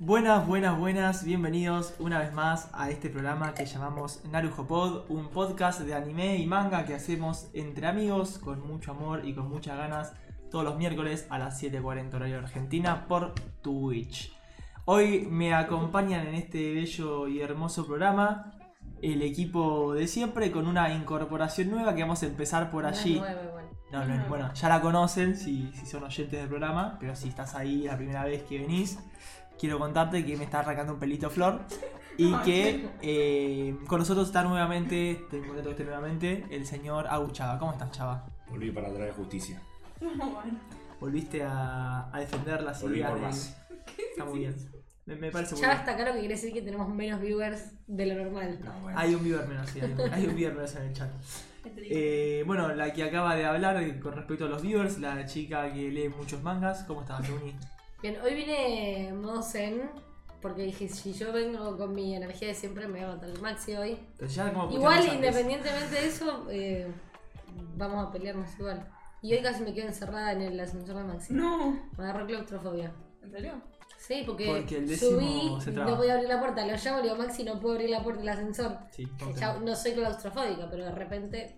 Buenas, buenas, buenas, bienvenidos una vez más a este programa que llamamos Narujo Pod, un podcast de anime y manga que hacemos entre amigos con mucho amor y con muchas ganas todos los miércoles a las 7.40 horario de Argentina por Twitch. Hoy me acompañan en este bello y hermoso programa el equipo de siempre con una incorporación nueva que vamos a empezar por No es allí. nuevo igual. No, no es- bueno, ya la conocen si, si son oyentes del programa, pero si estás ahí la primera vez que venís, quiero contarte que me está arrancando un pelito flor y Ay, que eh, con nosotros está nuevamente, estoy contento que esté nuevamente, el señor Agus Chava. ¿Cómo estás, Chava? Volví para traer justicia. Volviste a, a defender las Volví ideas. por de- más. Está muy bien. Me, me parece muy Ya bien. está claro que quiere decir que tenemos menos viewers de lo normal. No, bueno. Hay un viewer menos, sí, hay un, hay un viewer menos en el chat. Eh, bueno, la que acaba de hablar eh, con respecto a los viewers, la chica que lee muchos mangas. ¿Cómo estás, Juni? Bien, hoy vine en modo zen porque dije, si yo vengo con mi energía de siempre, me voy a aguantar el maxi hoy. Pero ya como puteamos Igual, antes. independientemente de eso, eh, vamos a pelearnos igual. Y hoy casi me quedo encerrada en el ascensor de maxi. No, Me agarró claustrofobia. ¿en serio? Sí, porque, Porque el décimo subí, se traba. no podía abrir la puerta. Lo llamo y le digo, Maxi, no puedo abrir la puerta del ascensor. Sí, Que ya no soy claustrofóbica, pero de repente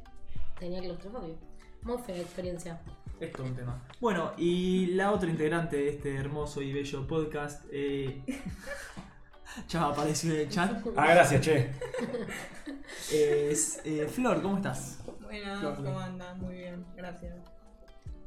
tenía claustrofobia. Muy fea experiencia. es todo un tema. Bueno, y la otra integrante de este hermoso y bello podcast. Eh... ya apareció en el chat. Ah, gracias, che. Es, eh, Flor, ¿cómo estás? Buenas, Flor, ¿cómo andan? Muy bien, gracias.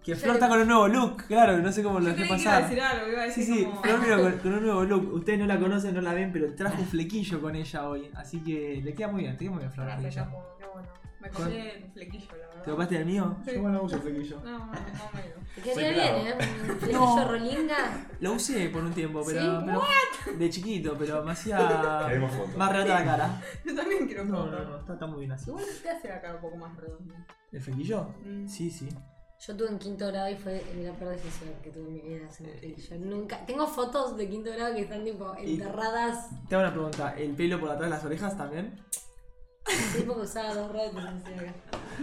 Que Flor está con un nuevo look, claro, no sé cómo lo Yo dejé creí que iba a pasar. decir algo, iba a Sí, decir sí, como... "Ah, Flor vino con, con un nuevo look. Ustedes no la conocen, no la ven, pero trajo un flequillo con ella hoy. Así que le queda muy bien, te queda muy bien, Flor. la Gracias, flequilla. capo, qué bueno. Me Con- cogí el flequillo, la verdad. ¿Te copaste el mío? Sí. bueno uso el flequillo. No, no, no me digo. Te queda Soy bien, pelado. ¿eh? Un No. flequillo rolinga. Lo usé por un tiempo, pero, ¿Sí? pero- de chiquito, pero me hacía Queremos fotos. más relata la cara. Yo también quiero No, foto. no, no, está, está muy bien así. Igual te hace la cara un poco más redonda. ¿El flequillo? Mm. Sí, sí. Yo tuve en quinto grado y fue la peor decisión que tuve en mi vida. hacer un flequillo. nunca. Tengo fotos de quinto grado que están tipo Y- enterradas. Te hago una pregunta, ¿el pelo por atrás de las orejas también? Tipo que usaba dos redes acá.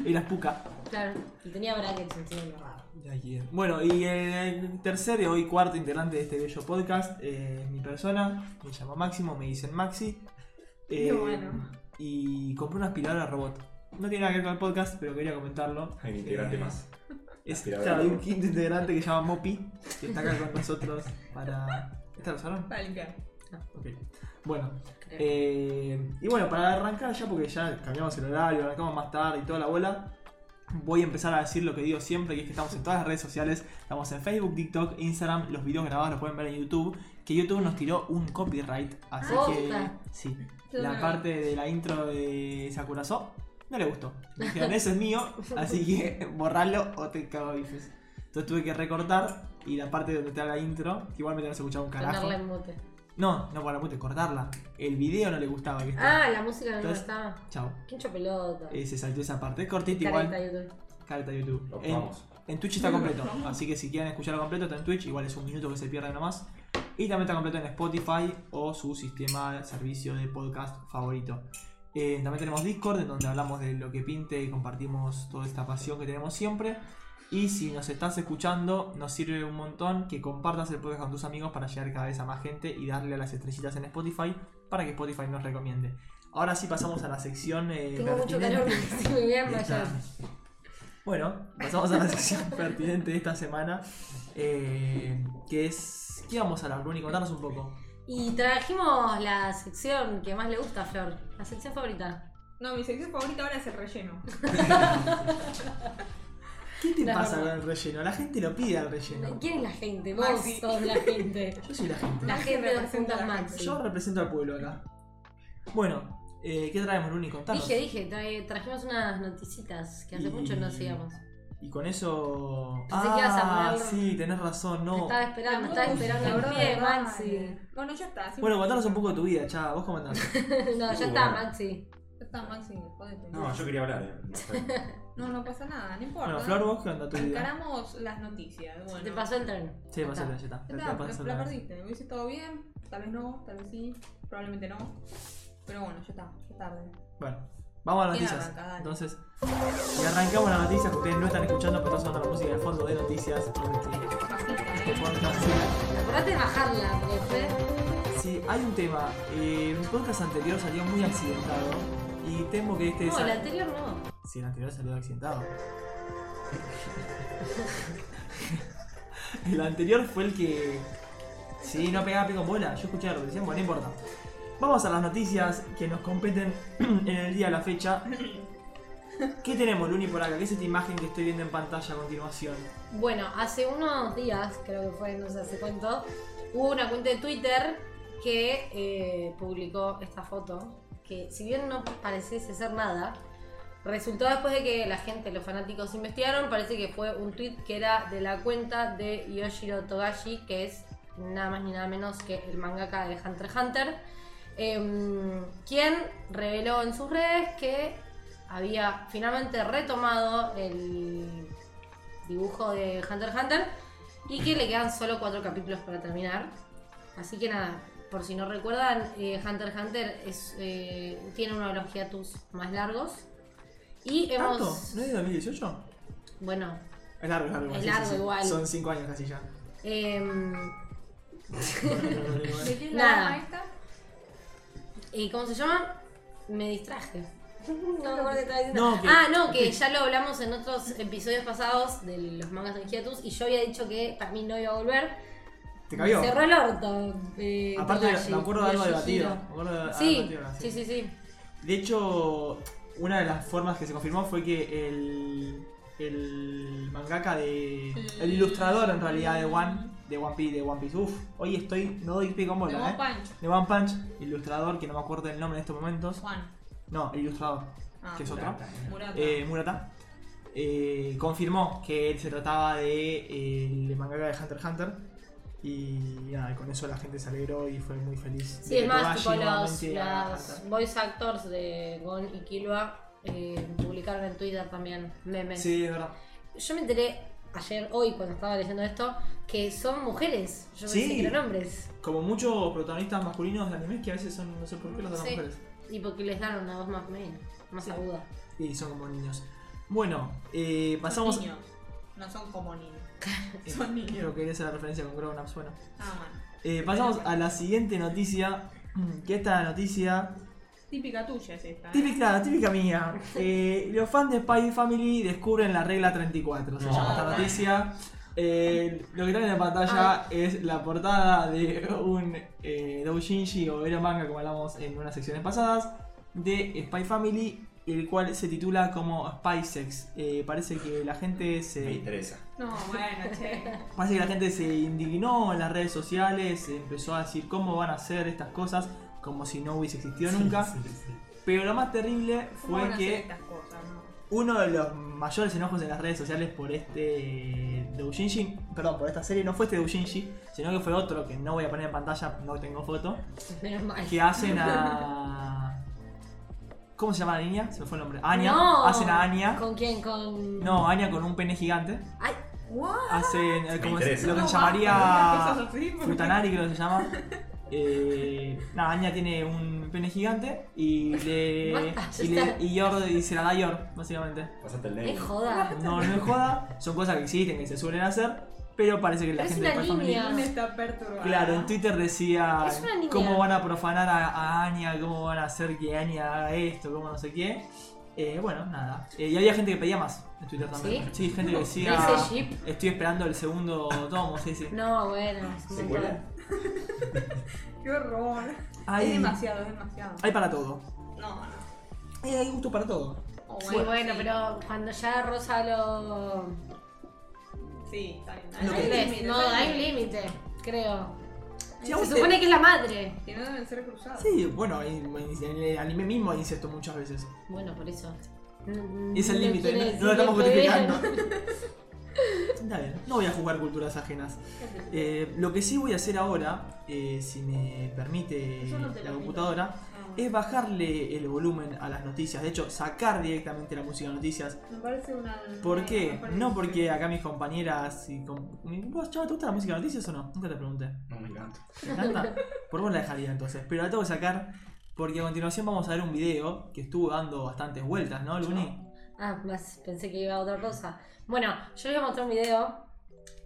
Y las puca. Claro, y tenía brackets encima de raro. Ya quiero. Bueno, y el tercer y hoy cuarto integrante de este bello podcast eh, es mi persona, me llamo Máximo, me dicen Maxi. Qué Eh, bueno. Y compré una aspiradora robot. No tiene nada que ver con el podcast, pero quería comentarlo. Hay un integrante Eh, más. Es, Aspiradora claro, hay un robot. quinto integrante que se llama Mopi, que está acá con nosotros para... ¿Esta lo usaron? Para limpiar. Ok. Bueno, creo. Eh, y bueno, para arrancar ya, porque ya cambiamos el horario, arrancamos más tarde y toda la bola, voy a empezar a decir lo que digo siempre, que es que estamos en todas las redes sociales, estamos en Facebook, TikTok, Instagram, los videos grabados los pueden ver en YouTube, que YouTube nos tiró un copyright, así Ah, que posta. sí, Yo la no. parte de la intro de Sakurazo no le gustó. Dijeron, eso es mío, así que borralo o te cago a bifes". Entonces tuve que recortar y la parte donde está la intro, que igual me tenés escuchado un carajo. Ponerla en mute. No, no para mute, cortarla. El video no le gustaba que estaba. Ah, la música no me Entonces- gustaba. Chao. Quincho pelota. Eh, se saltó esa parte. Es cortita Careta igual. YouTube. Careta YouTube. Lo En, probamos. en Twitch está completo. Así que si quieren escucharlo completo, está en Twitch. Igual es un minuto que se pierde nomás. Y también está completo en Spotify o su sistema servicio de podcast favorito. Eh, también tenemos Discord, en donde hablamos de lo que pinte y compartimos toda esta pasión que tenemos siempre. Y si nos estás escuchando, nos sirve un montón que compartas el podcast con tus amigos para llegar cada vez a más gente y darle a las estrellitas en Spotify para que Spotify nos recomiende. Ahora sí pasamos a la sección. eh, Tengo mucho pertinente. calor, si me voy a Está. enmayar. Bueno, pasamos a la sección pertinente de esta semana, eh, que es... ¿Qué vamos a hablar, Bruni? Contanos un poco. Y trajimos la sección que más le gusta a Flor, la sección favorita. No, mi sección favorita ahora es el relleno. ¿Qué te No. pasa con el relleno? La gente lo pide al relleno. ¿Quién es la gente? Vos Maxi. sos la gente. Yo soy la gente. La Maxi gente de los representa puntos a la Maxi. Yo represento al pueblo acá. Bueno, eh, ¿qué traemos, Bruni? Contanos. Dije, dije, trae- trajimos unas noticitas que hace Y- mucho no hacíamos. Y con eso... Pensé que ibas a ah, poner- sí, tenés razón, Me no. estaba esperando, me estaba esperando el Boludo, pie, dale. Maxi. eh. Bueno, ya está. sí. Bueno, contanos un poco de tu vida, chava. ¿Vos cómo andás? Uh, no, ya está, bueno. Maxi. Ya está, Maxi, jodete. No, yo quería hablar. eh. No sé. No, no pasa nada, no importa. Bueno, Flor, ¿vos qué onda tu vida? Encaramos las noticias, bueno. Te pasó el tren. Sí, pasó la Acá. galleta. Ya está, Te pasó la, la- la perdiste. Hubiese estado bien, tal vez no, tal vez sí, probablemente no. Pero bueno, ya está, ya es tarde. Bueno, vamos a las ¿Quién noticias. arranca? Dale. Entonces, y arrancamos las noticias que ustedes no están escuchando, pero está sonando la música de fondo de noticias. porque este podcast- Acordate de bajarla, porque después. Sí, hay un tema. Eh, mi podcast anterior salió muy accidentado. Y temo que este. No, sal- el anterior no. Sí, el anterior salió accidentado. el anterior fue el que. Sí, no pegaba pie con bola. Yo escuché algo, decían, bueno, no importa. Vamos a las noticias que nos competen en el día de la fecha. ¿Qué tenemos, Luni, por acá? ¿Qué es esta imagen que estoy viendo en pantalla a continuación? Bueno, hace unos días, creo que fue, no sé hace cuánto, hubo una cuenta de Twitter que eh, publicó esta foto, que si bien no pareciese ser nada, resultó después de que la gente, los fanáticos investigaron, parece que fue un tweet que era de la cuenta de Yoshiro Togashi, que es nada más ni nada menos que el mangaka de Hunter x Hunter, em, quien reveló en sus redes que había finalmente retomado el dibujo de Hunter x Hunter y que le quedan solo cuatro capítulos para terminar. Así que nada, por si no recuerdan, eh, Hunter x Hunter es, eh, tiene uno de los hiatus más largos. Y hemos. ¿Tanto? ¿No es de 2018? Bueno, Es largo, es largo. igual, sí, Es sí, largo sí. igual. Son 5 años casi ya. em, ¿De qué es Nada. la maestra? ¿Y cómo se llama? Me distraje. No me acuerdo qué estaba diciendo. No, que- ah, no, que ya lo hablamos en otros episodios pasados de los mangas de hiatus y yo había dicho que para mí no iba a volver. ¿Te cabió? Me Cerró el orto. eh, Aparte, Togashi, me acuerdo de algo Yoshihiro. debatido. Me acuerdo de algo Sí, debatido, sí, sí, sí. De hecho, una de las formas que se confirmó fue que el, el mangaka de. El ilustrador en realidad de One, de One Piece, de One Piece. Uf, hoy estoy. No doy pie con De bola, One eh. Punch. De One Punch, ilustrador, que no me acuerdo el nombre en estos momentos. Juan. No, el ilustrador, Ah, que es otro. Murata. eh, Murata. eh, confirmó que él se trataba de eh, el mangaka de Hunter x Hunter. Y nada, con eso la gente se alegró y fue muy feliz. de Sí, que es más, Kobashi tipo los, nuevamente haga las Hunter. voice actors de Gon y Killua eh, publicaron en Twitter también memes. Sí, es verdad. Yo me enteré ayer, hoy, cuando estaba leyendo esto, que son mujeres. Yo pensé Sí. que eran hombres. Como muchos protagonistas masculinos de animes que a veces son, no sé por qué, los de las Sí. mujeres. Y porque les dan una voz más media, más Sí. aguda. Y son como niños. Bueno, eh, pasamos. Son niños. No son como niños. son Eh, niños. Creo que esa es la referencia con Grownups, bueno. Ah, bueno. Eh, pasamos a la siguiente noticia. Que esta noticia. Típica tuya es esta. ¿eh? Típica, típica mía. Eh, los fans de Spy Family descubren la regla 34. Se No. llama esta noticia. Eh, lo que traen en pantalla es la portada de un eh, doujinshi o era manga, como hablamos en unas secciones pasadas, de Spy Family, el cual se titula como Spy Sex. Eh, parece que la gente eh. Me se interesa. No, bueno, che. Parece que la gente se indignó en las redes sociales, empezó a decir cómo van a hacer estas cosas, como si no hubiese existido nunca. Pero lo más terrible ¿Cómo van fue a hacer que estas cosas, no? uno de los mayores enojos en las redes sociales por este doujinshi, perdón, por esta serie no fue este doujinshi, sino que fue otro que no voy a poner en pantalla, no tengo foto, Menos mal. que hacen a ¿Cómo se llama la niña? Se me fue el nombre. Anya. No. Hacen a Anya. ¿Con quién? Con. No, Anya con un pene gigante. Ay, ¿what? Hacen eh, como interesa. se- lo que No, se llamaría basta, no digas cosas así, porque- Frutanari creo que se llama. Eh, nada, Anya tiene un pene gigante y le, Basta, y, ya le- está. y Yor- y se la da Yor, básicamente. Pásate el Es negro. joda. No, no es joda, son cosas que existen, que se suelen hacer, pero parece que la Pero es gente de una Spy Family- línea. Luna está perturbada. Claro, en Twitter decía Es una línea. cómo van a profanar a, a Anya, cómo van a hacer que Anya haga esto, cómo no sé qué. Eh, bueno, nada. Eh, y había gente que pedía más en Twitter también. Sí, gente que decía. ¿Dice Jeep? Estoy esperando el segundo tomo, sí, sí. No, bueno. es un ¿Secuela? montón. Qué horror. Es Hay, demasiado, es demasiado. hay para todo. No, no. Eh, hay gusto para todo. Oh, Sí, bueno, sí. pero cuando ya Rosa lo. Sí, está bien. Lo que- un ¿Entendés? límite, No, hay un límite, creo. Sí, Se aunque- supone que es la madre. Que no deben ser cruzados. Sí, bueno, en, en el anime mismo dice esto muchas veces. Bueno, por eso. Es el límite, no- no, lo estamos justificando. Está bien, no voy a jugar culturas ajenas. Eh, lo que sí voy a hacer ahora, eh, si me permite Yo no te la lo computadora, Ah, bueno. es bajarle el volumen a las noticias. De hecho, sacar directamente la música de noticias. Me parece una. ¿Por una- qué? una- No porque acá mis compañeras y... com- ¿Vos, chava, te gusta la música de noticias o no? Nunca te pregunté. No me encanta. ¿Te encanta? Por vos la dejaría entonces. Pero la tengo que sacar porque a continuación vamos a ver un video que estuvo dando bastantes vueltas, ¿no, Luni? Ah, más pensé que iba a otra cosa. Bueno, yo les voy a mostrar un video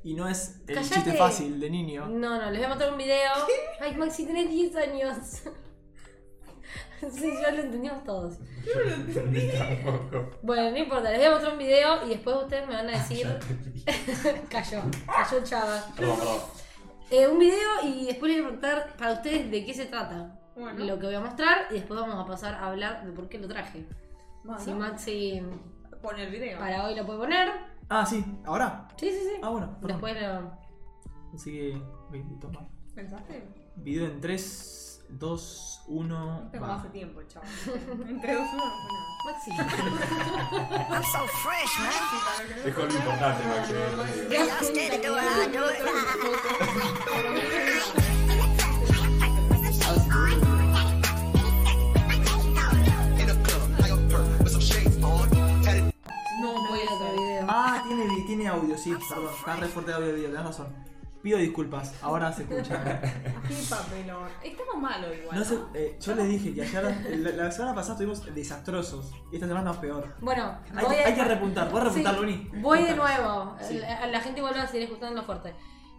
Y no es el Cállate. chiste fácil de niño. No, no, les voy a mostrar un video. Ay, Maxi, tenés 10 años. sí, ya lo entendimos todos. Tampoco. Bueno, no importa, les voy a mostrar un video y después ustedes me van a decir. Ah, Ya te vi. cayó, cayó Chava. Perdón, perdón. Eh, un video y después les voy a preguntar para ustedes de qué se trata. Bueno. Lo que voy a mostrar y después vamos a pasar a hablar de por qué lo traje. Si Bueno, Maxi pon el video. para hoy lo puede poner. Ah, sí, ahora. Sí, sí, sí. Ah, bueno, perdón. Después lo. Así que. ok, toma. ¿Pensaste? Video en 3, 2, No 1. Este tengo va. hace tiempo, chaval. Entre dos uno no fue nada. Maxi. I'm so fresh, man. Sí, para lo que no- Dejó lo importante, Maxi. ¿Te das Just cuenta did que it, do it, do it. Ah, voy a No voy a otro saber. video? Ah, tiene, vi- tiene audio, sí, perdón. Está re fuerte el audio de video, tenés razón. Pido disculpas, ahora se escucha. Qué papelón. Estamos malos igual. No sé, eh, yo les dije que ayer, eh, la, la semana pasada estuvimos desastrosos. Y esta semana es peor. Bueno, Hay, voy a- hay que repuntar, voy a repuntar, Sí, Luni. Voy de Repuntar. nuevo. Sí. La, la gente vuelve a seguir escuchando fuerte.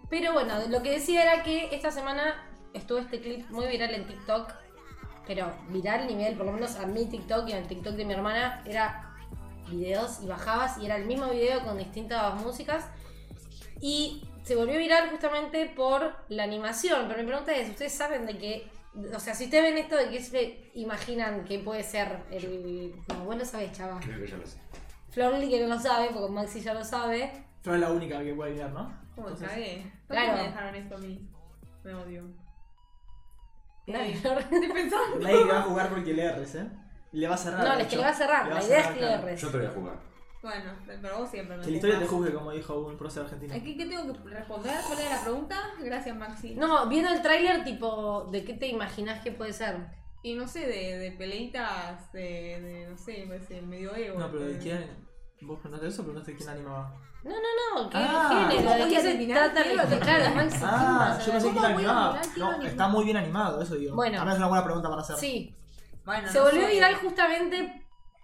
Pero bueno, lo que decía era que esta semana estuvo este clip muy viral en TikTok. Pero viral nivel, por lo menos a mi TikTok y al TikTok de mi hermana, era videos y bajabas y era el mismo video con distintas músicas. Y se volvió viral justamente por la animación. Pero mi pregunta es, ¿ustedes saben de qué? O sea, si ustedes ven esto, ¿de qué se imaginan que puede ser? El... No, vos lo sabés, chaval. Creo que ya lo sé. Florly que no lo sabe, porque Maxi ya lo sabe. Flor es la única que puede mirar, ¿no? ¿Cómo Entonces, cagué? ¿Por qué Claro. me dejaron esto a mí? Me odio. Dale, Ay, Flor. Estoy pensando. Nadie le va a jugar porque le erres, ¿eh? Y Le va a cerrar. No, de es hecho. que le va a cerrar. La idea es que le claro. erres. Yo te voy a jugar. Bueno, pero vos siempre me Que la historia te juzgas. juzgue, como dijo un profesor argentino. Aquí, ¿Qué tengo que responder? ¿Cuál era la pregunta? Gracias, Maxi. No, viendo el tráiler, tipo, ¿de qué te imaginas que puede ser? Y no sé, de, de peleitas, de, de, no sé, me parece medioevo. No, eh, pero ¿de quién? ¿Vos preguntaste eso o preguntaste quién animaba? No, no, no, ¿qué Ah. género? ¿De ¿Cómo qué voy a se adivinar? trata? ¿Qué la historia? Claro, Maxi, ¿quién va a Ah, yo saber? pensé que quién ¿Cómo voy a animaba. mirar quién No, anima? está muy bien animado, eso digo. Bueno. Ahora es una buena pregunta para hacer. Sí, Bueno, se no volvió sé. viral justamente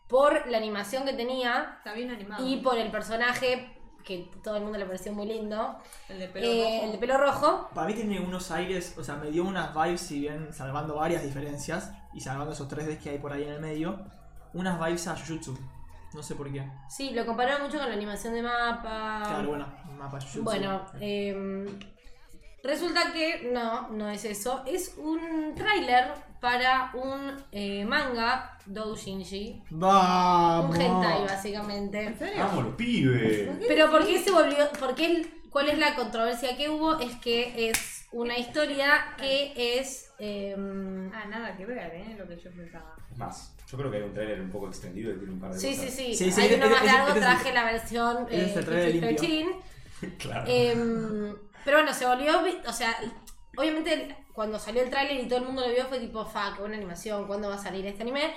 por la animación que tenía Está bien animado. y por el personaje que todo el mundo le pareció muy lindo. El de pelo Eh, El rojo. de pelo rojo. Para mí tiene unos aires, o sea, me dio unas vibes, si bien salvando varias diferencias y salvando esos 3Ds que hay por ahí en el medio, unas vibes a Jujutsu. No sé por qué. Sí, lo compararon mucho con la animación de mapa. Claro, bueno, un mapa Jujutsu. Bueno, eh, resulta que no, no es eso. Es un tráiler para un eh, manga doujinshi. Vamos. Un hentai, ¿En básicamente. serio? ¡Vamos, los pibes! Pero ¿por qué se volvió...? ¿Por qué el- ¿Cuál es la controversia que hubo? Es que es una historia que es... eh, Ah, nada que ver, ¿eh? Lo que yo pensaba. Es más, yo creo que hay un trailer un poco extendido que tiene un par de sí, sí, cosas. sí, Sí, sí, Hay uno es- más es- largo, es- es- traje la versión es eh, el tráiler limpio. 15. Claro. Em, pero bueno, se volvió. vi- O sea, obviamente cuando salió el tráiler y todo el mundo lo vio fue tipo, fa, qué buena animación, ¿cuándo va a salir este anime?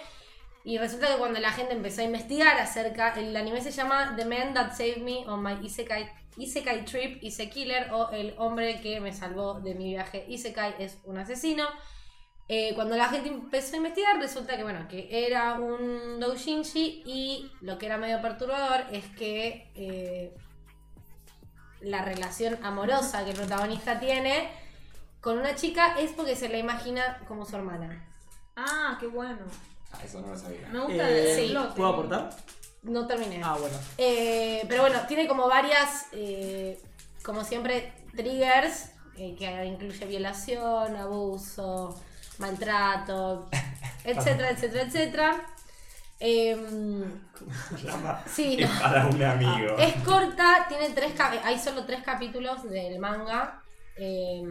Y resulta que cuando la gente empezó a investigar acerca, el anime se llama The Man That Saved Me on My Isekai, Isekai Trip, Isekai Killer, o El Hombre que me salvó de mi viaje Isekai es un asesino. Eh, cuando la gente empezó a investigar, resulta que bueno, que era un doujinshi y lo que era medio perturbador es que eh, la relación amorosa que el protagonista tiene con una chica es porque se la imagina como su hermana. Ah, qué bueno. Ah, eso no lo sabía. Me gusta Eh, el Sí. plot, ¿Puedo eh. aportar? No terminé. Ah, bueno. Eh, pero bueno, tiene como varias, eh, como siempre, triggers, eh, que incluye violación, abuso, maltrato, etcétera, etcétera, etcétera. Em, Llama sí, es no. Ah, para un amigo. Es corta, tiene tres cap- hay solo tres capítulos del manga. eh,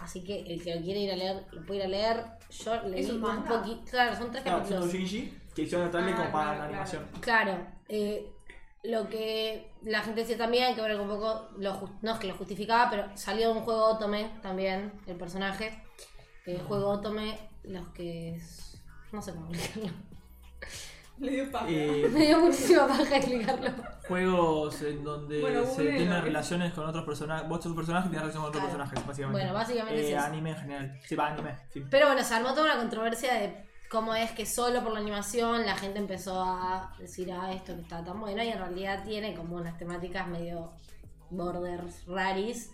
así que el que lo quiere ir a leer, lo puede ir a leer. Yo leí ¿Es un un, manga? poquito. Claro, son tres Claro, capítulos. son Shinji que hicieron el trailer Ah, como para claro, la claro. animación. Claro. eh, lo que la gente decía también, que bueno, que un poco lo jus- no es que lo justificaba, pero salió de un juego Otome también, el personaje. El juego Otome, los que. es- No sé cómo explicarlo. Le dio paja. Eh, Me dio muchísima paja explicarlo. juegos en donde Bueno, se googleenlo, tienen ¿eh? relaciones con otros personajes. Vos sos un personaje y tenés relación con otros Claro. personajes, básicamente. Bueno, básicamente Eh, es eso. anime en general. Sí, va, anime. Sí. Pero bueno, se armó toda una controversia de cómo es que solo por la animación la gente empezó a decir, ah, esto que está tan bueno, y en realidad tiene como unas temáticas medio borders raris.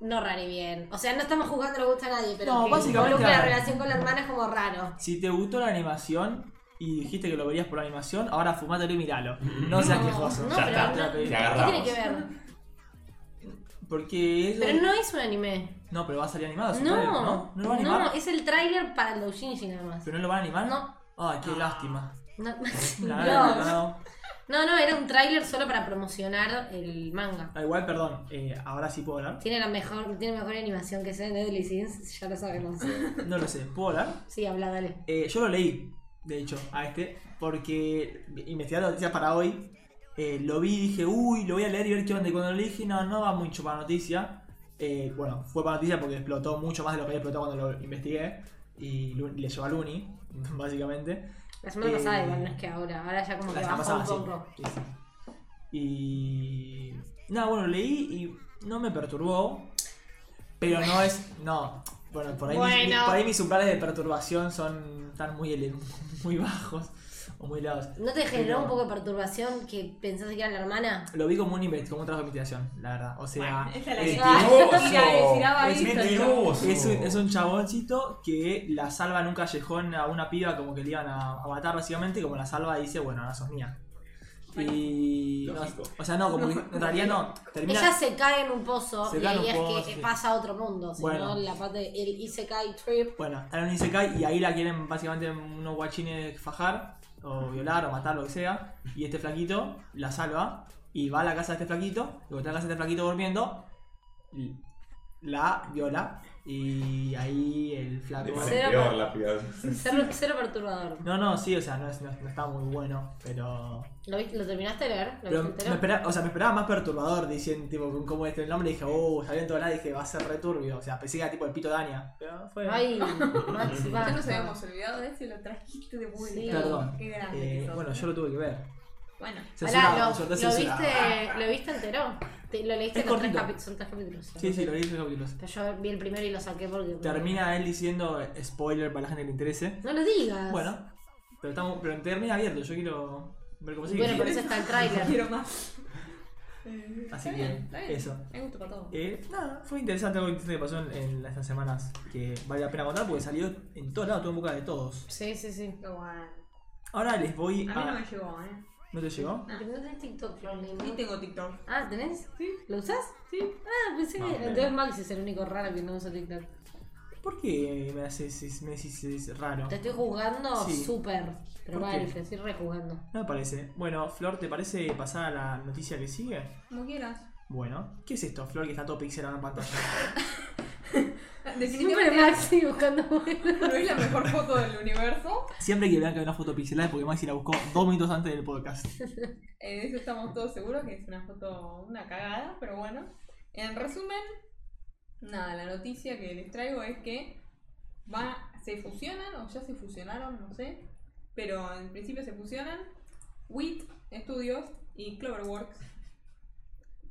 No rari bien. O sea, no estamos juzgando los gustos a nadie, pero No, que básicamente involucre la raro. relación con la hermana es como raro. Si te gustó la animación y dijiste que lo verías por la animación, ahora fumátelo y miralo. No seas No, quejoso. no, Ya pero está, te no- la pedí. Te ¿Qué agarramos. tiene que ver? Porque eso- Pero no es un anime. No, pero va a salir animado, supongo, No, ¿no? ¿No lo van a animar? es el tráiler para el doujinshi nada más. ¿Pero no lo van a animar? No. Ay, qué lástima. No, La no. verdad, no. No, no, era un tráiler solo para promocionar el manga. Ah, igual, perdón, eh, ahora sí puedo hablar. Tiene la mejor, tiene mejor animación que sea en Deadly Sins, ya lo sabemos. No lo sé, ¿puedo hablar? Sí, habla, dale. Eh, yo lo leí, de hecho, a este, porque investigando noticias para hoy, eh, lo vi y dije, uy, lo voy a leer y ver qué onda. Y cuando lo leí dije, no, no va mucho para noticia. Eh, bueno, fue para noticia porque explotó mucho más de lo que había explotado cuando lo investigué. Y Lu- le llevó a Luni, básicamente. La semana Eh, pasada igual, no es que ahora. Ahora ya como que La semana bajó un pasada, sí. poco. Sí, sí. Y. Nada, bueno, lo leí y no me perturbó. Pero no es. No. Bueno, por ahí, mis- Bueno. Mis, por ahí mis umbrales de perturbación son. están muy, ele- muy bajos o muy lados. ¿No te generó Pero- un poco de perturbación que pensaste que era la hermana? Lo vi como un, inve- como un trabajo de investigación, la verdad. O sea. Esa es la eh, que mentiroso. Tira- tiraba Es eso, yo. mentiroso. Es un, es un chaboncito que la salva en un callejón a una piba como que le iban a, a matar básicamente y como la salva dice, bueno, ahora sos mía. Y... no, Lógico. o sea, no, como que en realidad no. Termina... Ella se cae en un pozo Se y cae en ahí un es pozo, que sí. pasa a otro mundo. Si Bueno. no, la parte del Isekai Trip. Bueno, está en un Isekai y ahí la quieren básicamente unos guachines fajar o violar o matar, lo que sea. Y este flaquito la salva y va a la casa de este flaquito. Y cuando está en la casa de este flaquito durmiendo, y la viola y ahí el Le flaco... parece Cero peor pa- la piba. Cero, cero perturbador. No, no, sí, o sea, no, es- no, no está muy bueno, pero... ¿Lo, viste- lo terminaste de leer? ¿Lo pero viste me entero? espera- o sea, me esperaba más perturbador, diciendo, tipo, con cómo es el nombre, y dije, oh, saliendo todo lado, dije, va a ser returbio, o sea, pensé que era tipo el pito Dania. Pero fue... Ay, Maxi, Ya basta. nos habíamos olvidado de eso y lo trajiste de vuelta. Sí. Perdón. Qué grande. Eh, que sos. bueno, yo lo tuve que ver. Bueno, Censurado, Pará, por lo, suerte lo censurado. viste, ¿lo viste entero? Te- ¿Lo leíste Es con tres cortito. capítulos? Son tres capítulos. Sí, sí, lo vi en tres capítulos. Pero yo vi el primero y lo saqué porque... Termina él diciendo eh, spoiler para la gente que le interese. No lo digas. Bueno, pero, estamos, pero termina abierto, yo quiero ver cómo sigue. Bueno, por eso está el tráiler. quiero más. Eh, Así está que, bien, está bien. eso. Hay gusto para todo. Eh, nada, fue interesante algo interesante que pasó en, en estas semanas que vale la pena contar porque salió en todos lados, tuvo en boca de todos. Sí, sí, sí. Qué guay. Ahora les voy A a. mí no me llegó, ¿eh? ¿No te llegó? No tenés Ah, TikTok, Lonely, Sí ¿no? tengo TikTok. Ah, ¿tenés? Sí. ¿Lo usás? Sí. Ah, pensé No, que... no. Entonces Maxi es el único raro que no usa TikTok. ¿Por qué me haces me decís es raro? Te estoy juzgando Sí. súper. Pero ¿Por qué? vale, te estoy rejugando. No me parece. Bueno, Flor, ¿te parece pasar a la noticia que sigue? Como quieras. Bueno, ¿qué es esto, Flor, que está todo pixelado en pantalla? Siempre Definitivamente Maxi buscando modelos. no es la mejor foto del universo. Siempre que vean que hay una foto pixelada es porque Maxi la buscó dos minutos antes del podcast. En eso estamos todos seguros que es una foto, una cagada, pero bueno. En resumen, nada, la noticia que les traigo es que va, se fusionan, o ya se fusionaron, no sé. Pero en principio se fusionan WIT Studios y Cloverworks.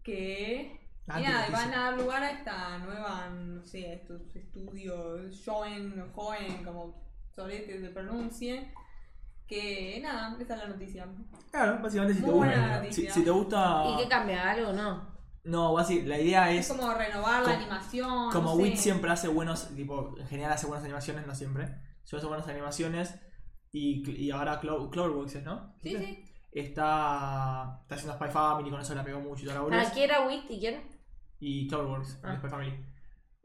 Que. Ah, y nada, qué noticia. van a dar lugar a esta nueva, no sé, a estos estudios, Joen, Joen, como solete se pronuncie. Que nada, esa es la noticia. Claro, básicamente si te Muy buena gusta. Si, noticia. si te gusta. ¿Y qué cambia? ¿Algo o no? No, básicamente, la idea Es es. como renovar la como- animación. Como no sé. Wit siempre hace buenos. Tipo, en general hace buenas animaciones, no siempre. Yo hace buenas animaciones. Y, y ahora Clo- Cloverworks, ¿no? Sí, sí. Está, está haciendo Spy Family, con eso la pegó mucho y toda la ¿Para Ah. boludez. quién era Wit y quién? y Cloverworks, Ah. Spy Family.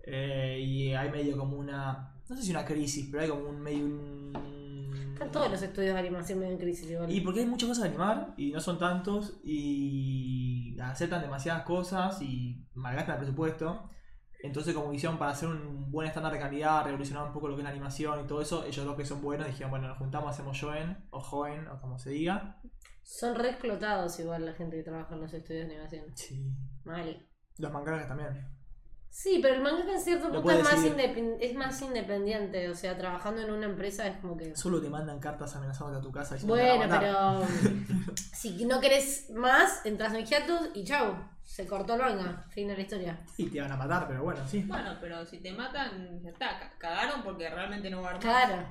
Eh, y hay medio como una. No sé si una crisis, pero hay como un medio. Un... Están todos los estudios de animación medio en crisis igual. Y porque hay muchas cosas a animar y no son tantos y aceptan demasiadas cosas y malgastan el presupuesto. Entonces, como hicieron para hacer un buen estándar de calidad, revolucionar un poco lo que es la animación y todo eso, ellos dos que son buenos dijeron, bueno, nos juntamos, hacemos Joen o Joen o como se diga. Son re explotados igual la gente que trabaja en los estudios de animación. Sí. Mal. Los mangakas también. Sí, pero el manga en cierto Lo punto puede es más, decidir. independ- es más independiente. O sea, trabajando en una empresa es como que. Solo te mandan cartas amenazándote a tu casa y Bueno, pero. si no querés más, entras en hiatus y chau. Se cortó el manga. Fin de la historia. Y te van a matar, pero bueno, sí. Bueno, pero si te matan, ya está. ca- Cagaron porque realmente no va a armar. Claro.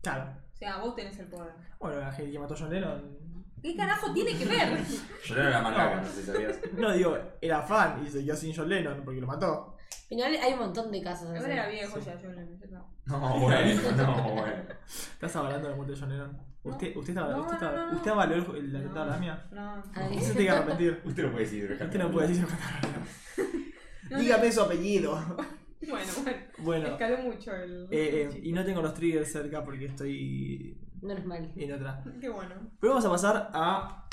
Claro. O sea, vos tenés el poder. Bueno, la gente que mató a John Lennon ¿Qué carajo tiene que ver? Yo era la macaca, no sé si sabías. No, digo, era fan y se quedó sin John Lennon porque lo mató. Final hay un montón de casos así. Ahora era viejo ya, yo no, yo no. No, bueno, no, bueno. ¿Estás hablando de la muerte de John Lennon? ¿Usted, usted, estaba, No, usted, estaba, no, no, no. usted avaló el, el atentado a la No. mía? No. Ay. Usted tiene que arrepentir. Usted no puede decir, Usted no puede decir No, Dígame su apellido. Bueno, bueno. Bueno, Escaló mucho el. eh, el eh, chiste. y no tengo los triggers cerca porque estoy Menos mal. en otra. Qué bueno. Pero vamos a pasar a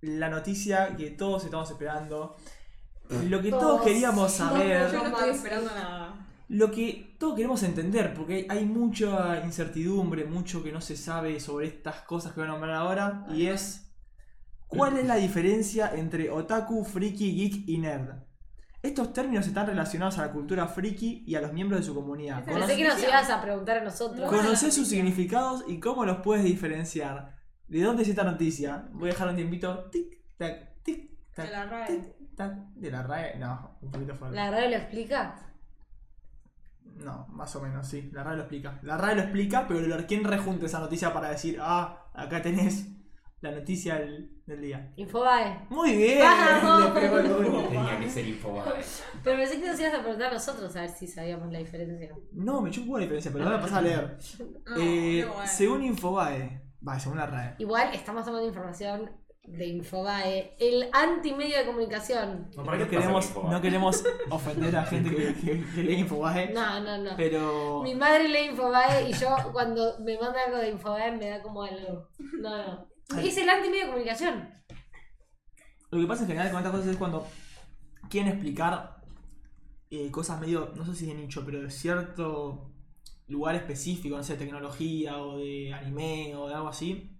la noticia que todos estamos esperando. Lo que todos, Todos. queríamos No, no, saber. Yo no estoy Romance. esperando nada. Lo que todos queremos entender, porque hay, hay mucha incertidumbre, mucho que no se sabe sobre estas cosas que voy a nombrar ahora, y es ¿cuál es la diferencia entre otaku, friki, geek y nerd? Estos términos están relacionados a la cultura friki y a los miembros de su comunidad. Pero Pensé Conoce- que nos ibas a preguntar a nosotros. Con- Conocer sus significados y cómo los puedes diferenciar. ¿De dónde es esta noticia? Voy a dejar un tiempito. Tic, tac, tic, De tac, la RAE. tic, tac. ¿De la RAE? No, un poquito fuerte. ¿La radio lo explica? No, más o menos, sí. La RAE lo explica. La RAE lo explica, pero el quién rejunta esa noticia para decir, ah, acá tenés la noticia del, del día. Infobae. Muy bien. Ah, Vamos. Le pegó el gol. Tenía que ser infobae. Pero pensé que nos ibas a preguntar a nosotros a ver si sabíamos la diferencia. No, me chupó la diferencia, pero ahora voy a pasar a leer. Eh, No, qué bueno. Según Infobae, va, según la RAE. Igual estamos tomando información de Infobae, el antimedio de comunicación. No, ¿para qué No te pasa queremos, el infobae? no queremos ofender a gente que, que, que lee Infobae, No, no, no. pero... Mi madre lee Infobae y yo cuando me manda algo de Infobae me da como algo. No, no. Es el antimedio de comunicación. Lo que pasa en general con estas cosas es cuando quieren explicar eh, cosas medio, no sé si de nicho, pero de cierto lugar específico, no sé, de tecnología o de anime o de algo así,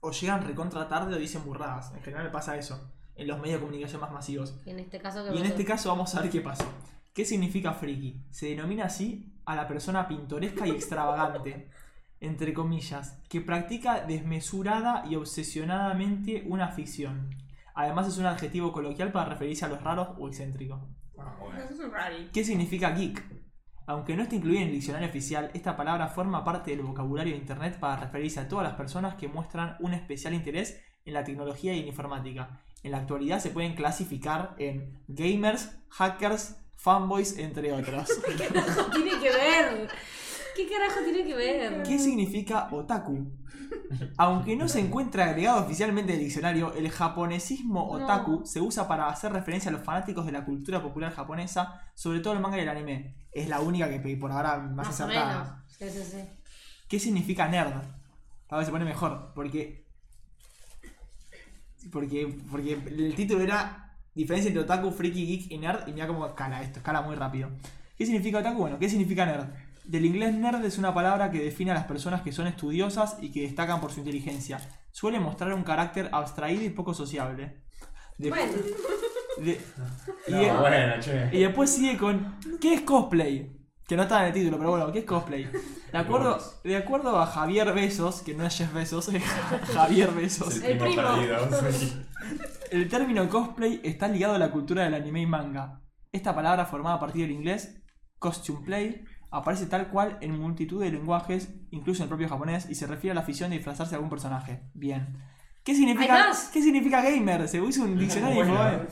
o llegan recontra tarde o dicen burradas. En general me pasa eso, en los medios de comunicación más masivos. En este caso que Y en pasó? este caso vamos a ver qué pasó. ¿Qué significa friki? Se denomina así a la persona pintoresca y extravagante, entre comillas, que practica desmesurada y obsesionadamente una afición. Además es un adjetivo coloquial para referirse a los raros o excéntricos. Ah, bueno. Eso es un rari. ¿Qué significa geek? Aunque no esté incluida en el diccionario oficial, esta palabra forma parte del vocabulario de Internet para referirse a todas las personas que muestran un especial interés en la tecnología y en informática. En la actualidad se pueden clasificar en gamers, hackers, fanboys, entre otros. ¿Qué tiene que ver? ¿Qué carajo tiene que ver? ¿Qué significa otaku? Aunque no se encuentra agregado oficialmente en el diccionario, el japonesismo otaku se usa para hacer referencia a los fanáticos de la cultura popular japonesa, sobre todo el manga y el anime. Es la única que por ahora más, Más o acertada. menos. Sí, sí, sí. ¿Qué significa nerd? A ver, se pone mejor, porque. Porque, porque el título era Diferencia entre otaku, freaky, geek y nerd, y mira cómo escala esto, escala muy rápido. ¿Qué significa otaku? Bueno, ¿qué significa nerd? Del inglés nerd es una palabra que define a las personas que son estudiosas y que destacan por su inteligencia. Suele mostrar un carácter abstraído y poco sociable. De- Bueno, de- y- No, bueno, che. y después sigue con ¿Qué es cosplay? Que no está en el título, pero bueno, ¿qué es cosplay? De acuerdo, de acuerdo a Javier Besos, que no es Jeff Besos, es Javier Besos, Es el primo perdido. sí. el término cosplay está ligado a la cultura del anime y manga. Esta palabra formada a partir del inglés, costume play, aparece tal cual en multitud de lenguajes, incluso en el propio japonés, y se refiere a la afición de disfrazarse de algún personaje. Bien. ¿Qué significa, Hay más. ¿qué significa gamer? Se hizo un diccionario. Bueno. ¿eh?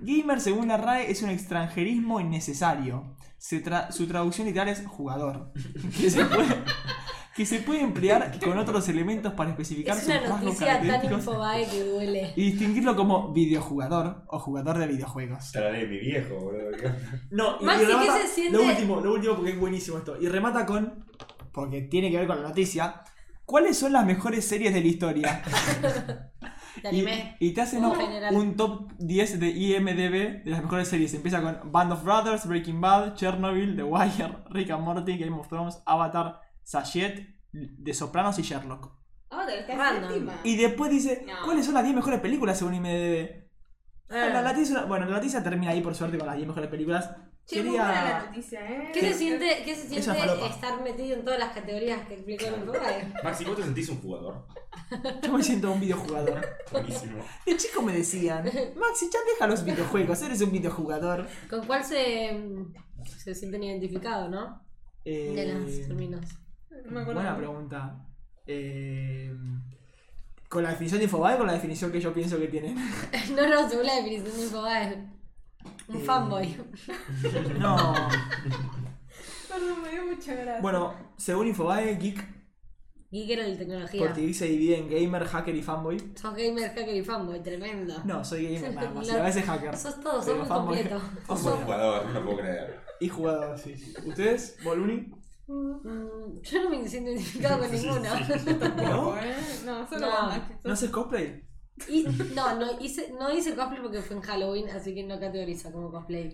Gamer, según la RAE, es un extranjerismo innecesario. Se tra- su traducción literal es jugador. Que se puede, que se puede emplear con otros elementos para especificar es sus una rasgos noticia tan característicos Infobae que duele. y distinguirlo como videojugador o jugador de videojuegos. Trataré de mi viejo, boludo. ¿Qué onda? No, Maxi, ¿qué se siente? Lo último, lo último porque es buenísimo esto. Y remata con, porque tiene que ver con la noticia, ¿cuáles son las mejores series de la historia? Te Y, animé. y te hacen En un, general. un top 10 de IMDB de las mejores series. Empieza con Band of Brothers, Breaking Bad, Chernobyl, The Wire, Rick and Morty, Game of Thrones, Avatar, Sachet, The Sopranos y Sherlock. Ahora te estás Random. séptima. Y después dice, No. ¿cuáles son las 10 mejores películas según IMDb? Ah. La noticia, bueno, la noticia termina ahí por suerte con las 10 mejores películas. Che, muy buena la noticia, ¿eh? ¿Qué se siente, qué se Esa siente falopa. estar metido en todas las categorías que explicó el Infobae? Maxi, ¿vos te sentís un jugador? Yo me siento un videojugador. Buenísimo. De chico me decían, Maxi, ya deja los videojuegos, eres un videojugador. ¿Con cuál se, se sienten identificados, no? Eh, De los términos. No me acuerdo. buena pregunta. Eh, con la definición de Infobae, con la definición que yo pienso que tiene. No, no, según la definición de Infobae. Un Eh. fanboy. No. Perdón, me dio mucha gracia. Bueno, según Infobae, geek, Geek era de tecnología. porque geek se divide en gamer, hacker y fanboy. Sos gamer, hacker y fanboy, tremendo. No, soy gamer nada más, y a veces hacker. Sos todo, sos Pero muy fanboy. completo. Soy Fanboy un jugador, no lo puedo creer. y jugador, sí, sí. ¿Ustedes? ¿Voluni? Mm, yo no me siento identificado con ninguno. ¿No? Tampoco, ¿eh? No, solo No. bandas ¿No haces cosplay? Y, no, no hice, no hice cosplay porque fue en Halloween, así que no categoriza como cosplay.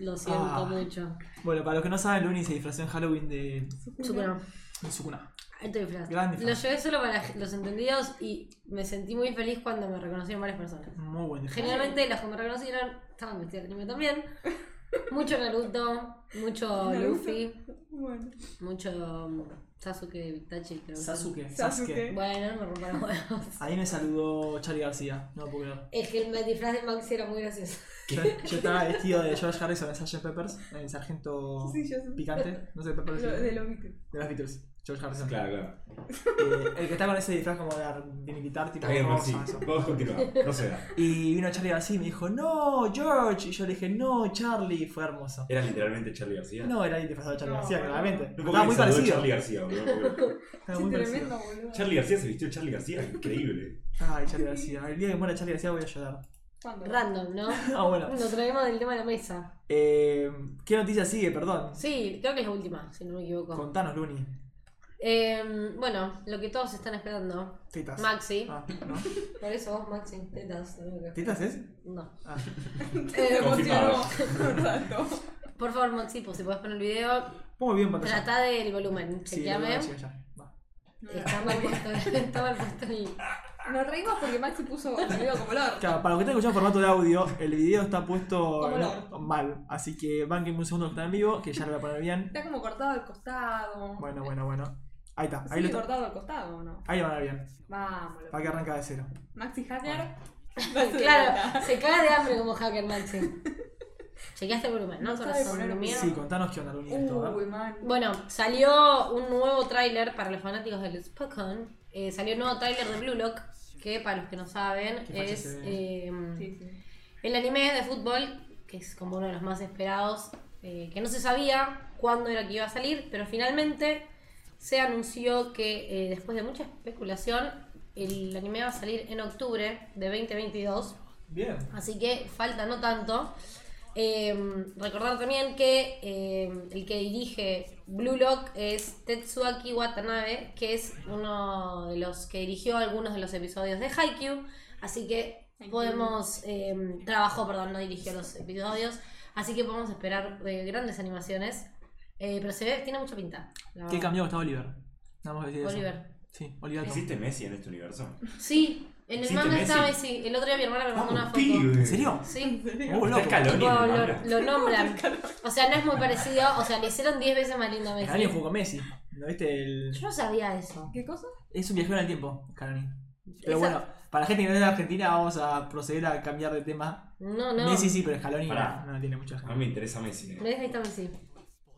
Lo siento Ah. mucho. Bueno, para los que no saben, Luni se disfrazó en Halloween de Sukuna, de Sukuna. alto disfraz. Gran Lo disfraz. llevé solo para los entendidos y me sentí muy feliz cuando me reconocieron varias personas. Muy buen disfraz. Generalmente los que me reconocieron estaban vestidos de anime también. Mucho Naruto, mucho Luffy, Bueno, mucho um, Sasuke de Itachi, creo. que se llama. Sasuke, Sasuke. Sasuke. Bueno, me romparon huevos. Ahí me saludó Charlie García, no lo puedo creer. Es que el disfraz de Maxi era muy gracioso. Yo, yo estaba vestido de George Harrison en Sgt. Peppers, el sargento sí, yo sé. picante, no sé, Peppers, Lo- de de lo que. los Beatles, George Harrison. Claro, claro. Eh, el que está con ese disfraz como de, ar- de militar, tipo Está bien, rosa, Maxi. eso. Vos continuá. No se da. Y vino Charlie García y me dijo, no, George. Y yo le dije, no, Charlie. Fue hermoso. Era literalmente Charlie García. No, era el disfrazado de Charlie No, García, bueno. claramente. No puedo Estaba creer que muy saludó parecido. Charlie García, boludo, no puedo creer. Estaba Sí, muy parecido. tremendo, boludo. Charlie García se vistió Charlie García, increíble. Ay, Charlie García. El día que muera Charlie García voy a llorar. ¿Cuándo? Random, ¿no? Ah, bueno. Nos traemos del tema de la mesa. Eh, ¿Qué noticia sigue? Perdón. Sí, creo que es la última, si no me equivoco. Contanos, Luni. Eh, bueno, lo que todos están esperando. Tetas. Maxi. Ah, ¿no? Por eso vos, Maxi, tetas. lo único que- ¿Tetas es? No. Ah. Se Eh, Confirmado. emocionó un rato. por favor, Maxi, pues si podés poner el video, Pongo bien pantalla. trata del volumen. Ah, pues Sí, Chequeame. lo voy a chequear ya. Va. Está mal puesto, está mal puesto el. Nos reímos porque Maxi puso el video como lor. Claro, para los que están escuchando en formato de audio, el video está puesto Como el no, orto. mal. Así que banquenme un segundo que está en vivo, que ya lo voy a poner bien. Está como cortado al costado. Bueno, bueno, bueno. Ahí está, ahí ¿Sigue lo, cortado al costado o no? ahí lo van a ver bien. Vamos. Para que arranca de cero. Maxi Hacker. Claro, se caga de hambre como hacker, Maxi. Chequeaste el este volumen, ¿no? No sabe Corazón poner de un- mierda. Sí, contanos qué onda, Luni. esto, ¿eh? a ver. Uy, man. Bueno, salió un nuevo tráiler para los fanáticos del Spokon. Eh, salió un nuevo tráiler de Blue Lock, que para los que no saben Qué facha es se ve. eh, Sí, sí. el anime de fútbol, que es como uno de los más esperados, eh, que no se sabía cuándo era que iba a salir, pero finalmente se anunció que eh, después de mucha especulación, el anime va a salir en octubre de 2022. Bien. Así que falta no tanto. Eh, recordar también que eh, el que dirige Blue Lock es Tetsuaki Watanabe, que es uno de los que dirigió algunos de los episodios de Haikyuu. Así que Haikyuu. podemos. eh, trabajó, perdón, no dirigió los episodios. Así que podemos esperar eh, grandes animaciones. Eh, pero se ve, tiene mucha pinta. la ¿Qué verdad. cambió? Está Oliver. Nada más que decir eso. Oliver. Sí, Oliver. Tom. ¿Existe Messi en este universo? Sí, en el ¿Existe manga está Messi? Messi. El otro día mi hermana me mandó una Vamos, foto. pibe. ¿En serio? Sí. Uh, eh. Está loco. Scaloni Tipo, en el lo, manga. lo nombran. O sea, no es muy parecido. O sea, le hicieron 10 veces más lindo a Messi. Scaloni jugó con Messi. ¿No viste? El... Yo no sabía eso. ¿Qué cosa? Es un viajero en el tiempo, Scaloni. Pero Esa- bueno, para la gente que no es de Argentina, vamos a proceder a cambiar de tema. No, no. Messi sí, pero Scaloni Pará. no, no tiene mucha A gente. mí me interesa Messi. ¿eh? ¿Ves? Ahí está Messi.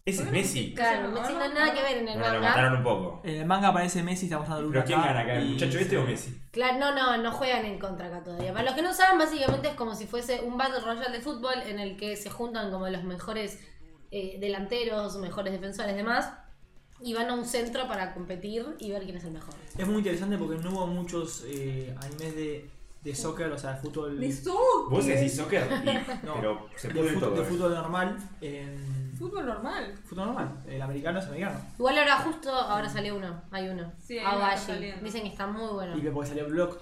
Ese es Messi. Claro, Messi no tiene nada que ver en el Bueno, lo manga. mataron un poco. En el manga aparece Messi, está mostrando Pero Luna ¿quién acá, gana acá? ¿El y- muchacho este o Messi? Claro, no, no, no juegan en contra acá todavía. Para los que no saben, básicamente es como si fuese un Battle Royale de fútbol en el que se juntan como los mejores eh, delanteros, mejores defensores, demás. Y van a un centro para competir y ver quién es el mejor. Es muy interesante porque no hubo muchos eh, animes de, de soccer, o sea, de fútbol. De de soccer. Vos decís soccer, y- No. pero se fut- puede de todo. ¿eh? fútbol normal. en- Fútbol normal. Fútbol normal. El americano es americano. Igual ahora justo, ahora salió uno. Hay uno. Sí, hay uno que Aogashi. está saliendo. Dicen que está muy bueno. Y que porque salió Block.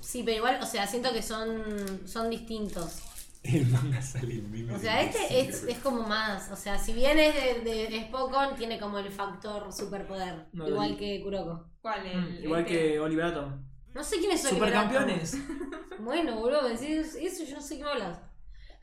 Sí, pero igual, o sea, siento que son, son distintos. El manga sale el mismo. O sea, este es, es como más. O sea, si bien es de, de, de Spokon, tiene como el factor superpoder. No lo vi. igual que Kuroko. ¿Cuál? El, Mm, igual este? que Oliver Atom. No sé quiénes son. Supercampeones. Bueno, boludo, me decís eso, yo no sé qué me hablas.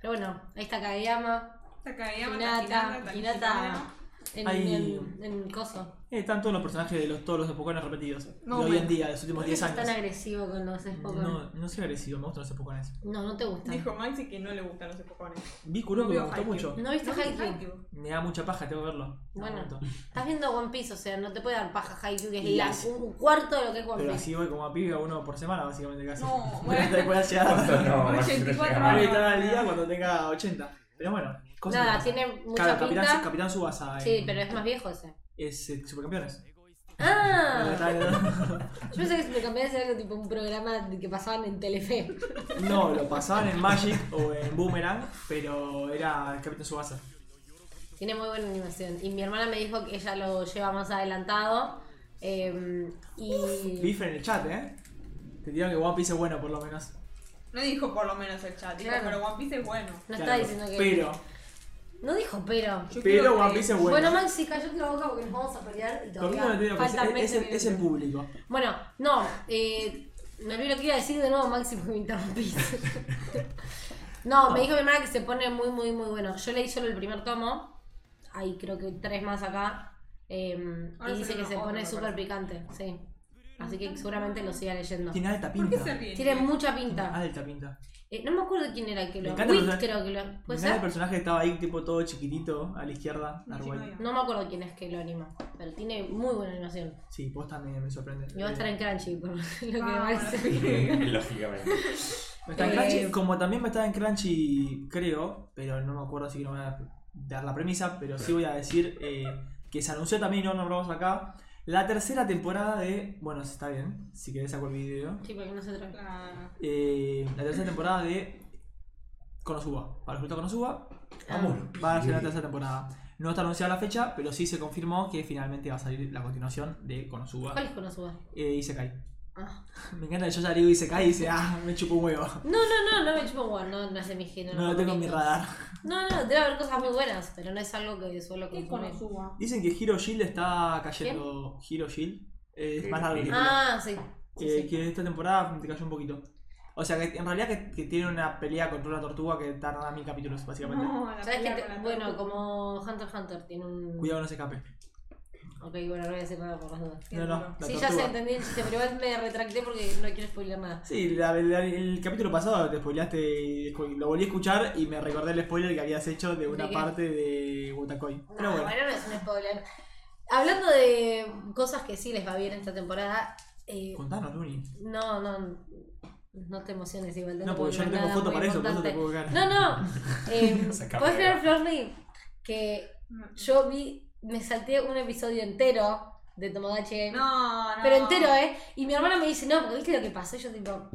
Pero bueno, ahí está Kageyama, Takayama, Hinata, Takishimana, Hinata Takishimana. en, Hay- en, en Coso. Eh, están todos los personajes de los, todos los Pokémon repetidos. No, de hoy bueno. en día, de los últimos ¿Por qué 10 sos tan años. agresivo con los Pokémon? No. No, no soy agresivo, me gustan los Pokémon. no, te gusta. Dijo Maxi que no le gustan los epocones. Vi Kuroko, me Veo gustó Haikyuu. mucho. ¿No viste Haikyuu? Me da mucha paja, tengo que verlo. Bueno. Me encantó. Estás viendo One Piece, o sea, no te puede dar paja Haikyuu, que es Y la- así- un cuarto de lo que es One Pero Piece. así voy como a pibe uno por semana, básicamente casi. No, Bueno, bueno. hasta que pueda llegar ¿Cuánto no? Oye, Maxi, no 24 llegaba. Voy a años. estar al día cuando tenga 80. Pero bueno, cosas que Ah. Nada, pasan. tiene mucha Claro, pinta. Capitán, Capitán Subasa. eh, Sí, pero es más viejo ese. Es eh, Supercampeones. ¡Ah! Yo pensé que me cambié de algo tipo un programa de que pasaban en Telefe. No, lo pasaban en Magic o en Boomerang, pero era el Capitán Subasa. Tiene muy buena animación. Y mi hermana me dijo que ella lo lleva más adelantado. eh, y. Bife en el chat, ¿eh? Te digo que One Piece es bueno, por lo menos. No dijo por lo menos el chat, dijo, Claro. pero One Piece es bueno. No Claro, está diciendo que. Pero, No dijo pero. Yo pero creo One que- Piece es Bueno, bueno. Maxi, cállate la boca porque nos vamos a pelear y Conmigo todavía no te digo que es, faltan es- es 20 el, es el minutos. público. Bueno, no, eh, me olvidé lo que iba a decir de nuevo, Maxi, porque me interrumpiste. no, me dijo mi hermana que se pone muy, muy, muy bueno. Yo leí solo el primer tomo, hay creo que tres más acá, eh, Ahora y dice salió que se otro, pone me súper parece. picante, sí. Así que seguramente lo siga leyendo. Tiene alta ¿Por pinta. qué se ríe? Tiene mucha pinta. Alta pinta. Eh, no me acuerdo quién era el que Me lo... encanta Wick los- creo que lo... Me ¿Puede encanta el ser? personaje que estaba ahí, tipo todo chiquitito, a la izquierda, No, Narwhal. sí, no, No me acuerdo quién es que lo anima, pero tiene muy buena animación. Sí, posta me, me sorprende. Y va a estar en Crunchy, por lo que Ah, parece. Lógicamente. Está en Eh, Crunchy, como también va a estar en Crunchy, creo, pero no me acuerdo, así que no voy a dar la premisa, pero sí voy a decir eh, que se anunció también, y no nombramos acá, la tercera temporada de. Bueno, está bien, si querés saco el video. Sí, porque no se trata. Ah, Eh, la tercera temporada de Konosuba. Para resultar Konosuba, Vamos. va a ser la tercera temporada. No está anunciada la fecha, pero sí se confirmó que finalmente va a salir la continuación de Konosuba. ¿Cuál es Konosuba? Eh, Isekai. Ah. Me encanta que yo ya digo Isekai y dice, ah, me chupo un huevo. No, no, no, no me chupo un huevo, no, no es de mi género. No lo tengo en mi conozco. radar. No, no, debe haber cosas muy buenas, pero no es algo que suelo ¿Qué consumir. Konosuba? Dicen que Hero Shield está cayendo. Hero Shield eh, es Sí, más largo sí. que Ah, sí. sí, que, sí. que esta temporada te cayó un poquito. O sea, que en realidad que, que tiene una pelea contra una tortuga que tarda mil capítulos, básicamente. Ah. No, la ¿Sabes pelea qué? con te- la Bueno, tortuga. como Hunter x Hunter tiene un. Cuidado que no se escape. Ok, bueno, lo voy a decir nada por las dudas. No, no, la sí, tortuga. ya se entendí el chiste, pero igual me retracté porque no quiero spoiler nada. Sí, la- la- el capítulo pasado te spoileaste, y después lo volví a escuchar y me recordé el spoiler que habías hecho de una ¿De qué? parte de Wotakoi. No, Pero bueno, no es un spoiler. Hablando de cosas que sí les va bien esta temporada, eh, contanos, Luni. no, no. No te emociones igual. No, puedo porque yo no decir tengo nada foto muy para eso, por eso importante. te puedo cagar. No, no. Eh, Sacame ¿Puedes la creer, Florly? Que No. yo vi, me salté un episodio entero de Tomodachi Game. No, no. Pero entero, ¿eh? Y mi hermana me dice, no, porque viste lo que pasó. Y yo, tipo,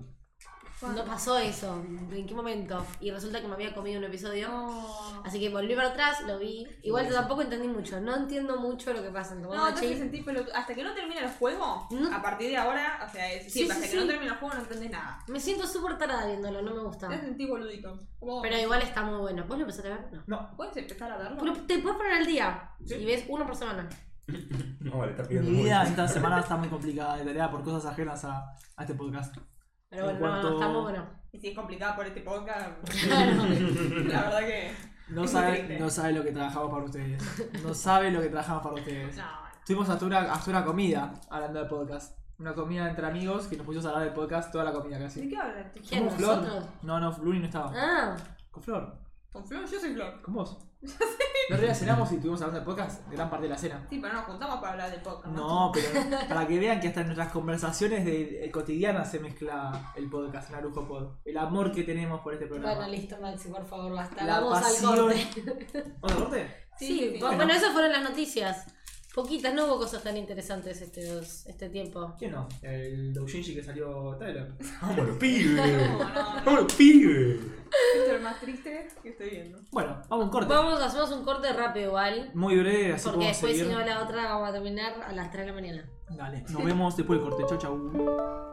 no pasó eso. ¿En qué momento? Y resulta que me había comido un episodio. No. Así que volví para atrás, lo vi. Igual Sí, sí. tampoco entendí mucho. No entiendo mucho lo que pasa en No, no te Tomodachi. sentís pelotudo. Hasta que no termina el juego, No. a partir de ahora, o sea, es siempre, sí, hasta sí. que no termina el juego no entendés nada. Me siento súper tarada viéndolo, no me gusta. Te sentís boludito. Como- Pero igual está muy bueno. ¿Vos lo empezaste a ver? No. No, ¿Puedes empezar a verlo? Pero te puedes poner al día Sí. y ves uno por semana. No, vale, está pidiendo mi vida mucho. esta semana está muy complicada de tarea por cosas ajenas a, a este podcast. Pero En bueno, no, no, cuanto- está muy bueno. Y si es complicado por este podcast, Claro. la verdad que. No Es muy sabe, triste. no sabe lo que trabajamos para ustedes. No sabe lo que trabajamos para ustedes. No, no. Tuvimos hasta una, hasta una comida hablando de podcast. Una comida entre amigos que nos pusimos a hablar de podcast toda la comida ¿De casi. qué hablaste? ¿Quién? ¿Con Flor? ¿Nosotros? No, no, Luni no estaba. Ah, Con Flor, ¿Con Flor? Yo soy Flor. con vos. El otro día cenamos y estuvimos hablando de podcast gran parte de la cena. Sí, pero nos juntamos para hablar del podcast. No, pero para que vean que hasta en nuestras conversaciones de, eh, cotidianas se mezcla el podcast, Narujo Pod. El amor que tenemos por este programa. bueno, listo, Maxi, por favor, basta. La Vamos pasión. al corte. ¿Otro corte? Sí, Sí, sí, bu- sí. bueno, esas fueron las noticias. Poquitas, no hubo cosas tan interesantes este, este tiempo. ¿Quién no? El doujinshi que salió Tyler. Vámonos, pibe. No, no, no. Vámonos, pibe. Esto es lo más triste que estoy viendo. Bueno, vamos a un corte. Vamos, hacemos un corte rápido igual. Muy breve, así Porque podemos después, seguir. si no, la otra vamos a terminar a las 3 de la mañana. Dale, nos vemos después del corte. Chau, chau.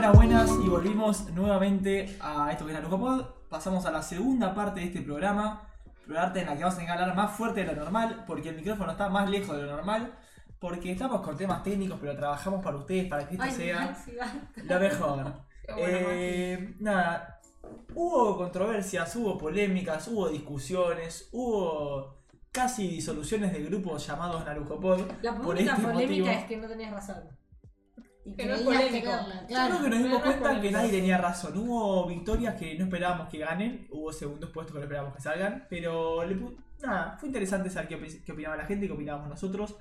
Bienvenidos nuevamente a esto que era Lucopod. Pasamos a la segunda parte de este programa. Parte en la que vamos a tener que hablar más fuerte de lo normal, porque el micrófono está más lejos de lo normal. Porque estamos con temas técnicos, pero trabajamos para ustedes, para que esto Ay, Este sea sí, va. lo mejor. Qué bueno, Eh, nada, hubo controversias, hubo polémicas, hubo discusiones, hubo casi disoluciones de grupos llamados Narujopod. La Por única este polémica motivo- es que no tenías razón. Y Que no es creías polémico. tenerla, Yo Claro. creo que nos dimos no, no es cuenta que polémica. nadie tenía razón. Hubo victorias que no esperábamos que ganen, hubo segundos puestos que no esperábamos que salgan, pero le pu- nada, fue interesante saber qué, opi- qué opinaba la gente, qué opinábamos nosotros.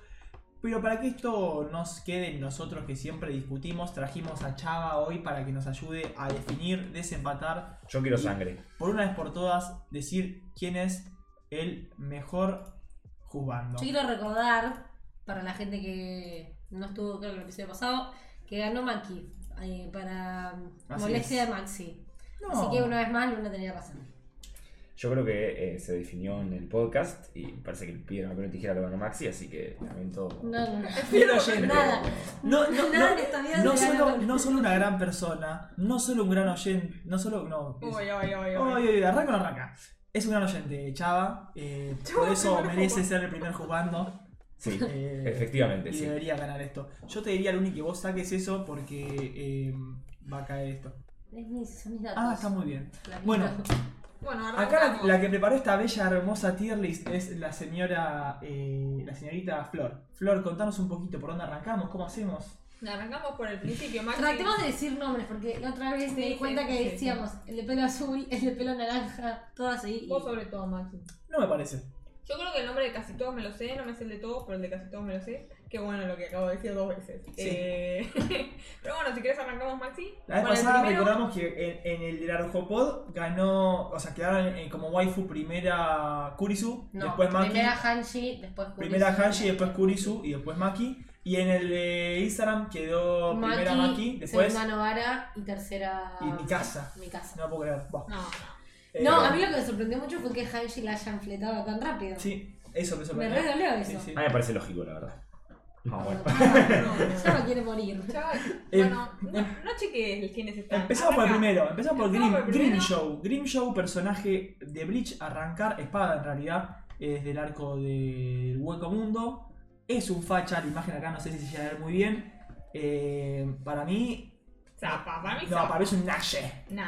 Pero para que esto nos quede en nosotros que siempre discutimos, trajimos a Chava hoy para que nos ayude a definir, desempatar Yo quiero sangre. por una vez por todas decir quién es el mejor jugando. Yo quiero recordar, para la gente que no estuvo, creo que el episodio pasado, que ganó Maki eh, para Así molestia es. de Maxi. No. Así que una vez más Luna tenía razón. Yo creo que eh, se definió en el podcast y parece que pidieron a Pedro Tijera lo ganó Maxi, así que lamento. No, no, no. Fiel oyente. Nada. No, no, no, Nada en esta vida no se gana solo, con- no solo una gran persona, no solo un gran oyente, no solo. No. es- Uy, uy, uy, uy. Ay, ay, arranca o no arranca. Es un gran oyente, Chava. eh, por eso merece ser el primer jugando. Sí, eh, efectivamente, y sí. debería ganar esto. Yo te diría, Luni, que vos saques eso porque eh, va a caer esto. Es mis, son mis datos. Ah, está muy bien. La vida. Bueno, Bueno, Acá arrancamos. la, la que preparó esta bella, hermosa tier list es la señora, eh, la señorita Flor. Flor, contanos un poquito por dónde arrancamos, cómo hacemos. Arrancamos por el principio, Maxi. Tratemos de decir nombres porque la otra vez me Sí, di sí, cuenta que sí, sí. decíamos el de pelo azul, el de pelo naranja, todo así. y- Vos sobre todo, Maxi. No me parece. Yo creo que el nombre de casi todos me lo sé, no me sé el de todos, pero el de casi todos me lo sé. Qué bueno lo que acabo de decir dos veces. Sí. Eh, pero bueno, si querés arrancamos, Maxi. La vez Con el pasada primero. recordamos que en, en el de Arujopod ganó, o sea, quedaron eh, como waifu primera Kurisu, No, después Maki, primera primera, Hanshi, después Kurisu. Hanshi, después Kurisu y después Maki. Y en el de Instagram quedó Maki, primera Maki, después segunda Novara y tercera y Mikasa. Mikasa. No puedo creer. Buah. No, Eh, No, a mí lo que me sorprendió mucho fue que Hanshi la hayan fletado tan rápido. Sí, eso me me sorprendió. re dolió eso. Ah, Sí, sí. A mí me parece lógico, la verdad. No, bueno. no, no. Ya no quiere morir. Chaval, Em, bueno, no, no cheques quiénes están. Empezamos por el Arranca. primero, empezamos por Grim, Empezamos por el Grim primero. Show. Grim Show, personaje de Bleach, arrancar espada en realidad, es del arco del Hueco Mundo. Es un facha, la imagen acá no sé si se llega a ver muy bien. Eh, para mí. Zapa, para mí No, zapa. para mí es un Nashe. No,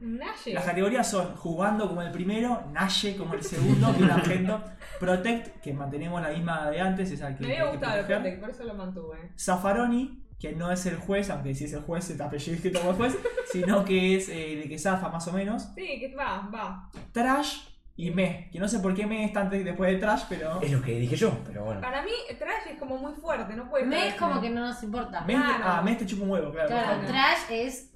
Naye. Las categorías son jugando como el primero, Nashe como el segundo y un argento. Protect, que mantenemos la misma de antes, es al que. Me había hay que gustado el proteger. Protect, por eso lo mantuve. Zaffaroni, que no es el juez, aunque si es el juez se te apellidito como juez, sino que es eh, el que zafa más o menos. Sí, que va, va. Trash y Me, que no sé por qué Me está antes después de Trash, pero Es lo que dije yo, pero bueno. Para mí, Trash es como muy fuerte, no puede Me estar- es como que no nos importa. Me, Claro. ah, me te chupa un huevo, claro. claro, por favor. Trash es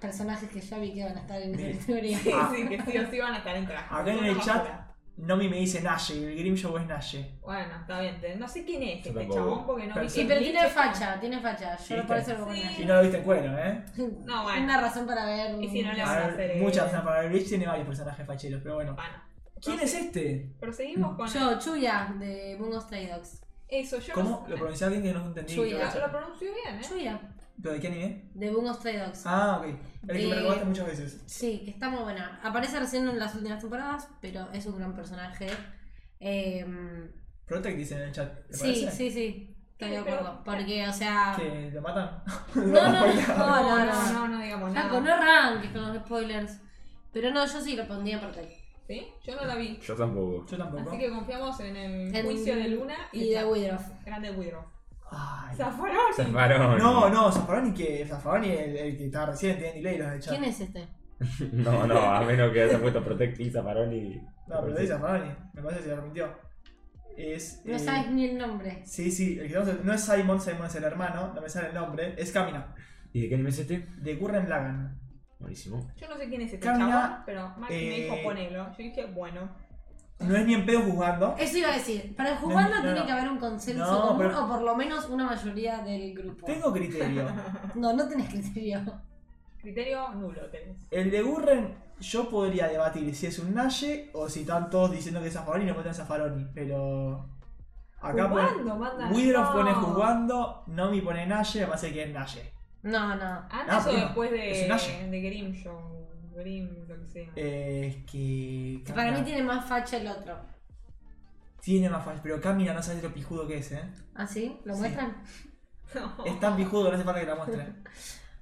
personajes que ya vi que van a estar en Me- esa categoría. Sí, Ah. sí, que sí o sí van a estar en Trash. Acá en Son el una chat- basura. Nomi me dice Nashe, el Grim Show es Nashe. Bueno, está bien, te- no sé quién es Yo este tampoco. chabón porque no vi Pero Sí, quién pero es. este tiene facha, tiene facha. Yo Sí, por eso lo Y sí. pongo no lo viste en cuero, ¿eh? No, bueno. Una razón para ver. Y si no le A vamos a ver, hacer, eh, muchas razones para ver Bleach tiene varios personajes facheros, pero bueno. Bueno, ¿Quién es este? proseguimos con Yo, Chuya, de Bungo Stray Dogs. eso. Yo ¿Cómo? no- Lo pronunciaba bien que no entendí. Chuya. Lo- Lo, lo pronunció bien, ¿eh? Chuya, ¿Pero de qué anime? de Bungo Stray Dogs. Ah, ok. El que me Eh, recordaste muchas veces. Sí, que está muy buena. Aparece recién en las últimas temporadas, pero es un gran personaje. Eh, Protect dice en el chat. ¿te sí, parece? sí, sí. Estoy de Sí, pero- acuerdo. Porque, o sea. ¿Que lo matan? No, no, no, No, no, no, no. no, no digamos Flaco, nada. no arranques con los spoilers. Pero no, yo sí lo pondría por tal. ¿Sí? Yo no la vi. Yo tampoco. Yo tampoco. Así que confiamos en el En- juicio de Luna y, Y el de Widroff. chat. Grande Widrow. Ay. Zafarón. Ese es varón. No, no, Zaffaroni que. Zaffaroni el, el que estaba recién, tiene delay los del chat. ¿Quién es este? No, no, a menos que haya puesto Protect y Zaparón y. No, pero lo dice Zaffaroni, me parece que se arrepintió. Es. No eh, sabes ni el nombre. Sí, sí, el que estamos- no es Simon, Simon es el hermano, no me sale el nombre, es Kamina, ¿Y de qué anime es este? de Gurren Lagan. Buenísimo. Yo no sé quién es este Camina, chabón, pero Maxi me eh, dijo ponelo. Yo dije, bueno. No es ni en pedo jugando. Eso iba a decir. Para jugarlo No, no, tiene no. que haber un consenso No, común pero- o por lo menos una mayoría del grupo. Tengo criterio. No, no tenés criterio. Criterio nulo tenés. El de Gurren, yo podría debatir si es un Naye o si están todos diciendo que es Zaffaroni y no meten Zaffaroni, pero. Acá pone. jugando, manda. Widrow no. pone jugando, Nomi pone Naye, me parece que es Naye. No, no. ¿Antes Ah, o prima. después Es un Ash. de, de Grimshaw? Grim, lo que sea. Eh, es que. Para mí Camila- tiene más facha el otro. Tiene más fans, pero Camila no sabes lo pijudo que es, ¿eh? ¿Ah, sí? ¿Lo Sí. muestran? Oh. Es tan pijudo que no hace falta que la muestre.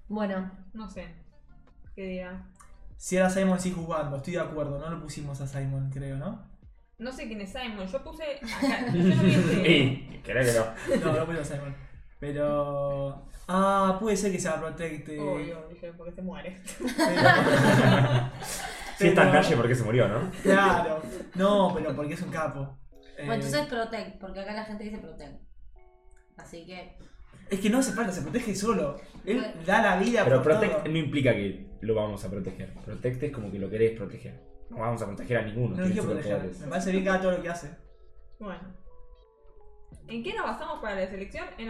Bueno, No sé. ¿Qué dirá? Si era Simon sí jugando, estoy de acuerdo, no lo pusimos a Simon, creo, ¿no? No sé quién es Simon. Yo puse. Acá, yo no vi este el- Y, creo que no. No, no pusimos a Simon. Pero. Ah, puede ser que sea Protected. Obvio, dije, porque se muere. Pero- Si está en Pero- calle, ¿por qué se murió, no? Claro. No, pero porque es un capo. Eh, bueno entonces Protect, porque acá la gente dice Protect. Así que. Es que no hace falta, se protege solo. Él da la vida Pero por Protect todo. no implica que lo vamos a proteger. Protect es como que lo querés proteger. No vamos a proteger a ninguno. No lo tiene quiero proteger. superpoderes. Me parece bien cada todo lo que hace. Bueno. ¿En qué nos basamos para la selección? En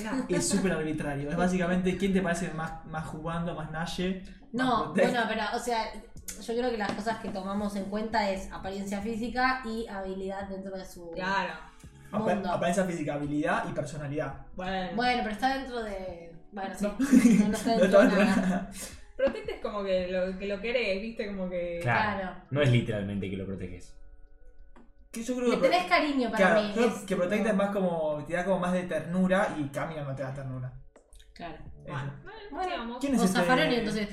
nada. Es súper arbitrario. Es básicamente quién te parece más, más jugando, más Nash. Ah, No, bueno, pero, o sea, yo creo que las cosas que tomamos en cuenta es apariencia física y habilidad dentro de su. Claro. mundo. Apariencia física, habilidad y personalidad. Bueno. Bueno, pero está dentro de. Bueno, sí. No. No, no está No está dentro de dentro de nada. nada. Protect es como que lo, que lo querés, viste, como que. Claro. No es literalmente que lo proteges. Que yo creo Le que. tenés cariño para claro, mí. creo es- que Protect es más como. Te da como más de ternura y Camila no te da ternura. Claro. Bueno, Bueno. sigamos. ¿Quién es Vos este- Zafaroni, entonces.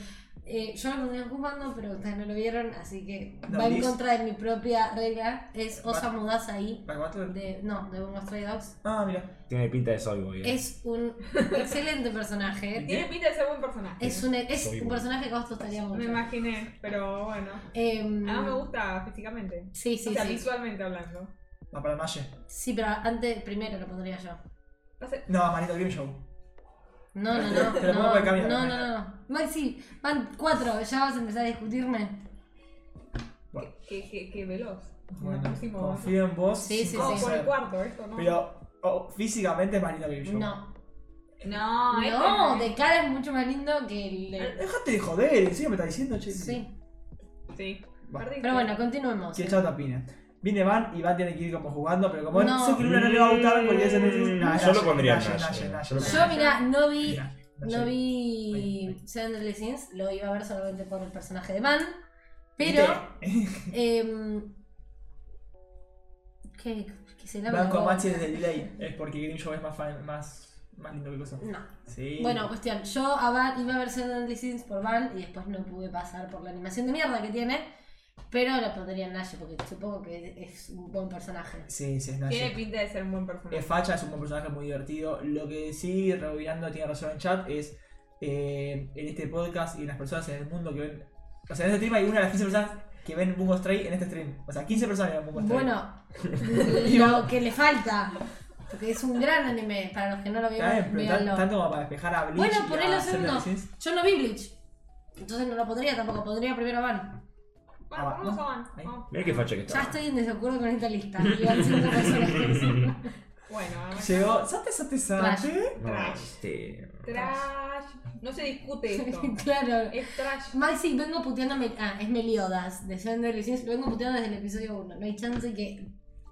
eh, yo lo ponía jugando, pero ustedes no lo vieron, así que No, va en Liz. contra de mi propia regla. Es Va. Osa Mudaza ahí. ¿La cuatro? De, no, de unos Stray Dogs. Ah, mira. Tiene pinta de Soy Boy. eh. Es un excelente personaje. Tiene pinta de ser buen personaje. Es un, es Soy un bueno. personaje que a vos te gustaría mucho. Me imaginé, pero bueno. Em, A mí me gusta físicamente. Sí, o sí, sea, sí. visualmente hablando. Va para Nash. Sí, pero antes, primero lo pondría yo. No sé, No, a Marito Game Show. No, no, Te no. lo- te lo pongo de No, camino, no, no, Camila. no. Maxi, van cuatro, ya vas a empezar a discutirme. qué, qué, qué veloz. Bueno, Muchísimo. confío en vos. Sí, sí, Vamos sí. por el cuarto, esto, ¿no? Pero oh, físicamente es Marina Game Show. No. No, esto No, de cara es mucho más lindo que el. Eh, de- Dejate de joder, ¿en serio me está diciendo, che? Sí. Sí. Va. Perdiste. Pero bueno, continuemos. Que chata opina. Viene Van y Van tiene que ir como jugando, pero como No. no. sé que Luna no le va a gustar porque ese Mm, no yo lo pondría en Nash, eh. Yo lo Yo, mira, no vi. Mira, No Ahí, vi Seven Deadly Sins, lo iba a ver solamente por el personaje de Man. Pero. em, ¿Qué? ¿Qué será? Van con Machi desde el delay. Es porque Green Show es más, fan- más, más lindo que el coso. No. Sí. Bueno, cuestión. Yo a Van iba a ver Seven Deadly Sins por Van y después no pude pasar por la animación de mierda que tiene. Pero lo pondría en Nash porque supongo que es un buen personaje. Sí, sí, es Nash. Tiene pinta de ser un buen personaje. Es facha, es un buen personaje muy divertido. Lo que sí, Rebobinando tiene razón en chat, es eh, en este podcast y en las personas en el mundo que ven. O sea, en este stream hay una de las 15 personas que ven Bungo Stray en este stream. O sea, 15 personas que ven Bungo Stray. Bueno, lo que le falta. Porque es un gran anime. Para los que no lo Está bien, vieron, pero tan- véanlo. tanto como para despejar a Bleach. Eh, Bueno, y ponelo a en Seven uno. Deadly Sins. Yo no vi Bleach. Entonces no lo pondría tampoco, pondría primero Van. Bueno, Ah, va. vamos a Van. Ahí. vamos. Mirá qué facha que Ya está. estoy en desacuerdo con esta lista. Y van cinco personajes. Bueno, a ver. Llegó. Sate, sate, sate. No, este, Trash. No se discute esto. claro. es trash. Maxi, vengo puteando. a Mel- ah, es Meliodas, de Seven Deadly Sins. Lo vengo puteando desde el episodio 1. No hay chance que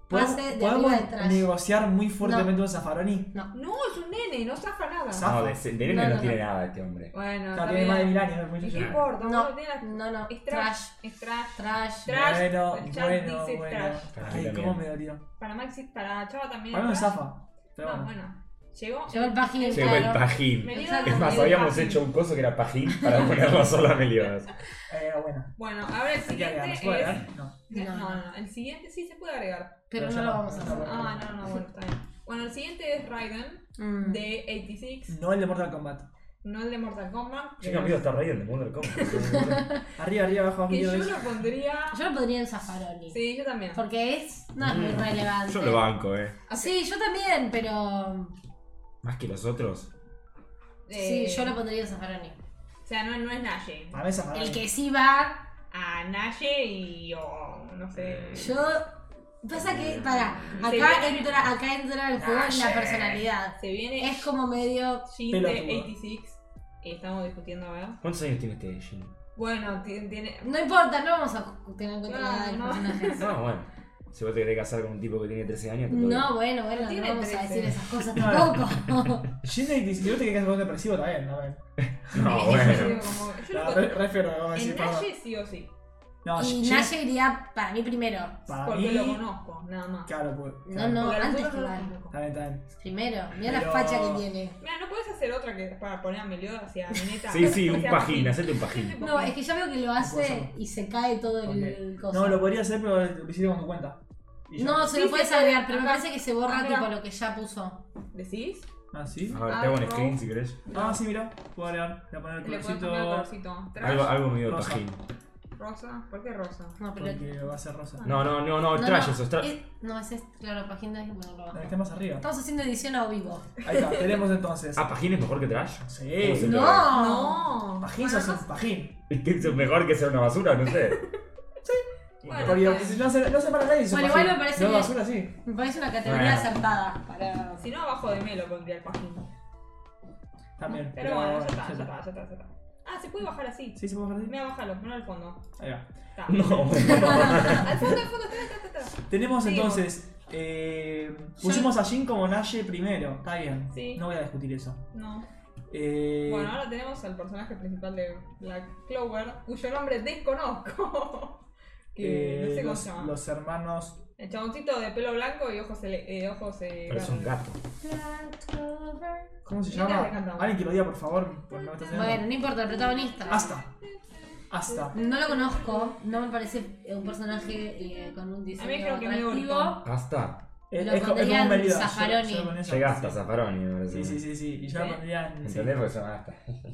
pase de ¿Podemos arriba de trash. negociar muy fuertemente un Zafaroni? No, es un nene, no zafa nada. Zafa. No, de, de nene No, no, no, tiene no. nada este hombre. Bueno, No, está tiene más de bien. mil años, es muy ¿Y qué chiquillo. importa? No. boludo? Tiene las- No, no. Es trash. Trash. Es trash. Trash. Trash. Bueno, El chat bueno, dice bueno. trash. Para mí Ay, también. cómo me dolió. Para Maxi, para Chava también. Para mí un trash. Zafa. Pero No, bueno. Ah, bueno. Llegó. Llegó el página. Llegó el pajín. Meliodas Es más, llegó el habíamos pajín. hecho un coso que era pajín para ponerlo solo a Meliodas. Era buena. Bueno, ahora el Hay Eh, que ¿eh? agregar, ¿no siguiente es. se puede agregar? No. No, No, no, el siguiente sí se puede agregar. Pero Pero no ya lo no, vamos a no, hacer. no. Ah, no, no, bueno, está bien. Bueno, el siguiente es Raiden Mm. de 86, No el de Mortal Kombat. no el de Mortal Kombat. Yo cambiado hasta Raiden de Mortal Kombat. Arriba, arriba, abajo, abajo. Que yo arriba, lo pondría. Yo lo pondría en Zafaroni. Sí, yo también. Porque es. No es muy relevante. Ah, Yo lo banco, eh. Sí, yo también, pero. Más que los otros. Sí, Eh, yo lo pondría en Zaffaroni. O sea, no, no es Naye. Para mí es Zafaroni. El que sí va, A Naye y. o no Eh. sé. yo. Pasa que, para, Sí. acá entra, acá entra el juego en la Naye. personalidad. Se viene Es como medio. Jin de Pelotudo. 86. eh, Estamos discutiendo, ¿verdad? ¿Cuántos años tiene este Jin? Bueno, ti- tiene. No importa, no vamos a tener en cuenta Claro, nada del Ah, no. personaje. No, bueno. Si vos te querés casar con un tipo que tiene 13 años, te puede- No, bueno, bueno, no Tiene vamos a 13. decir esas cosas No, tampoco. Jenna y te- si vos te querés casar con un depresivo también, a ver. No, Yo bueno. digo como- yo lo No, con- re, re feo lo que vamos a decir, En perdón. Naye sí o sí. No, y Jenna- Naya iría para mí primero. Para porque mí- lo conozco, nada más. Claro, pues. No, no, Porque a los antes otros que no los van. conozco. También, también. Primero, mira la Pero- facha que tiene. Mira, no puedes hacer otra que para poner a Meliodas hacia Mineta. Sí, sí, un Hacia pajín, hacete un pajín. No, es que ya veo que lo hace y se cae todo el, Ok. coso. No, lo podría hacer, pero lo hiciste con tu cuenta. Y ya. No, se Sí, lo se puedes puede. agregar, pero me Acá. parece que se borra Acá. tipo lo que ya puso. ¿Decís? Ah, sí. A ver, te hago un screen si querés. Ah, sí, mira. Puedo agregar. Voy a poner el Le puedes colorcito. poner colorcito. Trash, Algo, algo medio Rosa. pajín. rosa. ¿Por qué rosa? No, pero. Porque va a ser rosa. No, no, no, no, Oh, no, trash no, eso, es trash. es- no, ese es, claro, página es bueno, lo Ah, bajo. Está más arriba. Estamos haciendo edición a vivo. Ahí está, tenemos entonces. Ah, pajín es mejor que trash. Sí. ¿Cómo se No. logra? No. Pajín Bueno, sos un pajín. Es que eso es mejor que ser una basura, no sé. Bueno, Porque está si bien. no se, no se para nadie. sos Bueno, pajín. igual me parece No, bien. basura sí. Me parece una categoría Bueno. acertada para. Si no, abajo de Melo pondría el pajín. También. Pero bueno, ya está, ya está, ya está, ya está. Ah, se puede bajar así. ¿Sí se puede bajar así? Mira, bájalo, ponlo al fondo. Ahí va. Está. No. Al fondo, al fondo, está, está, está, está. Tenemos Sí, entonces. Eh, pusimos a Jin como Naye primero. Está bien. Sí. No voy a discutir eso. No. Eh, Bueno, ahora tenemos al personaje principal de Black Clover, cuyo nombre desconozco. que no eh, sé cómo los, se llama. los hermanos. El chaboncito de pelo blanco y ojos. ele- eh, ojos eh, Pero es un gato. ¿Cómo se Mira llama? que le cantamos. Alguien que lo diga, por favor. Porque no me está haciendo. Bueno, no importa, el protagonista. Hasta. Hasta. No lo conozco, no me parece un personaje eh, con un A mí diseño creo que es muy atractivo. bonito. Hasta. Lo co- pondrían un Meliodas, yo- Zaffaroni. yo con eso- Llegaste a Zaffaroni, me Sí, parece. sí, sí, sí. Y yo Sí. lo pondría en. sí. ¿Entendés por qué se llama Asta? Oy,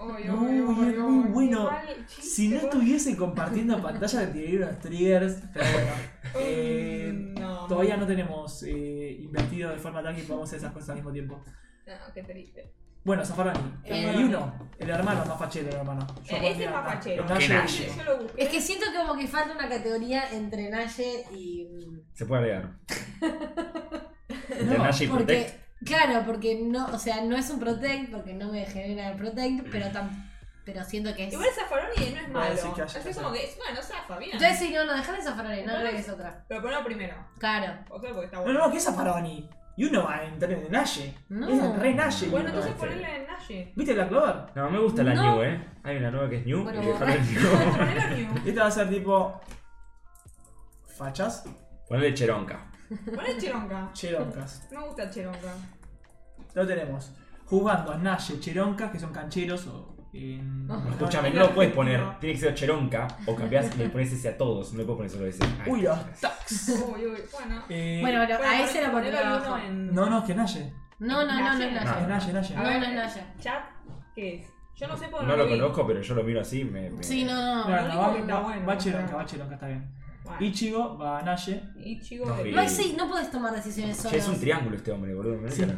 No, oy, oy, es oy, muy qué bueno. mal chiste, Si no boludo. estuviese compartiendo pantalla, te tiraría unos triggers. Pero bueno. Eh, Mm, no, Todavía no tenemos eh, invertido de forma tal que podamos hacer esas cosas al mismo tiempo. No, qué triste. Bueno, Zaffaroni. Eh. y uno, el hermano es más fachero, el hermano. Yo Eh, pondría ese es más acá. fachero. Naye. Que Naye. Yo lo busqué. Es que siento que como que falta una categoría entre Naye y. Se puede agregar. No, Entre Nashi y Protect. Porque, claro, porque no, o sea, no es un protect, porque no me genera el protect, pero tam- pero siento que es. Igual Zaffaroni no es malo. sí, que haya- Así como que es bueno, zafa, bien. Entonces sí, no, no, dejar de Zaffaroni, no, creo que es otra. Pero ponlo primero. Claro. Otro porque está No, bueno. no, que es Zaffaroni. Y uno va a entrar en Naye. No. Es re Naye. este. Bueno, uno. entonces Sí. ponle en Nashi. ¿Viste Black Clover? No, me gusta la No. new, eh. Hay una nueva que es new Bueno, y dejar borra. el new. Ponelo en New. Este va a ser tipo. Fachas, Ponle cheronca. Ponle Cheronca. cheroncas. Me gusta el Cheronca. Lo tenemos. Jugando a Naye, cheroncas, que son cancheros o. en- Ah. no, Escúchame, en- no lo puedes poner. Tiene que ser cheronca o cambiás y le pones ese a todos. No le puedo poner solo ese. Ay, Uy, ah. los tax. Uy, uy, bueno. Eh, Bueno, pero Bueno, a ese lo ponelo pondría en abajo. uno en No, no, es que Naye. No, no, no, no es Naye. Naye. Es Naye, Naye. No, no es Naye. chat. ¿Qué es? Yo no sé por No lo vi. conozco, pero yo lo miro así. Me, me- Sí, no, no. Claro, lo no, va, único que está va- bueno, va o sea. Cheronca, va Cheronca, está bien. Bueno, Ichigo va a Naye. Ichigo. No, de- vi. No, sí, no puedes tomar decisiones Che, es un solas. triángulo este hombre, boludo. me Sí. parece.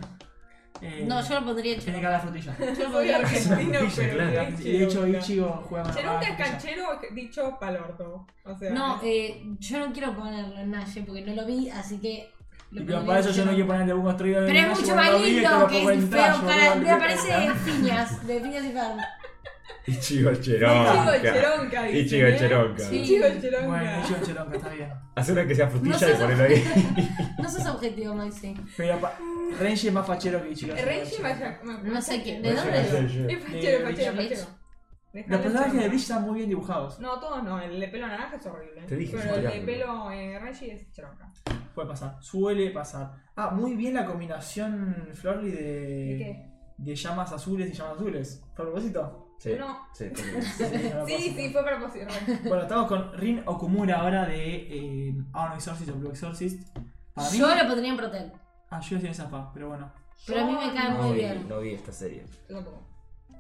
Eh, No, yo lo pondría en Tiene Cheronca. que dar la frutilla. Yo Yo lo soy pondría en Cheronca. argentino, Villa, pero claro. soy De hecho, Cheronca. Ichigo juega más. Cheronca es frutilla. canchero dicho palorto. O sea, No, eh, yo no quiero ponerlo en Naye porque no lo vi, así que. lo Y pero pondría para en eso yo no Cheronca. quiero ponerle un construido de Pero es Naye, mucho porque más lo vi, te lo lindo que pongo es en feo, tallo, cara. boludo, Me ¿qué aparece tal? de piñas, de piñas y pan. Y chigo Ichigo cheronca. el Cheronca. dicen, Ichigo el ¿eh? cheronca. Sí. Ichigo el Bueno, Cheronca. Ichigo es Cheronca, está bien. Hace una que sea No frutilla y sos, ponelo ahí. objetivo- no sos objetivo, Maxi. Pero pa- Renji es más fachero que Ichigo. Renji Maya- No sé quién, ¿de Renji dónde? Machero. Es fachero, Bleach. fachero, Bleach. fachero. Dejale Los el personajes de Cheronca. Bleach están muy bien dibujados. No, todos no. El de pelo naranja es horrible. Te dije, Pero es el de horrible. pelo eh, Renji es Cheronca. Puede pasar, suele pasar. Ah, muy bien la combinación Florly ¿Y de, qué? de llamas azules y llamas azules. ¿Por propósito? Sí, No. sí, ponelo. Sí, no Sí, pasa. sí, fue propósito. Bueno, estamos con Rin Okumura ahora de eh, Iron Exorcist o Blue Exorcist. Para mí, Yo lo pondría en Protect. ah, yo estoy en zapa, pero bueno. Pero a mí me Ah, cae No muy vi, bien. no vi esta serie. Yo tampoco.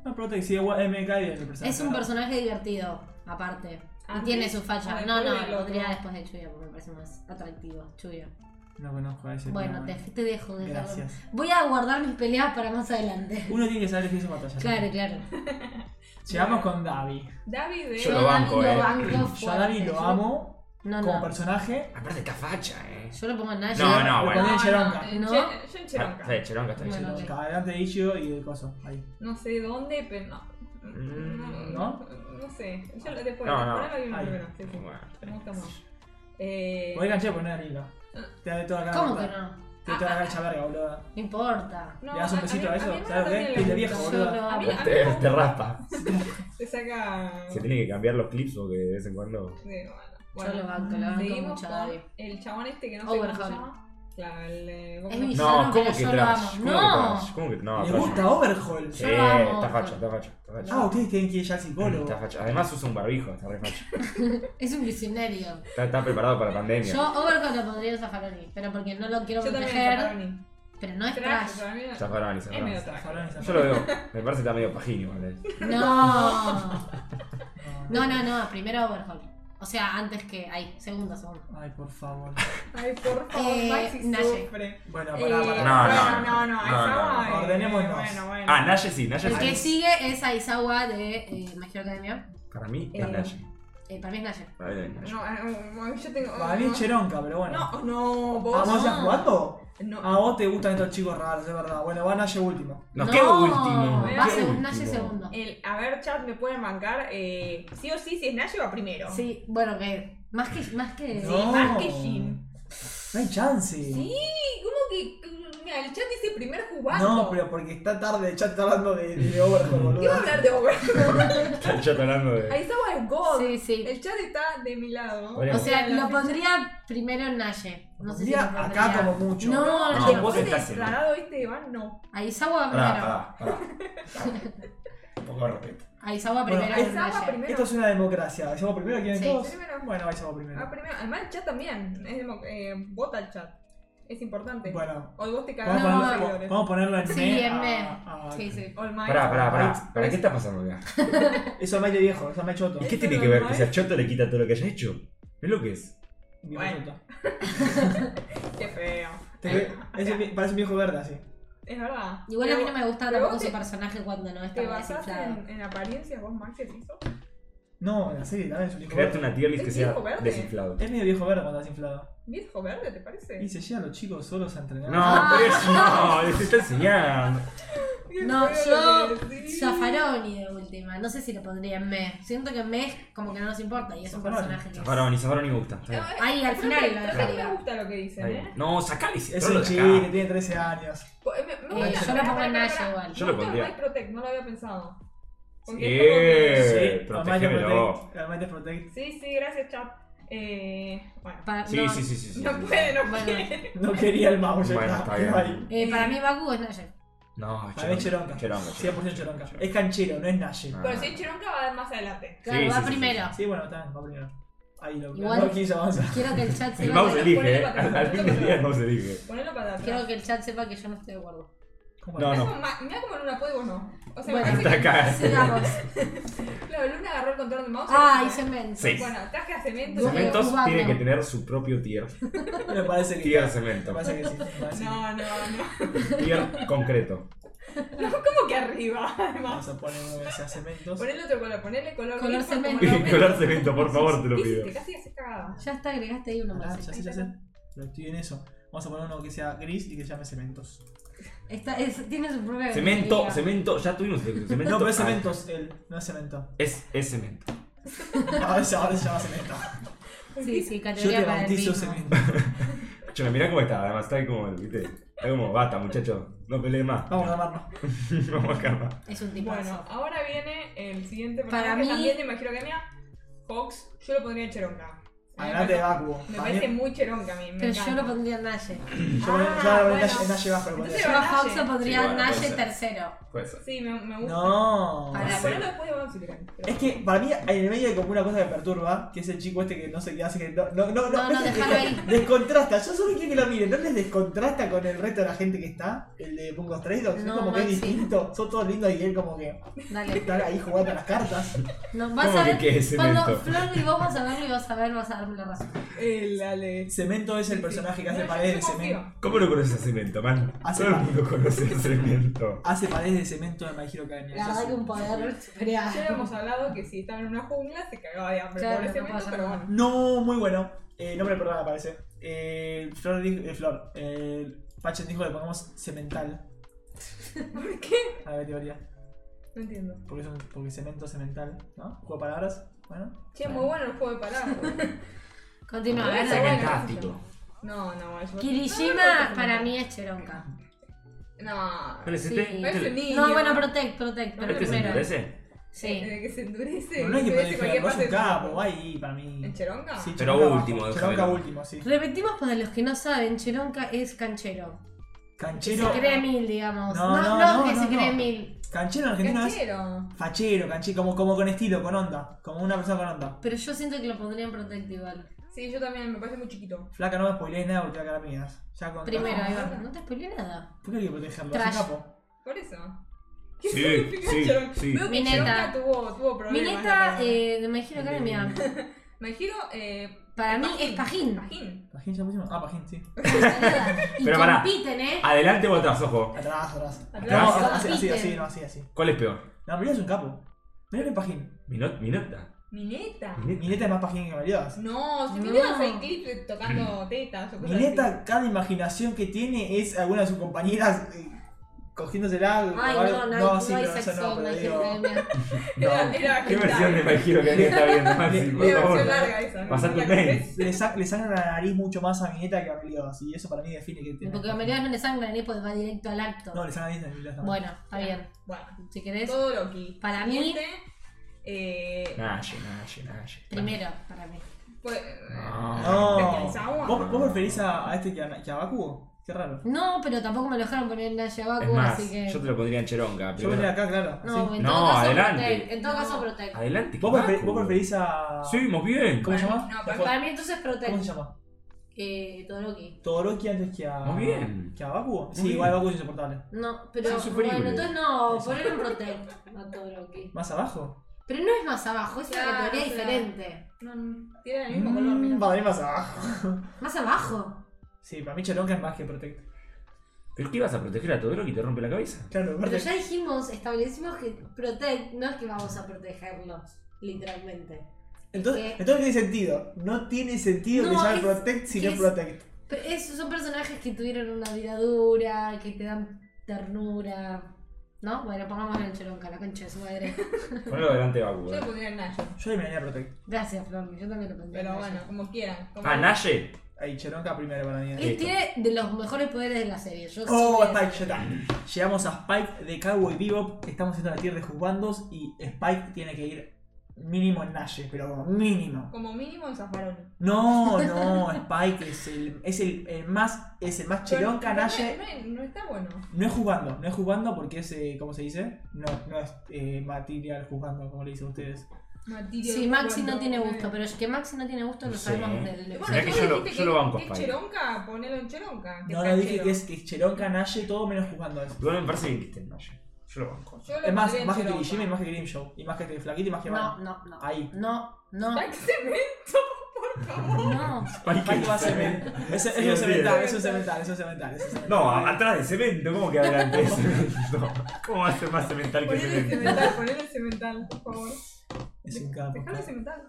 No, Protect, sí, igual, eh, me cae bien el personaje. Es un personaje divertido, aparte. Ah, y tiene ¿sí? su falla. Bueno, no, después no, del lo otro. pondría después de Chuya porque me parece más atractivo. Chuya. Ah, No conozco a ese. Bueno, pero te, te dejo. déjalo. Gracias. Voy a guardar mis peleas para más adelante. Uno tiene que saber qué es batalla. Claro, claro. Llegamos con Davi. David de. Yo lo banco, a Dani eh. lo banco Yo a Davi fuerte. lo Yo- amo No, como no. personaje. Aparte está facha, eh. Yo lo pongo en Nash. No, no, Lo bueno. pondría en Cheronca. eh, ¿No? Che- Yo en Ah, Cheronca. Sí, cheronca está bien. Bueno. Cheronca, Adelante de Ichigo y el coso. Ahí. No sé dónde, pero no. Mm, ¿no? Ah. No sé. Yo lo- después. No, no. Ahora lo vi Ahí. primero. Sí, sí. Bueno, Me gusta más. Eh, Podés canchear, pero no era linda. Te da de toda la cara. ¿Cómo que cortada. no? Te da de toda la cancha verga, boludo. No importa. no, ¿Le das un a- a besito mi- a eso? mi hermana ¿Sabes qué? también Pis de le vieja, gusta. Yo boludo. no. A mí- a mí Te, no- te raspa. Te saca. Este, Se tiene que cambiar los clips porque de vez en cuando. de- bueno, lo banco, lo banco seguimos mucho, con Dario. El chabón este que no sé cómo se Overhaul. llama. Claro, el. eh, ¿cómo Es se- mi- Y yo No, no, ¿cómo pero que yo lo trash? amo. ¿Cómo que No. trash? ¿Cómo que no? Le trash. gusta Overhaul. Sí, Yo lo amo. está facho, está facho, está facho. Ah, ustedes tienen que ir ya al psicólogo. Está facho. Además usa un barbijo, está re facho. Es un visionario. Está, está preparado para la pandemia. Yo Overcoat lo pondría en Zaffaroni, pero porque no lo quiero Yo también. proteger, Zaffaroni. pero no es Trash, trash. para mí no- Está parado, Es medio está trash. Zafaroni, Zafaroni. Yo lo veo, me parece que está medio pajín igual. eh. No. No, no, no, primero Overhaul. O sea, antes que. Ay, segundo, segundo. Ay, por favor. Ay, por favor, Eh, Maxi Naye. sufre. Bueno, Eh, pará, pará. No, no. bueno, no, no, no, esa no. va, eh, Ordenémonos. Bueno, bueno. Ah, Naye sí, Naye El que sí. sigue es Aizawa de eh, My Hero Academia. Para mí Eh. es Naye. Eh, para mí es Nayer. Para mí es Naye. No, no, no, yo tengo. Para mí es Cheronca, pero bueno. No, no, vos. ¿Vamos a no. jugando? A No. Ah, vos te gustan estos chicos raros, es verdad. Bueno, va Naye último. No, No, qué último. Va qué segundo, Naye último. segundo. El, a ver, chat, me pueden bancar. Eh, sí o sí, si es Naye va primero. Sí, bueno, que. Más que. Más que no. más que Jin. No hay chance. Sí, ¿cómo que? Mira, el chat dice primer jugando. No, pero porque está tarde, el chat está hablando de, de Overhaul, ¿Qué va a boludo. hablar de Over? Está el chat hablando de. Ahí estaba el God. Sí, sí. El chat está de mi lado. Bueno. O sea, lo pondría primero en Naye. No sé si. Mira, lo pondría. acá como mucho. No, no, No, no. vos Después estás del en- trasladado este de Van, no. Aizawa Pará, primero. pará, pará. Un poco de respeto. Aizawa Bueno, primero en Aizawa Naye. primero. Esto es una democracia. ¿Hacemos primero? ¿Quieren Sí, todos? primero. Bueno, hacemos Ah, primero. primero. Además, el chat también. Es demo- eh, vota el chat. Es importante. Bueno, Hoy vos te vamos, cagás a No, los ponerlo, seguidores. vamos a ponerlo en Sí, me Ah, en a- me. a- Sí, sí. All Might. Pará, pará, pará. ¿Para qué está pasando acá? Eso me le viejo, eso me choto. ¿Y qué tiene que ver? Que sea choto le quita todo lo que haya hecho. ¿Ves lo que es? Viejo Bueno. choto. Qué feo. Te ve- es un vie- parece un viejo verde así. Es verdad. Igual a mí no me gusta pero tampoco vos su te- personaje cuando no ¿Te está basás desinflado. en, en apariencia vos, Maxi, "Oh, el hizo? No, en la serie también es un viejo Crearte verde. una tier list que ¿Es sea viejo verde? desinflado. Es medio viejo verde cuando estás inflado. ¿Viejo verde, te parece? Y se llevan los chicos solos a entrenar. No, pero eso no, les está enseñando. Qué No, feo yo. lo que decís. Zaffaroni de última. No sé si lo pondría en me. Siento que en me es como que no nos importa y es un Zaffaroni. personaje que. es- Zafaroni, Zafaroni me gusta. está Eh, bien, Ahí, al creo final que- lo creo que dejaría. me gusta lo que está dicen, bien. ¿eh? No, sacale ese Es trolo un de chico que acá. tiene 13 años. Eh, me- me Eh, yo lo gusta- pará, pongo en pará, Naye pará. igual. Yo lo Me gusta pondría. el Might Protect, no lo había pensado. Porque es como que- Sí, Almighty protegémelo. Protect. Almighty Protect. Sí, sí, gracias, chap. Eh, bueno, Pa- Sí, no, sí, sí, sí. sí. no puede, no Bueno. puede. No quería el mouse. Bueno, ya está quedó bien. ahí. eh, para mí Baku es Naye. No, Ah, es Para mí es Cheronca. Cheronca. Cheronca. 100% Cheronca. Es canchero, no es Nashi. Ah. Pero si Chironca va más adelante. Claro, Sí, va sí, sí, primero. Sí, bueno, está bien, va primero. Ahí lo Igual- No quiso avanzar. Quiero que el chat El sepa. mouse se que- elige. elige, ¿eh? al al fin del día el mouse elige. Ponelo para atrás. Quiero que el chat sepa que yo no estoy de acuerdo. ¿Cómo No, es? no. Mirá como Ma- mirá como Luna puede y vos no. O sea, Bueno. me Está parece acá. Sigamos. que- claro, Luna agarró el control del mouse. Ah, y- y cemento. Sí. Bueno, traje a cemento. Cementos Cubano. tiene que tener su propio tier. Me parece que. Tier Me cemento. parece que sí. me parece que sí. No, no, no. Tier concreto. ¿Cómo que arriba? Además. Vamos a poner uno que sea cementos. Ponle otro color, ponele color. Color grifa, como cemento. lo Y ven. color cemento, por favor, te lo pido. Viste, casi haces cagada. Ya está, agregaste ahí uno Ah, más. ya sé, ya sé. Lo estoy en eso. Vamos a poner uno que sea gris y que llame cementos. Esta es- tiene su propia. Cemento, categoría. cemento, ya tuvimos el cemento. No, pero es Ah, cementos, él. No es cemento. Es, es cemento. Ahora se, ahora se llama cemento. Sí, sí, Yo categoría te para el bautizo mismo. cemento. Escuchame, mirá cómo está, además está ahí como, viste. Está como, basta, muchacho, no pelees más. Vamos a armarlo. Vamos a calmar. Es un tipo Bueno, ahora viene el siguiente Para personaje. mí- También te imagino que mía. Fox, yo lo pondría en Cheronca. Adelante, Bakugo. Me Para mí- parece muy Cheronca a mí. Me Pero encanta. yo lo pondría en Naye. Yo voy a- Ah, yo voy a poner bueno. Nash- Nash bajo el poder. Entonces- Yo a Fox lo Sí, pondría bueno, en puede Naye ser. tercero. Puede ser. Sí, me, me gusta. No. Para- Bueno, ponelo después de Bouncy Crane, pero- Es que para mí en el medio hay como una cosa que perturba, que es el chico este que no sé qué hace, que no, no, no, No, no, dejalo ahí. Descontrasta, yo solo quiero que lo miren, ¿no les descontrasta con el resto de la gente que está? El de Pungos 3, es No, como que es Maxi. distinto, son todos lindos y él como que Dale. está ahí jugando a las cartas. No, vas ¿Cómo a que ver. qué es Cuando cemento? Flor y vos vas a verlo y vas a ver, vas a darme la razón. El Ale. Cemento es el personaje que hace Eh, No, yo- paredes de yo cemento. confío. ¿Cómo no conoces a cemento, man? Hace Todo el mal. mundo conoce a cemento. Hace paredes de cemento de My Hero Academia. La Eso verdad sí. que un poder Ya superado. habíamos hablado que si estaba en una jungla se cagaba de hambre. Claro, Pobre no cemento, pasa pero nada. bueno. No, muy bueno. Eh, nombre del programa parece. Eh, Flor, di- eh, Flor eh, Pachen dijo que le pongamos cemental ¿Por qué? a la teoría. No entiendo. Porque, es un- porque cemento, cemental, ¿no? Juego de palabras, bueno. Che, muy bueno el juego de palabras. Continúa, Ah, Bueno, a ver. bueno. fantástico. No, no, eso. Kirishima para mí es Cheronka. No. Pero es Sí. este- No es un niño. No, bueno, Protect, Protect, pero ¿Pero este es el primero. endurece? Sí. Sí. que se endurece. Pero no hay que se poner Gerardo, es endurece un cualquier parte de su capo, cuerpo. va ahí para mí. ¿En Cheronca? Sí, Pero Cheronca último, abajo. déjame Cheronca ver. último, sí. Repetimos para los que no saben, Cheronka es canchero. Canchero. Se cree mil, digamos. No, No, no, no, no, que se no, cree no. mil. Canchero en Argentina es Canchero. fachero, canchero, como, como con estilo, con onda. Como una persona con onda. Pero yo siento que lo pondría en Protect igual. Sí, yo también, me parece muy chiquito. Flaca, no me spoilees nada porque te va a cagar minas. Ya con Primero, ahí va. No te spoilé nada. ¿Por qué hay que protegerlo? Es Trash. un capo. Por eso. ¿Qué Sí, significa sí, Cheronca? sí. Veo que Mi Cheronca neta. tuvo, tuvo problemas. Mi neta, la eh, de My Hero Academia, verdad. Me giro, eh. para mí es pajín. Pajín. ¿Pajín ya pusimos? Ah, Pajín, sí. Y Pero pará. compiten, ¿eh? Adelante o atrás, ojo. Atrás, atrás. Atrás. No, así, así, Compiten. así, no, así, así. ¿Cuál es peor? No, Miró es un capo. Miró es Pajín. Minot- Minota. Mi neta. Mi neta es más Pajín que Meliodas. No, si No. me llevas el clip de tocando tetas o cosas Mi neta, cada imaginación que tiene es alguna de sus compañeras eh, cogiéndosela. Ay, o no, algo- no, no, sí, hay pero eso sexo no, en pero My Hero digo, Academia. así. Era, no. era ¿Qué versión de hentai. My Hero que alguien está viendo, Maxi? Era Por Era favor. versión larga esa. ¿no? Pasá tu La mail. que- Le, sac- le sangran la nariz mucho más a mi neta que a Meliodas. Y eso para mí define que tiene. Porque a Meliodas no le sangran, ¿eh? Porque va directo al acto. No, le sangran la nariz a Meliodas. también. Bueno, está bien. Bueno, Si querés, todo Loki. Para mí- Siguiente, Eh, Naye, Naye, Naye. primero, para mí. pues, eh, No. ¿te alcanzamos? ¿Vos, vos preferís a, a este que a, que a Bakugo? Qué raro. No, pero tampoco me lo dejaron poner en Naya Es Baku, más, así que. yo te lo pondría en Cheronga, Yo pero. vendría acá, claro. así. No, en No, todo caso, adelante. Protect. En todo No. caso, Protect. Adelante. ¿Vos, prefer- Kaku. vos preferís a. Seguimos bien. ¿Cómo se Para llama? mí- no, para- Para mí, entonces, Protect. ¿Cómo se llama? Eh, Todoroki. Todoroki antes que a. Muy bien. ¿Que a Bakugo? Sí, bien. igual Bakugo es insoportable. No, pero. Es insufrible. bueno, entonces no, poner en Protect. No Todoroki. ¿Más abajo? Pero no es más abajo, es una Claro, categoría claro. diferente. No, no, tiene el mismo color, Mm, mira. Para mí más abajo. Más abajo. Sí, para mí Charonca es más que Protect. ¿Pero qué vas a proteger a Todoroki y te rompe la cabeza? Claro, Pero Protect. ya dijimos, establecimos que Protect no es que vamos a protegerlo, literalmente. Entonces, que- entonces tiene sentido. No tiene sentido que No, llame es- Protect si que no es es- Protect. Pero esos son personajes que tuvieron una vida dura, que te dan ternura. ¿No? Bueno, pongámoslo en Cheronca, la concha de su madre. Ponelo adelante de Baku. Yo le eh. pondría el Nacho. Yo le miraría Protect. Gracias, Flor, yo también lo pondría. Pero en bueno, ella. como quieran. como- Ah, Naye. Ahí, Charonca primero para mí. Él Listo. tiene de los mejores poderes de la serie. Yo Oh, sí que- Spike, ya está. Llegamos a Spike de Cowboy Bebop. Estamos en la tierra de Juzgandos y Spike tiene que ir mínimo en Nash, pero como mínimo. Como mínimo en Zafarón. No, no, Spike es el, es el, el más, es el más cheronca, Pero no- Nash. no- No está bueno. No es jugando, no es jugando porque es, eh, ¿cómo se dice? No, no es eh, material jugando, como le dicen ustedes. Material eh. Sí, Maxi cuando- no tiene gusto, pero es que Maxi no tiene gusto No lo sé. sabemos del. Bueno, Mirá que vos yo lo- yo dijiste lo banco, que es Spike. Cheronca, ponelo en Cheronca. que No, es no dije canchero. que es, que es cheronca, Nash, todo menos jugando. Es, Igual me parece bien que esté en Naye. Yo lo banco. Yo lo es más, pondría en más que Cheronca. Kirishima y más que Grimshow. Y más que este Flaquito y más que No, Van. no, no. Ahí. No, no, Ay, qué cemento, por favor. no. Spike va a cemento. Es, es Sí, un sí. cemental, es un cemental, es un cemental. es un cemental. No, a- atrás de cemento, ¿cómo que adelante de cemento? ¿Cómo va a ser más cemental que Ponele cemento? cemental, ponele cemental, por favor. Es un capo. Dejalo cemental.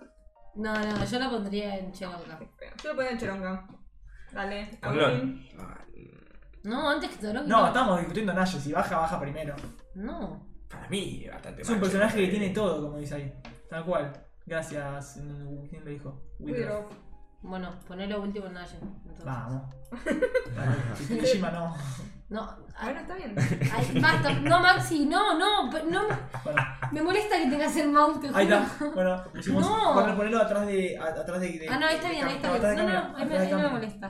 No, no, yo la pondría en Cheronca. Yo lo ponía en Cheronca. Dale, Ponelo. Agustín. Ah, No, antes que Todoroki. No, estamos discutiendo Nash, si baja, baja primero. No. Para mí, bastante Es un más personaje que cheronca. tiene todo, como dice ahí. Tal cual. Gracias. mm, ¿Quién lo dijo? Widrow. Widrow. Bueno, ponelo último en Naya. entonces. Vamos. Y Kirishima no. No, ah, Bueno, está bien. ay, basta. No, Maxi, no, no, pe- no. Bueno, Me molesta que tengas el mount. te ahí juro. está. Bueno, pusimos. No. Bueno, ponelo atrás de. a- atrás de, de- Ah, no, ahí está de bien, ahí está cam- bien. No, atrás de no, cámara, ahí me, atrás de ahí me cámara. molesta.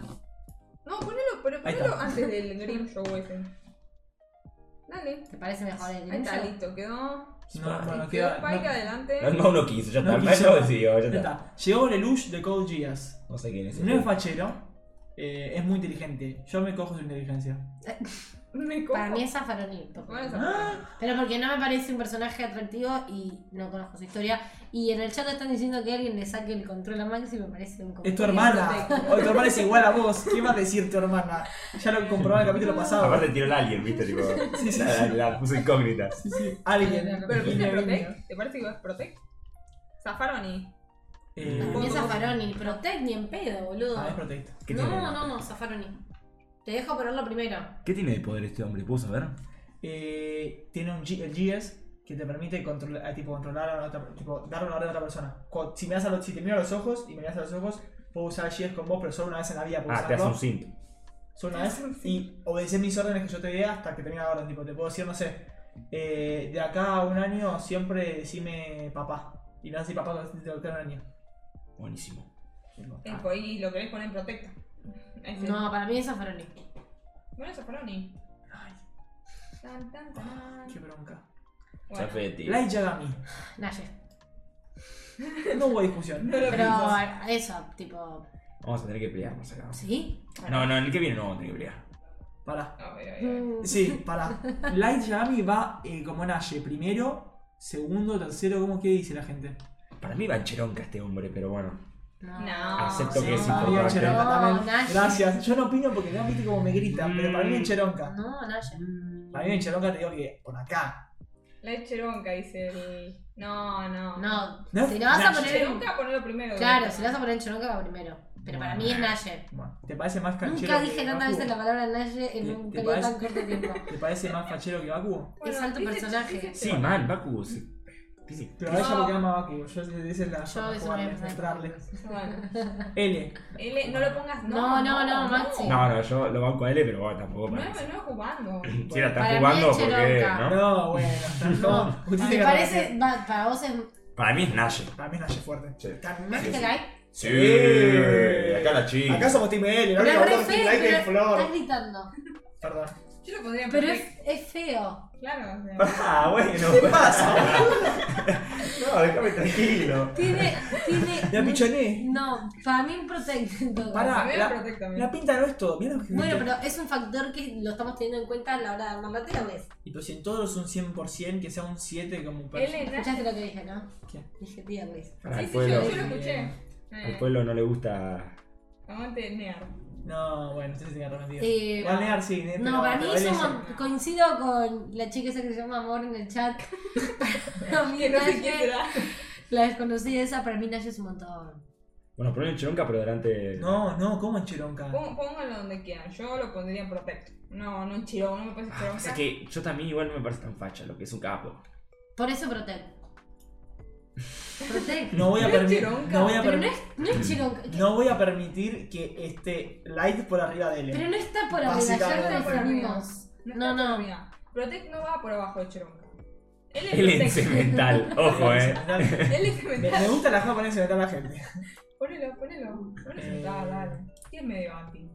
No, ponelo, pero Ahí ponelo está. antes del Grim Show ese. Dale. ¿Te parece mejor el Ahí está, Grinch? listo, quedó. No, bueno, Quedó queda. Spike no, adelante. No, no, no quiso, ya no está. No, quiso. lo decidió, ya Ya está. está. Llegó Lelouch de Cold Geass. No sé quién es. este. No es ese. fachero. eh, es muy inteligente. Yo me cojo su inteligencia. Me cojo. Para mí es Zafaronito. Bueno, esa- Pero porque no me parece un personaje atractivo y no conozco su historia. Y en el chat están diciendo que alguien le saque el control a Maxi y me parece un Es tu comentario. hermana. O tu hermana es igual a vos. ¿Qué va a decir tu hermana? Ya lo comprobaba en el capítulo pasado. Aparte tiró el alien, viste, tipo. Sí, sí, La, sí. la- la puso incógnita. Sí, sí. Alguien. Pero viste Inevitable. Protect. ¿Te parece que vas Protect? Zafaroni. Eh, Para mí es Zafaroni. Protect ni en pedo, boludo. ah, es Protect. ¿Qué no, tiene? no, no, Zafaroni. Te dejo ponerlo primero. ¿Qué tiene de poder este hombre? ¿Puedo saber? Eh, tiene un G el GS que te permite eh, controlar, tipo, controlar a otra, tipo, darle una orden a otra persona. Cu- si, me das a los, si te miro a los ojos y me miras a los ojos, Puedo usar GS con vos, pero solo una vez en la vida puedo Ah, te hace usarlo. un synth. Solo Ah, una vez. Y obedecer mis órdenes que yo te dé hasta que termine la orden. Tipo, te puedo decir, no sé, eh, de acá a un año siempre decime papá. Y no decís papá cuando te toca un año. Buenísimo. ah, El coí lo querés poner en protecta. Ese. No, para mí eso fueron Bueno, eso fue Oni. Ay, Tan, tan, tan. qué bronca. Bueno, Chafeti. Light Yagami. Naye. No hubo discusión. No lo Pero pienso. eso, tipo. Vamos a tener que pelearnos acá. ¿Sí? No, no, en el que viene no vamos a tener que pelear. Pará. A ver, a ver, a ver. Mm. Eh, Sí, pará. Light Yagami va eh, como Naye. Primero, segundo, tercero, ¿cómo que dice la gente? Para mí va cheronca este hombre, pero bueno. No. Acepto que es Ah, importante. bien, Cheronca también. No, Naye. Mm. Gracias. Yo no opino porque no viste como me gritan, pero para mí es Cheronca. No, Naye. Para mí en Cheronca te digo que por acá. La cheronca dice el. No, no. No, No, si lo vas a Naye. poner. Cheronca ponelo primero. Claro, si lo vas a poner en Cheronca va primero. Pero para mí es Naye. Bueno, ¿te parece más canchero? Nunca que dije tantas Bakugo? veces la palabra Naye en ¿Te- un te periodo parece? tan corto de tiempo. ¿Te parece más fachero que Bakugo? Es alto personaje. este Sí, mal, Baku. se- dice- Pero a ella No. porque ama a Bakugo. Yo esa es la Yo forma de eso jugarle, me voy a centrarle. Bueno, L. L, no lo pongas. No, no, no, Maxi. No, no, yo lo banco a él, pero bueno, tampoco No, para no, no jugando. Si la está Para mí jugando es porque, Cheronca. ¿no? No, bueno. No, Usted Me tiene parece, va- para vos es Para mí es Naye. Para mí es Naye fuerte. Sí. Tan más Naye. que like. Sí, Sí. acá la chica. Eh, Acá somos Team L, no Pero le es re votamos Team feo, Like en pero estás flor. gritando. Perdón. Yo lo pondría en Pero protecta. es, es feo. Claro, o sea. Ah, bueno. ¿Qué pasa? No, déjame tranquilo. Tiene, tiene. La pichoné. No, para mí un protect en todo Pará. caso. Primero la- protecta. La pinta no es todo. Mira los que Bueno, pero es un factor que lo estamos teniendo en cuenta a la hora de armar la tela, ¿ves? Y pues si en todos es un 100%, que sea un 7 como un L, Naye. Escuchaste lo que dije, ¿no? ¿Qué? Dije tiernis. Para Sí, el sí, yo, yo pueblo, lo escuché. al Eh, pueblo no le gusta. Amante de Near. No, bueno, usted se tiene arrepentido. Eh, Igual Near sí, Near, No, pero- para mí pero es él un es- mon- coincido con la chica esa que se llama Amor en el chat. Para mí Que no sé Naye, quién será. la desconocida esa, para mí Naye es un montón. Bueno, ponen Cheronca, pero delante. No, no, ¿cómo en Cheronca? Pon- Pónganlo donde quieran. Yo lo pondría en protecta. No, no en chirón, no me parece O sea chironca. Ah, que yo también igual no me parece tan facha lo que es un capo. Por eso Protect. Protect. No voy a No es permitir. Cheronca. No voy a Pero no permi- es, no es Chiron. No voy a permitir que esté Light por arriba de Pero L. no está por arriba, ya Básicamente. lo definimos. No, está no. por arriba. Protect no va por abajo de chironca. Él Él es es protect. cemental, ojo, eh. Él es Me, cemental. me gusta la forma en que se mete a la gente. Ponelo, ponelo. Ponelo Eh. cemental, dale. ¿Qué es medio anti?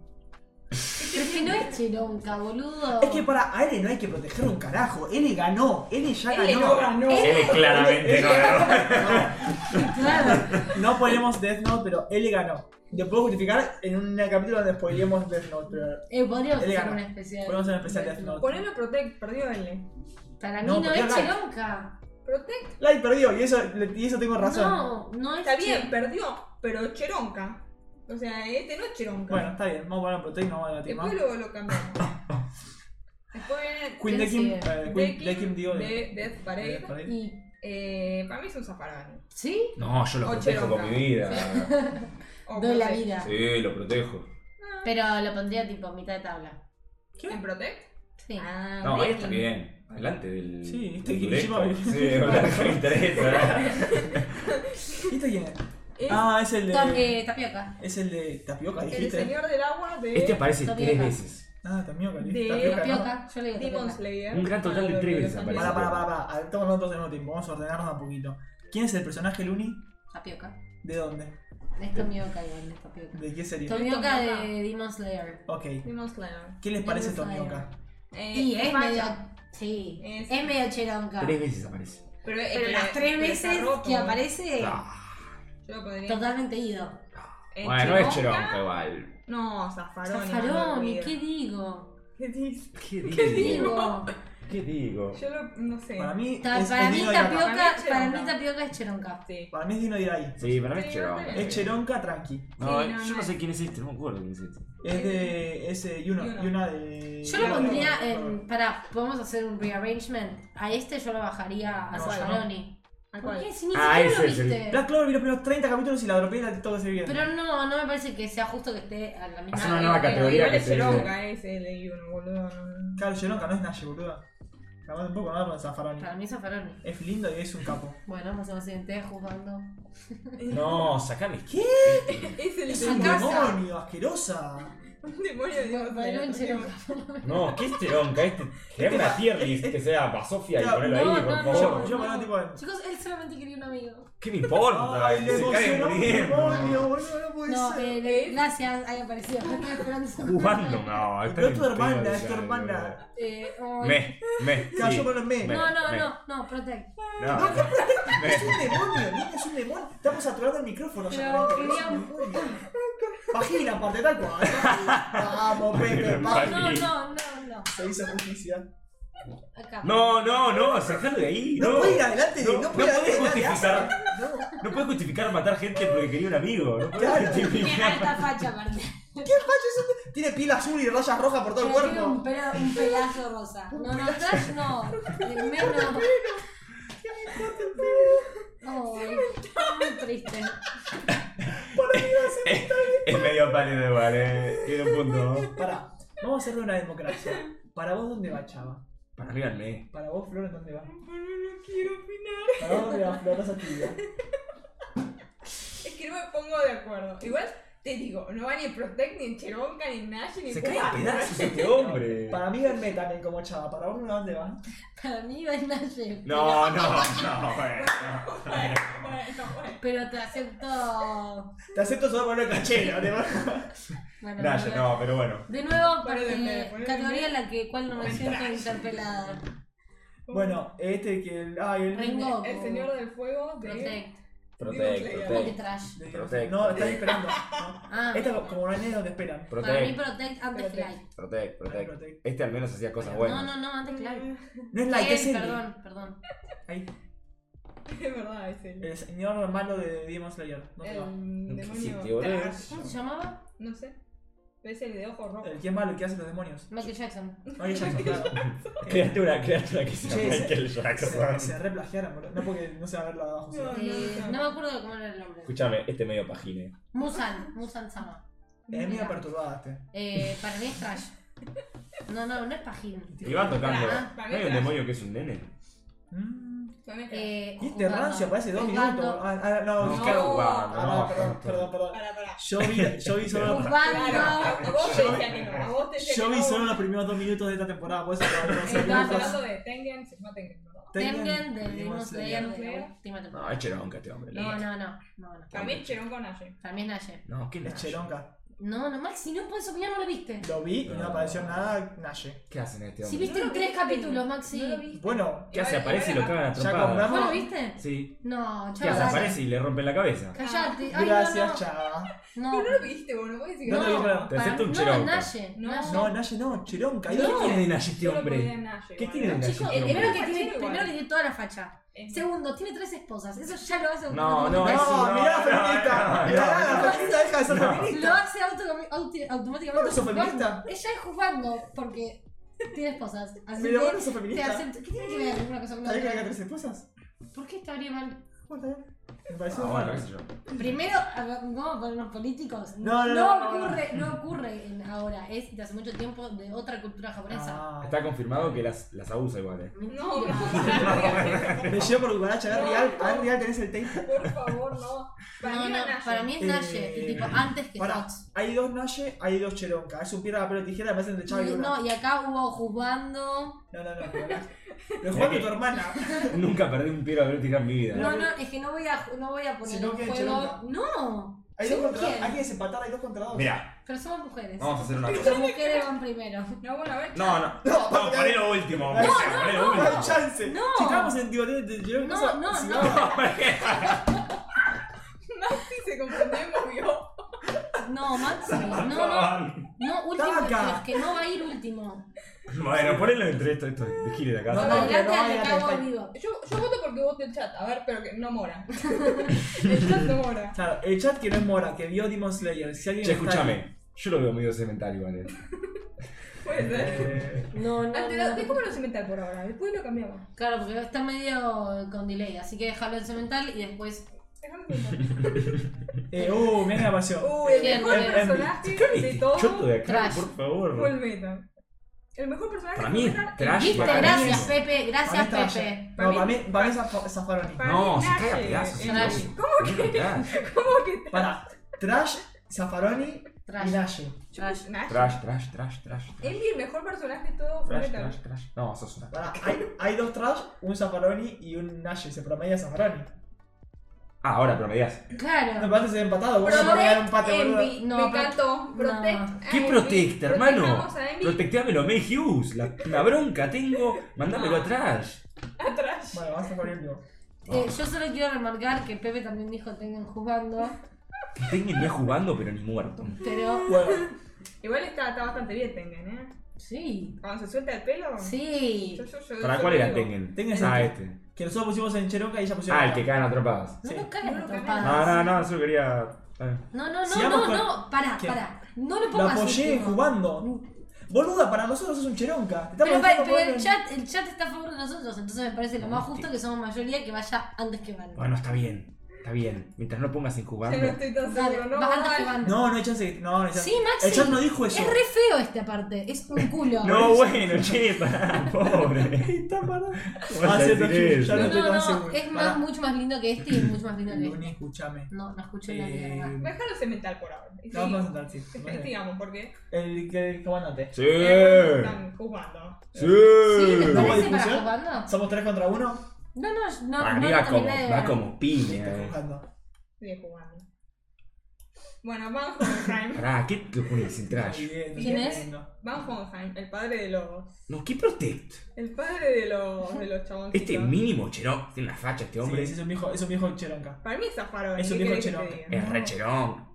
Pero es que no es Chironca, boludo. Es que para a L no hay que proteger un carajo. L ganó. L ya L ganó. no ganó. Él es claramente no, ¿no? Claro. No ponemos Death Note, pero L ganó. Lo puedo justificar en un capítulo donde spoilemos Death Note, pero Eh, podríamos Él hacer ganó. una especial. podemos hacer un especial Death Note. Ponelo protect, perdió L. Para mí No, no, porque es no hay. Chironca. Protect. Light perdió, y eso, y eso tengo razón. No, no es Está bien, Chironca. perdió, pero chironca. O sea, este no es chironca. Bueno, está bien, vamos a poner Protect, no vamos a debatir Después más. lo, lo cambiamos. Después viene Queen Dekim, sigue? eh, Queen Dekim, digo, de, de Death de- Parade. Parade. Y, Eh, para mí es un zafarán. ¿Sí? No, yo lo O protejo con Cheronca. mi vida. O Doy la Protect. vida. Sí, lo protejo. Pero lo pondría tipo a mitad de tabla. ¿En Protect? Sí. Ah, No, ahí bien. está bien. Adelante del. Sí, este del Kirishima- dureco. Sí, adelante, no me interesa. ¿Este quién es? Es Ah, es el de. Tom- eh, tapioca. Es el de tapioca, el dijiste. señor del agua de Este aparece Está tres bien. veces. Ah, tapioca, De- dijiste. Tapioca, ¿no? Tapioca, yo le digo Demon tapioca. Slayer. Un gran total de Para tres los veces Los aparece. Pará, Ángeles. pará, pará, pará. A ver, Estamos hablando todos al mismo tiempo. Vamos a ordenarnos a poquito. ¿Quién es el personaje Luni? Tapioca. ¿De dónde? Es Tomioka igual, es Tapioca. ¿De qué serie? Tomioka Tomioka. de Demon Slayer. Ok. Demon Slayer. ¿Qué les parece Demon Slayer. Tomioka? Eh, Y es facha. medio. Sí. Es- Es, medio cheronca. Tres veces aparece. Pero, eh, Pero las tres pero está veces roto. que aparece, Ah, Yo lo podría. totalmente ido. Eh, Bueno, es Cheronca. Cheronca igual. No, zafarón. Zafaroni, ¿qué digo? ¿Qué dices? ¿Qué ¿Qué digo? ¿Qué digo? Yo lo, no sé. Para mí Ta- es, para, es mí Dino Dirai. Para mí tapioca, es para cheronca. mí tapioca es cheronca. Sí. Para mí es Dino Dirai. Sí, para mí es Sí, Cheronca. no Es Cheronca Tranqui. No, Sí, no, yo no. no sé quién es este, no me acuerdo quién es este. Es de. Es de Yuna. Yuna. Yuna de. Eh, Yo lo Yuna de- pondría en. Pará, podemos hacer un rearrangement. A este yo lo bajaría a No, Zafaroni. ¿A ¿Por cuál? qué? Si ni Ah, siquiera lo ese es el- viste. Black Clover vi los primeros 30 capítulos y la dropeé y la tengo que seguir viendo. Pero no, no me parece que sea justo que esté a la Hacer una misma. nueva Igual categoría que es se- Cheronca, es el 1 boludo. no, no. Claro, Cheronca no es Nash, boludo. Jamás un poco nada con Zaffaroni. Para mí es Zaffaroni. Es lindo y es un capo. Bueno, pasemos al siguiente juzgando. No, sacame. ¿Qué? Es el Es de un casa. demonio, asquerosa. un demonio de Dios. Bueno, un chelo. No, ¿qué es Teonca? Este, crear una tier list que sea Basofia y No, ponerlo no, ahí, por no, Yo, favor. yo me lo tipo en. Chicos, él solamente quería un amigo. ¿Qué me importa? Ay, Que le se caguen emocionó un muriendo. demonio, boludo, no puede No, ser. eh, ¿Eh? gracias, ahí apareció. Estaba esperando su- Jugando, no. está Pero es tu bien hermana, pedo es tu ya, hermana. boludo. Eh, oh, Me, me. Cayó sí. con los me. No, no, me. no, no, protect. No, no. Es un demonio, niña, es un demonio. Estamos saturando el micrófono ya. Pero con esto, es un demonio. Vagina, aparte tal cual. Vamos, Pepe, Pero, vamos. No, no, no, no. Se hizo justicia. Acá. No, no, no, sacalo de ahí. No, No, puede ir adelante, no, no, no puede ir podés adelante. ¿ah? justificar. No. No puedes justificar matar gente porque quería un amigo. No puedes Claro. Tiene justificar. Eh, alta facha aparte. ¿Qué facho es este? Tiene piel azul y rayas rojas por todo el Pero tiene un, cuerpo. pelo, un pelazo rosa. No, no, Flash no. eh, El menos. Ay, tan triste. Es medio pálido igual, eh. Tiene un punto. Pará, vamos a hacerle una democracia. ¿Para vos dónde va Chava? Para arriba el me. ¿Para vos, Flor, en dónde va? Pero no quiero opinar. ¿Para vos dónde va Flor, esa tibia? Es que no me pongo de acuerdo. Igual te digo, no va ni Protect, ni en Cheronca, ni en Nash, ni Se Puma. cae a pedazos este hombre. Para mí, Verme también como Chava. ¿Para vos, dónde va? Para mí va en Naye. No, no, no, bueno. Bueno, bueno, bueno. Pero te acepto. Te acepto solo por una cachera, te va. Bueno, Naya, bueno. no, pero bueno. De nuevo, Paro de porque me- poner categoría de en la que cual no me siento Ventaja. interpelada. Bueno, este que el. Ay, el. Rengo. El Señor del Fuego de... Protect. Protect, ¿Cómo que protect. trash? Protect. No, estás esperando. No. Ah, Esta, como no hay nadie donde esperan. para mí Protect, Protect antes Protect. Fly. protect, protect. Protect. Este al menos hacía cosas No, buenas. no, no, Mm, antes Fly. No es like, es Él, el. Perdón, perdón. Ahí. Es verdad, es el... El señor malo de Demon Slayer. Eh, No te va. El Nunca demonio. existió, boludo. Trash. ¿Cómo se llamaba? No sé. Es el de ojos rojos. El que es malo, el que hace los demonios. Michael Jackson. No, ella no, claro. Criatura, criatura que se Sí, llama sí. Michael Se, Jackson. se replagiaron, boludo. No porque no se va a ver la de abajo. se va a ver. Eh, no, no. no me acuerdo de cómo era el nombre. Escúchame, este medio pagine. Musan, Musan Sama. Es medio perturbaste. Eh, para mí es trash. No, no, no es pajín. Y va tocando. Ah, ¿No hay un demonio que es un nene? Mm. Eh, Y este rancio aparece dos juzgando. minutos. Ah, ah, no, No, no. claro, no. guau, Ah, no, perdón, no. perdón, perdón. Para, para. Yo vi, yo vi solo. Juzgando. Claro, a vos te decía que no. A vos te decía Yo que vi no. solo los primeros dos minutos de esta temporada, por eso no, no sé Estabas minutos. hablando de Tengen, se llama Tengen, ¿verdad? Tengen de Demon Demon Slayer. Slayer de la Slayer. última No, temporada. es cheronca este hombre. No, no, no. no, no. Para mí es Cheronca o Naye. Para mí es Naye. No, ¿qué Es Nash? cheronca. No, no, Maxi, no puedes opinar, no lo viste. Lo vi y no No. apareció nada, Naye. ¿Qué hacen a este Si hombre? viste en tres capítulos, No lo Maxi. vi. Bueno, ¿Qué hace? eh, Aparece y lo cagan Ya a trompadas. ¿No compramos. lo viste? Sí. No, ¿Qué hace? chaval. Aparece y le rompen la cabeza. Callate. Ay, gracias, no, Chava. no. No, Pero no lo viste, vos no podés decir No, que no, no. pero- Te para- acepto un No, cheronca. Naye. No. Naye. No, Naye no, cheronca. ¿Qué No. tiene de Nash este Yo lo ponía hombre? en Naye, ¿Qué igual. tiene de Nash Chicos, este el hombre? primero que tiene, Igual. primero que tiene toda la facha. Es- Segundo, tiene tres esposas. Eso ya lo hace No, no, automáticamente. No, No, mirá, no, feminista. no, no, Mirá, no. la feminista deja de ser No. feminista. Lo hace autocomi- auti- automáticamente. ¿Vos no sos juzgando. feminista? Ella es juzgando porque tiene esposas. Así Pero vos no que sos te feminista. acepto. ¿Qué tiene que ver una cosa con la ¿Sabés que había otra? tres esposas? ¿Por qué estaría mal? Bueno, está bien. Me Ah, pareció bueno, qué raro. sé yo. Primero, a ver, no, con los políticos. No, no, no, no. ocurre, no ocurre en ahora. Es de hace mucho tiempo de otra cultura japonesa. Ah. Está confirmado que las, las abusa igual, eh. No, no, Mentira. no digas Me llevo por cucaracha, a ver, real, a ver, real, tenés el tape. eso, por favor, no. Para No, mí era no, Naye. para mí es Eh, Naye, que tipo antes que Pará, Fox. hay dos Naye, hay dos Cheronca. Es un piedra, papel o tijera, me hacen de Chava y Y- una. no, y acá hubo juzgando. No, no, no, pero Lo jugando tu hermana. Nunca perdí un piedra haber tirado en mi vida. No, no, es que no voy a, no voy a poner Si no, en ¿qué? juego. Cheronca. No, Hay, dos ¿Según contra, quién? hay que desempatar, hay dos contra dos. Mira, pero somos mujeres. vamos a hacer una cosa. Las mujeres van primero. No, bueno, a ver. No, no. No, No, poné lo último. aunque sea, poné lo No hay último. chance. No. Si estábamos en tiroteo de tiroteo, No, cosa- no, si no. vamos- Maxi se confundió y movió. No, Maxi, no, no. No, último, Taca. es que no va a ir último. Bueno, ponelo entre esto, esto, de gire de acá. No, no. Adelante vaya al a cabo pensar. vivo. Yo, yo voto porque voto el chat. A ver, pero que no mora. el chat no mora. Claro, el chat que no es Mora, que vio Demon Slayer. Si alguien Che, está- escúchame. Yo lo veo medio cementario, ¿vale? Puede ser. Eh, No, no, Antes, no, no. dejémoslo cimentar por ahora. Después lo cambiamos. Claro, porque está medio con delay, así que déjalo en cemental y después. Déjame cimentar. eh, uh, mira que apareció. Uy, el eh, Bien, mejor bien. personaje de Choto todo de acá, Trash. por fue favor. el meta. El mejor personaje Para mí, de Pixar trash es- Viste, Para mí gracias es- Pepe, gracias Para mí está Pepe. No, para mí, para mí zafa- zafaron ahí. Para No, mí se Nash cae a es- pedazos. es- Nash. ¿Cómo que? Trash, ¿Cómo que Para, Trash, Zaffaroni y Trash. Nash. Nash? Nash. trash, trash, trash, trash. Él y el mejor personaje de todo fue Trash, Metal. trash, trash. No, sos una. Para, hay, hay dos Trash, un Zaffaroni y un Nash. Se promedia Zaffaroni. Ah, ahora promedias. No, Claro. pero antes se había empatado. Vos no Protect un empate, boludo. Envy. No, me pero- encantó. Protect no. Ah, a ¿Qué Envy. protecta, hermano? Protejamos a Envy Protecteamelo, May Hughes. La, la bronca tengo. Mándamelo Ah. a trash. atrás. Bueno, vas a por el último. Eh, yo solo quiero remarcar que Pepe también dijo tengan jugando, Tengen ya jugando, pero ni muerto. pero Bueno, Igual está, está bastante bien Tengen, ¿eh? sí, Cuando se suelta el pelo. sí. Yo, yo, yo, ¿Para yo cuál lo era digo. Tengen? Tengen es Ah, el- este. que nosotros pusimos en Cheroca y ella pusieron. Ah, el que acá. caen atropadas. No Sí. nos cagas No a lo No, trompadas. no, no, eso quería. eh, No, no, no, Sigamos no, con- no, pará, ¿Qué? pará. No lo La pongas apoyé último. jugando. Boluda, para nosotros es un Cheronca. Te estamos Pero, pa- diciendo pero el que- chat, el chat está a favor de nosotros, entonces me parece lo más justo que somos mayoría que vaya antes que van. Bueno, está bien. Está bien. Mientras no pongas en Yo no jugando. estoy tan Dale, seguro, no. vas antes que vale. van. No, no hay chance. que- No, no hay chance. Sí, Maxi. El chat no dijo eso. Es re feo este aparte, es un culo. No, bueno, che, pará, pobre. Está parado. ¿Cómo vas a decir Ya eso? no no, estoy no, tan no, seguro. es más, Pará. mucho más lindo que este y es mucho más lindo que este. Luni, escúchame. No, no escuché la mierda. Eh, Dejaros en metal por ahora. Y No, vamos a seguimos. sentar, sí. Sigamos, porque. El que el comandante. Sí. eh, Están jugando. ¿Sí? ¿Vamos a ¿Les parece Sí. para discusión? jugando? Somos tres contra uno. No, no, no. Para no mí lo va como, terminé de Ah, va ver. como Estás piña. jugando. Sigue jugando. Bueno, vamos con Heim. Pará, ¿qué te pones sin Muy trash? bien, ¿Quién muy es? bien, ¿no? Vamos con Heim, el padre de los. No, ¿qué protect? El padre de los, de los chaboncitos. Este mínimo cherón. Tiene una facha este hombre. Sí, es un viejo, es un viejo cheronca. Para mí es Zafaroni. Es un ¿qué viejo querés que te cheronca. diga? Es re cherón.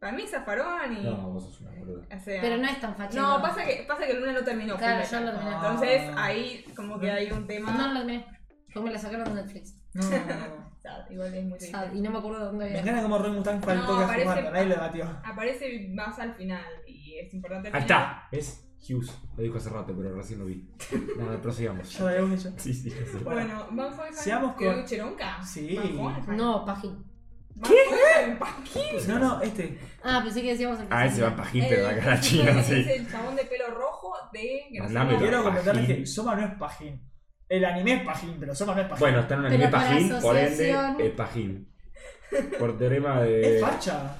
Para mí es Zafaroni. No, vos sos una boluda. O sea, Pero no es tan fachero. No, pasa que, pasa que Luna no terminó. Claro, Full yo no Metal. lo terminé. Ah. Entonces ahí como que hay un tema. No lo terminé. Yo Pues me la sacaron de Netflix. No, no, no. Sad, Igual es muy triste. Sad, y no me acuerdo dónde Me había. encanta cómo Roy Mustang fue al No, toque a parece- jugando. Nadie lo batió. Aparece más al final y es importante. al Ahí final. está. ¿Ves? Hughes. Lo dijo hace rato, pero recién lo vi. Nada, prosigamos. Ya lo habíamos hecho. Sí, sí, ya sé. Bueno, Van Hohenheim. Sigamos ¿Te con- doy Cheronca? Sí. Van Hohenheim. No, Pajín. Van Hohenheim, pa- Pues No, no, este. Ah, pensé que decíamos el Ah, ese va presidente. pajín, pero la El- cara china, Eh, Es sí. el chabón de pelo rojo de. que no sé Mandame cómo- Quiero comentarles pajín. que Soma no es pajín. El anime es pajín, pero Soma no es pajín. Bueno, está en un anime Pero para pajín, por ende, asociación- es pajín. Por teorema Es de. facha.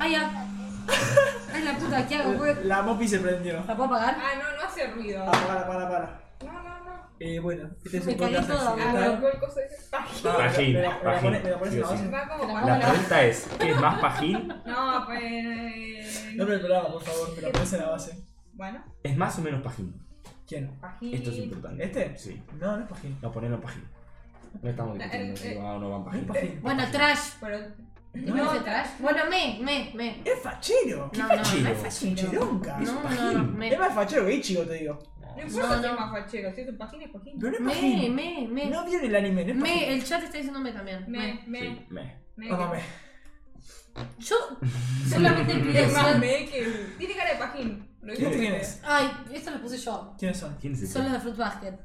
Ay, ya. Ay, la puta, ¿qué hago? ¿Puedo- La mopi se prendió. ¿La puedo apagar? Ah, no, no hace ruido. Ah, para, para, para. No, no, no. Eh, bueno, este es Me un cagué podcast todo. Ah, accidental. pero el coso es pajín. No, Pajín, me la- me la pajín, pone- me la pones sí en la o sí. base. Va como La- para- La pregunta es: ¿qué es más pajín? No, pues. No me lo esperaba, por favor, me la pones en la base. Bueno, ¿Es más o menos pajín? ¿Quién? pajín. Esto es importante. ¿Este? Sí. No, no es pajín. No, ponelo en pajín. No estamos La- discutiendo el- si va o no va en eh, No es pajín. pajín. Bueno, trash. Bueno, ¿No No, parece trash? Bueno, me, me, me. Es fachero. No, no, no fachero? es Es un fachero. cheronca. No, no, no, pajín. me. Es más fachero que Ichigo, te digo. no importa No, si no. es más fachero, si es un pajín es pajín. Pero no es Me, pajín. me, me. No vieron el anime, no es pajín. Me, el chat está diciendo me también. Me, Me. me, Sí, me. me. No, no, me. Yo solamente pido Es más ser- me que. Tiene cara de pajín. Lo ¿Quién dijiste. quién es? Ay, esto lo puse yo. ¿Quiénes son? ¿Quién es Son ese? los de Fruit Basket.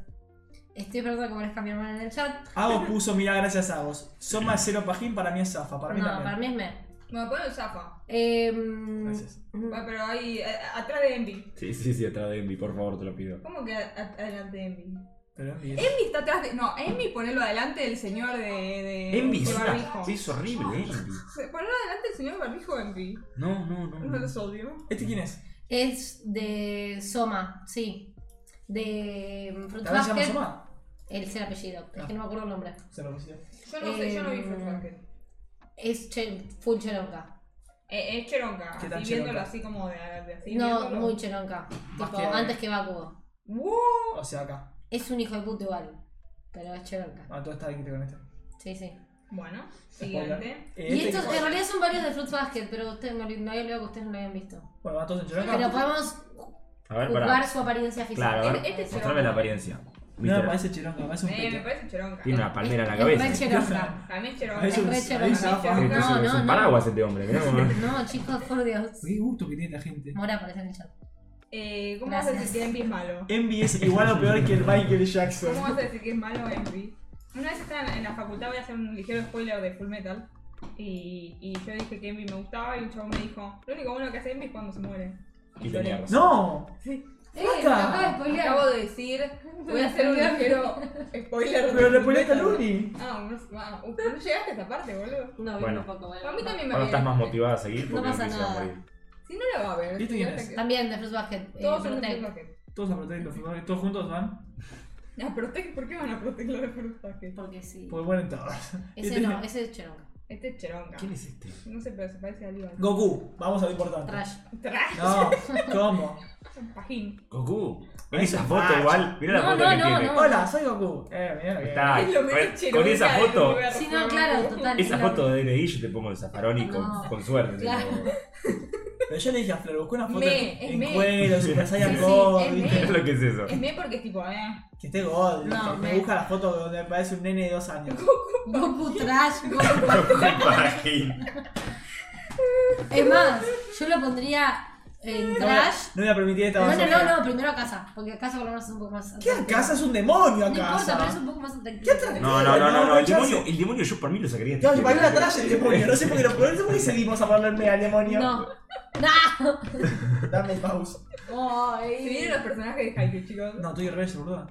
Estoy esperando que aparezca mi hermana en el chat. Agos puso, mira, gracias a Agos. Soma es cero pajín, para mí es zafa, para mí no, también. para mí es me. Bueno, pon el zafa. Em, Gracias. mm, Va, pero ahí, a- a- atrás de Envy. Sí, sí, sí, atrás de Envy, por favor, te lo pido. ¿Cómo que a- a- adelante de Envy? Pero es Eh, bien. Envy está atrás de. No, Envy ponelo adelante del señor de. de Envy de es, una- Eh, barbijo. es horrible, Envy. Se- Ponelo adelante del señor barbijo Envy. No, no, no. No no. los odio. ¿Este quién es? Es de Soma, sí. De mm, Fruit ¿También se llama Basket. Soma? Él es el apellido, es Ah. que no me acuerdo el nombre. Se lo pusieron. Yo no sé, yo no vi Eh, Fruit Basket. Es che- full cheronca. Eh, es Cheronca, ¿Qué así tan viéndolo cheronca? así como de, de así. No, viéndolo. muy cheronca. Más Tipo, que- antes que Bakugo. ¡Wow! O sea, acá. Es un hijo de puta igual. Pero es cheronca. Ah, todo está aquí con este. Sí, sí. Bueno, siguiente. Eh, Y este estos que- en realidad son varios de Fruit Basket, pero ustedes no, no había olvidado que ustedes no lo habían visto. Bueno, va todos en cheronca. Pero podemos A ver, juzgar pará. su apariencia física. Claro, a ver, Este es mostrame la apariencia. No, me Mister, parece cheronca, me parece un Eh, me pito. parece Cheronca. Tiene Para una palmera en la Es- es cabeza. re cheronca. mí es Cheronca. Es un- re es cheronca, un zafa. es cheronca. Es un- es No, no, un no. paraguas este hombre, mirá, mamá. No, chicos, por Dios. Qué gusto que tiene esta gente. Mora aparece en el chat. Eh, ¿Cómo vas a decir Gracias. que Envy es malo? Envy es igual o peor que el Michael Jackson. ¿Cómo vas a decir que es malo Envy? Una vez estaba en la- en la facultad, voy a hacer un ligero spoiler de Full Metal. Y, y yo dije que Envy me gustaba y un chabón me dijo: Lo único bueno que hace Envy es cuando se muere. Y tenía razón. ¡No! Sí. Eh, me acabo de spoilear. Acabo de decir, voy a hacer un ligero spoiler. Pero de le ponés a Fullmetal. Luni. Ah, no, ah, uh, no llegaste a esta parte, boludo. No, Bueno. vino un poco. bueno. eh, A mí también me Ahora estás viene. más motivada a seguir porque No pasa quisieron nada. morir. Si no la va a ver. ¿Y tú si quién no la es? que- También de Fruit Basket. eh, Todos son de Protect. Fruit Todos a proteger los fundadores, todos juntos van, La protege, ¿por qué van a protegerlo de Fruit Basket? Porque sí. porque mueren todos. Ese no, ese es Cheronga. Este es Cheronga. ¿Quién es este? No sé, pero se parece a Líbano. Goku, vamos a lo importante. Trash. Trash, No, ¿cómo? un pajín. Goku. Mira esa Esa foto facha. igual. Mira la No, foto no, que no, tiene. no. Hola, soy Goku. Eh, mirá lo que- Está Es lo menos con- Cheronga con esa del foto. universo. Sí, no, claro, total. Esa claro. foto de DNI yo te pongo de Zaffaroni con, No. con suerte. Claro. tipo. Pero yo le dije a Flor, busqué una foto Me, en- es en me. cuero, Super Saiyan sí, God, es ¿viste? Mira lo que es eso. Es me porque es tipo, eh. Que esté God, No, me, me. busca la foto donde parece un nene de dos años. Goku Trash. Goku- Pajín. Es más, yo lo pondría en Trash. No me voy a permitir esta No, no, basofia. no, no, primero a casa. Porque a casa por lo menos es un poco más. ¿Qué a atractivo. casa es un demonio a No importa, pero es casa? un poco más ¿Qué atractivo. atractivo? No, no, no, no, no. El rechazo. demonio, el demonio yo por mí lo sacaría. este Claro, y para ir la atrás eh. el demonio, no sé por qué lo por eso por qué seguimos a ponerme al demonio. No. ¡No! Dame pausa. Se vienen los personajes de Haikyuu, chicos. No, estoy al revés, boludo.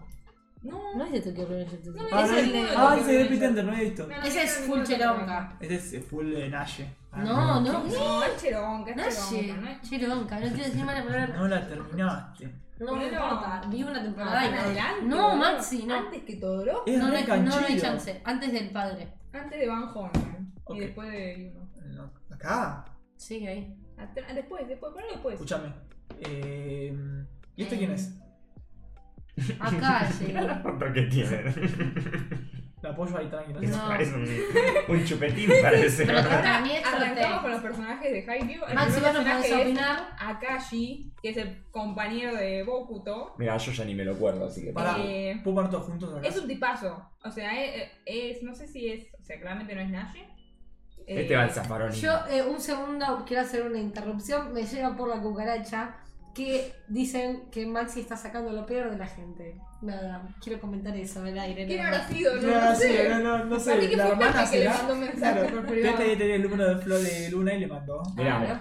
No, No es de Tokyo Revengers. No, Ah, es no, el de- ah, ese de Peter, no lo he visto. no, Ese es no, full no, Cheronga. Este es full de Naye. Ah, No, no, no. No, es Cheronga, No es es Cheronga. no es- Cheronca, no quiero decir mala palabra. No la terminaste. No me Ponelo. importa, vi una No, temporada y tan no. Ah, adelante, No, boludo. Maxi, no. Antes que Todoroki, Es No, re le- no, canchero. no hay chance, antes del padre. antes de Van Horn. Ok. Y después de Yuno. No, acá. Sigue ahí. Atr- ah, Después, después, ponelo después. Escúchame. Eh, ¿Y este quién es? Acá llega. foto que tiene. La apoyo ahí tranquilo. Eso No. parece un, un chupetín, parece. Pero ¿no? para mí es Arrancamos sorteo. con los personajes de Haikyuu. El Maxi, primer vos no podés personaje es opinar. Akashi, que es el compañero de Bokuto. Mira, yo ya ni me lo acuerdo, así que. Pará. Eh, ¿Puedo parar todos juntos acá? es un tipazo. O sea, es, es- No sé si es. O sea, claramente no es Nashi. Eh, Este va al Zaffaroni. Yo, eh, un segundo, quiero hacer una interrupción. Me llega por la cucaracha que dicen que Maxi está sacando lo peor de la gente. Nada, quiero comentar eso al aire. ¿Quién nada habrá más. sido? No, No, lo sí, sé. no, no, no Para mí sé. que La fue hermana Pepe que le será. mandó un mensaje por privado. Pepe tenía el número de Flor de Luna y le mandó. Mirá, Claro.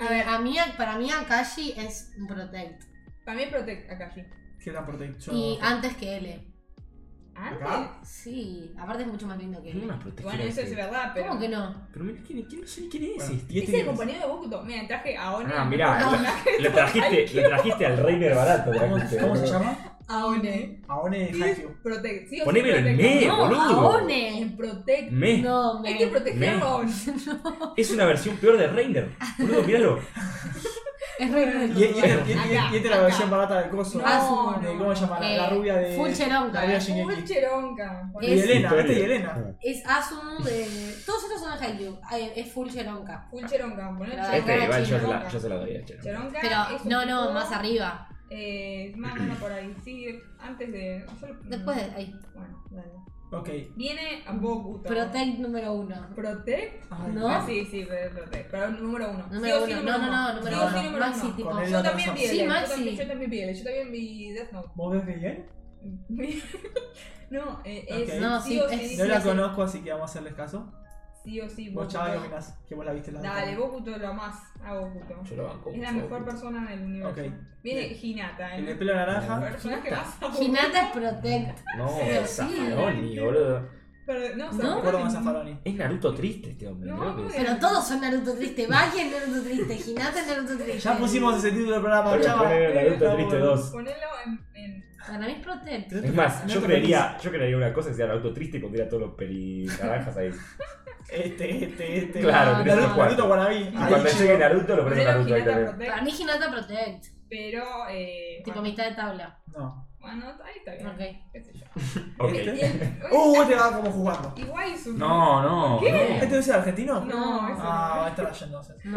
A ver, a mí, para mí Akashi es un Protect. Para mí protect Akashi. Que era protección. Y antes que L. Antes. Acá. Sí, aparte es mucho más lindo que ¿Quién L. más protegido Bueno, eso este? es verdad, pero. ¿Cómo que no? Pero mira, ¿quién, quién, quién, quién es Bueno, este? ¿y este Es quién el compañero de Bokuto. Mira, traje a Oni. Ah, mirá, No. lo, lo trajiste, lo trajiste al Reiner barato. ¿Cómo, Trajiste, cómo se boludo. llama? Aone. Aone de Haikyuu. Protect. Sí, o sí, Ponémelo en protect. me, No, boludo. Mm. Aone. En protect. Me. No, Hay que me. protegerlo a Oni. Es una versión peor de Reiner. Boludo, míralo. Es re Y, lindo. y, este- y, este- Acá, y esta es la acá. versión barata del coso. No, de, no. ¿Cómo se llama? La, la Eh, rubia de. full cheronga, La rubia eh, Full Shingeki. cheronga. Y Es- Elena, este y Elena. Es Asumu de. Todos estos son de Haikyuu. Eh, Es full Cheronka. Full cheronga. Ponelo Claro. cheronga. Este, igual yo se la, Cheronga. yo se la doy a Chero. Cheronga Pero es un no, no, tipo, más arriba. Eh, más o menos por ahí. Sí, antes de. yo- Después de ahí. Bueno, dale. Ok. Viene a Bokuto. Protect número uno. Protect. Ay, No. Ah, sí, sí, pero protect. Pero número uno. Número sí, o sí, uno. No, no, no, número Sí o sí, uno. número Maxi, uno. tipo. Con él Yo no también razón. vi Sí, L, Maxi. Yo también, yo también vi L, yo también vi Death Note. ¿Vos ves bien? No, eh, Ok. es No, sí, sí, o es- sí. No sí la o sí. conozco, así que vamos a hacerles caso. Sí o sí, Vos, Bokuto. chaval, ¿qué opinás? Que vos la viste la Dale, Bokuto lo amás a Bokuto. Yo lo banco. Es la mucho. mejor persona del universo. Ok. Viene Bien. Hinata, El de ¿eh? pelo naranja. personaje más a Hinata es Protect. No, Pero es sí. Zaffaroni, boludo. Pero, No no, me Zaffaroni. acuerdo con Zaffaroni. Es Naruto triste este hombre. No, creo que muy es. bien. Pero todos son Naruto triste. Baki es Naruto triste. Hinata es Naruto triste. Ya pusimos ese título del programa, Voy a chaval. poner Naruto Está triste bueno. 2. Ponelo en, en- Para mí es Protect. Es más, No yo te creería, yo creería una cosa que sea Naruto triste y pondría todos los pelinaranjas ahí. Este, este, este. no, Claro, tenés no. un Naruto, Naruto cuarto. Guanabí. Y Ahí, cuando chico. llegue Naruto lo pones a Ponelo Naruto ahí Hinata también. Para Protect. mí Hinata Protect. pues, Pero, eh. Tipo bueno, mitad de tabla. No. Bueno, ahí está bien. Ok. Qué sé yo. Ok. Este. Y el- Uh, este va como jugando. Igual es un. No, no, ¿Este no. debe ser argentino? No, es Ah, va a estar allá entonces. No.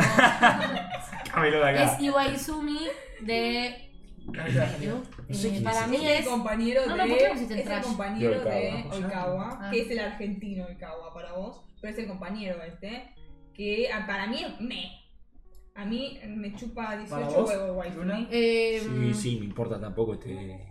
Cámelo de acá. es Iwaizumi de. Ahí está Ah, este argentino. No sé eh, quién para es mí Es el es. compañero No, de. no, ¿por qué no pusiste el es el trash? De compañero Oikawa. de Oikawa, Ah. que es el argentino Oikawa para vos, pero es el compañero este, que ah, para mí es me. A mí me chupa ¿Para 18 vos, huevos, guay. Luna? eh, Sí, sí, me importa tampoco este.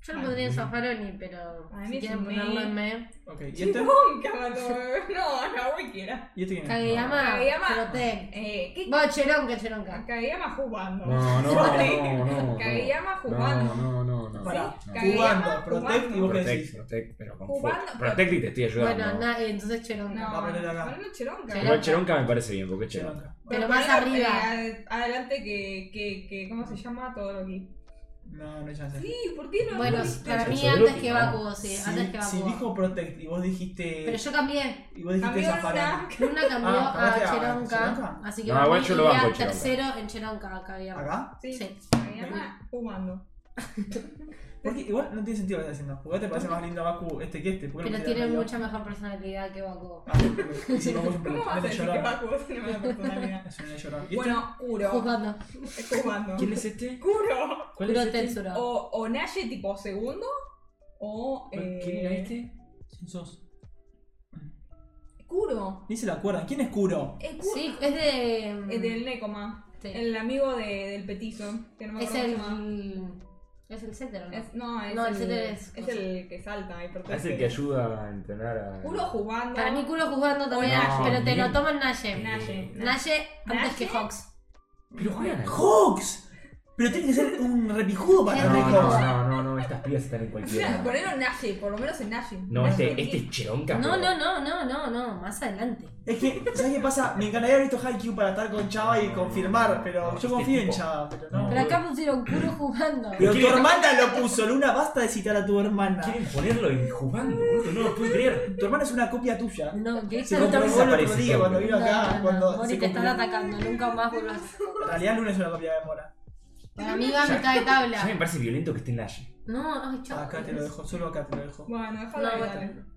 Yo lo pondría en Zaffaroni, pero A mí si es quieren un ponerlo me. en me. Ok, ¿y este? Nunca mató. No, no, cualquiera. ¿Y este quién es? Kageyama, Kageyama. Prote. Eh, ¿qué Vos, Cheronca, Cheronca. Kageyama jugando. No, no, Sorry. no, no, no. Kageyama jugando. No, no, no, no. Pará, No. Kageyama jugando, protect y jugando. vos qué decís. Protect, protect, pero con Jugando, fuerza. pero- Protect y te estoy ayudando. Bueno, na- eh, entonces Cheronca. Va a No, aprender acá. no, Cheronca. Cheronca. Igual Cheronca me parece bien, porque es Cheronca. Cheronca. Pero más ponelo, arriba. eh, ad- adelante que, que, que. ¿Cómo se llama? Todo aquí. No, no hay chance. Sí, ¿por qué no? Bueno, no para sí, mí seguro antes que que no. Bakugo, sí, Si- antes que Si Bakugo. dijo Protect y vos dijiste. Pero yo cambié. Y vos dijiste Cambió una. Zafarán. Luna cambió Ah, a cambiaste a Cheronca, Cheronca. así que No, para igual mí yo lo banco, iría Cheronca. tercero en Cheronca, Kageyama. ¿Acá? Sí, Sí. Kageyama jugando. Porque igual no tiene sentido lo que estás haciendo. Porque te parece más lindo Baku este que este. ¿Por qué Pero no tiene pusieron mucha mejor personalidad que Bakugo. Ah, ok. Y si vamos un ¿Cómo pelotudo, vas a no te decir que llorar. Bakugo tiene mala personalidad? Es una de llorar. ¿Y este? Bueno, Kuro. Jugando. Es jugando. ¿Quién es este? Kuro. ¿Cuál es Kuro este? Tetsuro. O, o Naye tipo segundo. O. Eh, ¿Quién era este? ¿Quién sos? Kuro. Ni se la acuerdan. ¿Quién es Kuro? Es Kuro. Sí, es de. Es del Nekoma. sí. El amigo de, del petizo. Que no me Es acuerdo cómo se llama. el. Es el Ceter, ¿no? Es- no, es, No, el el, Ceter es- es, el que salta. y protege. Ah, Es el que ayuda a entrenar a. Kuro jugando. Para mí, Kuro jugando también, No, Nash, pero te bien. lo toman Naye. Naye. Naye antes Naye. que Fox. Pero juegan a- ¡Hawks! Pero tiene que ser un repijudo para Es tener No, rico. Hawks. no, no, no, no, estas pibas están en cualquiera. Ponelo en Naye, por lo menos en Naye. No, este, este es Cheronca. No, no, pero- no, no, no, no, más adelante. Es que, ¿sabes qué pasa? Me encantaría haber visto Haikyuu para estar con Chava y confirmar, pero yo confío en Chava, pero no. Pero acá pusieron Kuro jugando. Pero tu hermana lo puso, Luna, basta de citar a tu hermana. Quieren ponerlo en jugando, boludo. No lo puedo creer. Tu hermana es una copia tuya. No, que Se esa- comprobó el otro desapareció. día cuando vino No, acá. no, cuando Moni, se te están comprobó. atacando, nunca más vuelvas. En realidad Luna es una copia de Mora. Para mí va a Ya. mitad de Ya me tabla. parece violento que esté en Nash. No, ay, chao. Acá te lo dejo, solo acá te lo dejo. Bueno, déjalo No, ahí, bueno.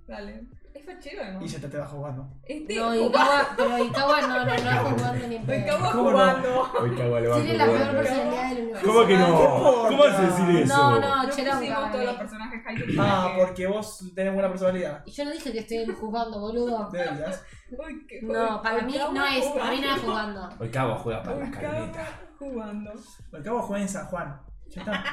dale. Dale. Es fachero, ¿no? Y ya te, te va jugando. Este No, jugando. Ikawa, pero Ikawa no, no, no jugando ni en Me pedo. cago ¿Cómo no? jugando. Hoy cago al Tiene la peor personalidad del universo. ¿Cómo que no? ¿Qué ¿Cómo vas a decir eso? No, eh. no, No pusimos todos los Cheronca. personajes Haikyuu. Ah, porque- porque vos tenés buena personalidad. Y yo no dije que estoy jugando, boludo. Deberías. Uy, qué- No, para mí Oikawa no es, para mí no es jugando. jugando. Hoy cago juega para las Oikawa camionetas. Jugando. Porque vos jugás en San Juan. Ya está.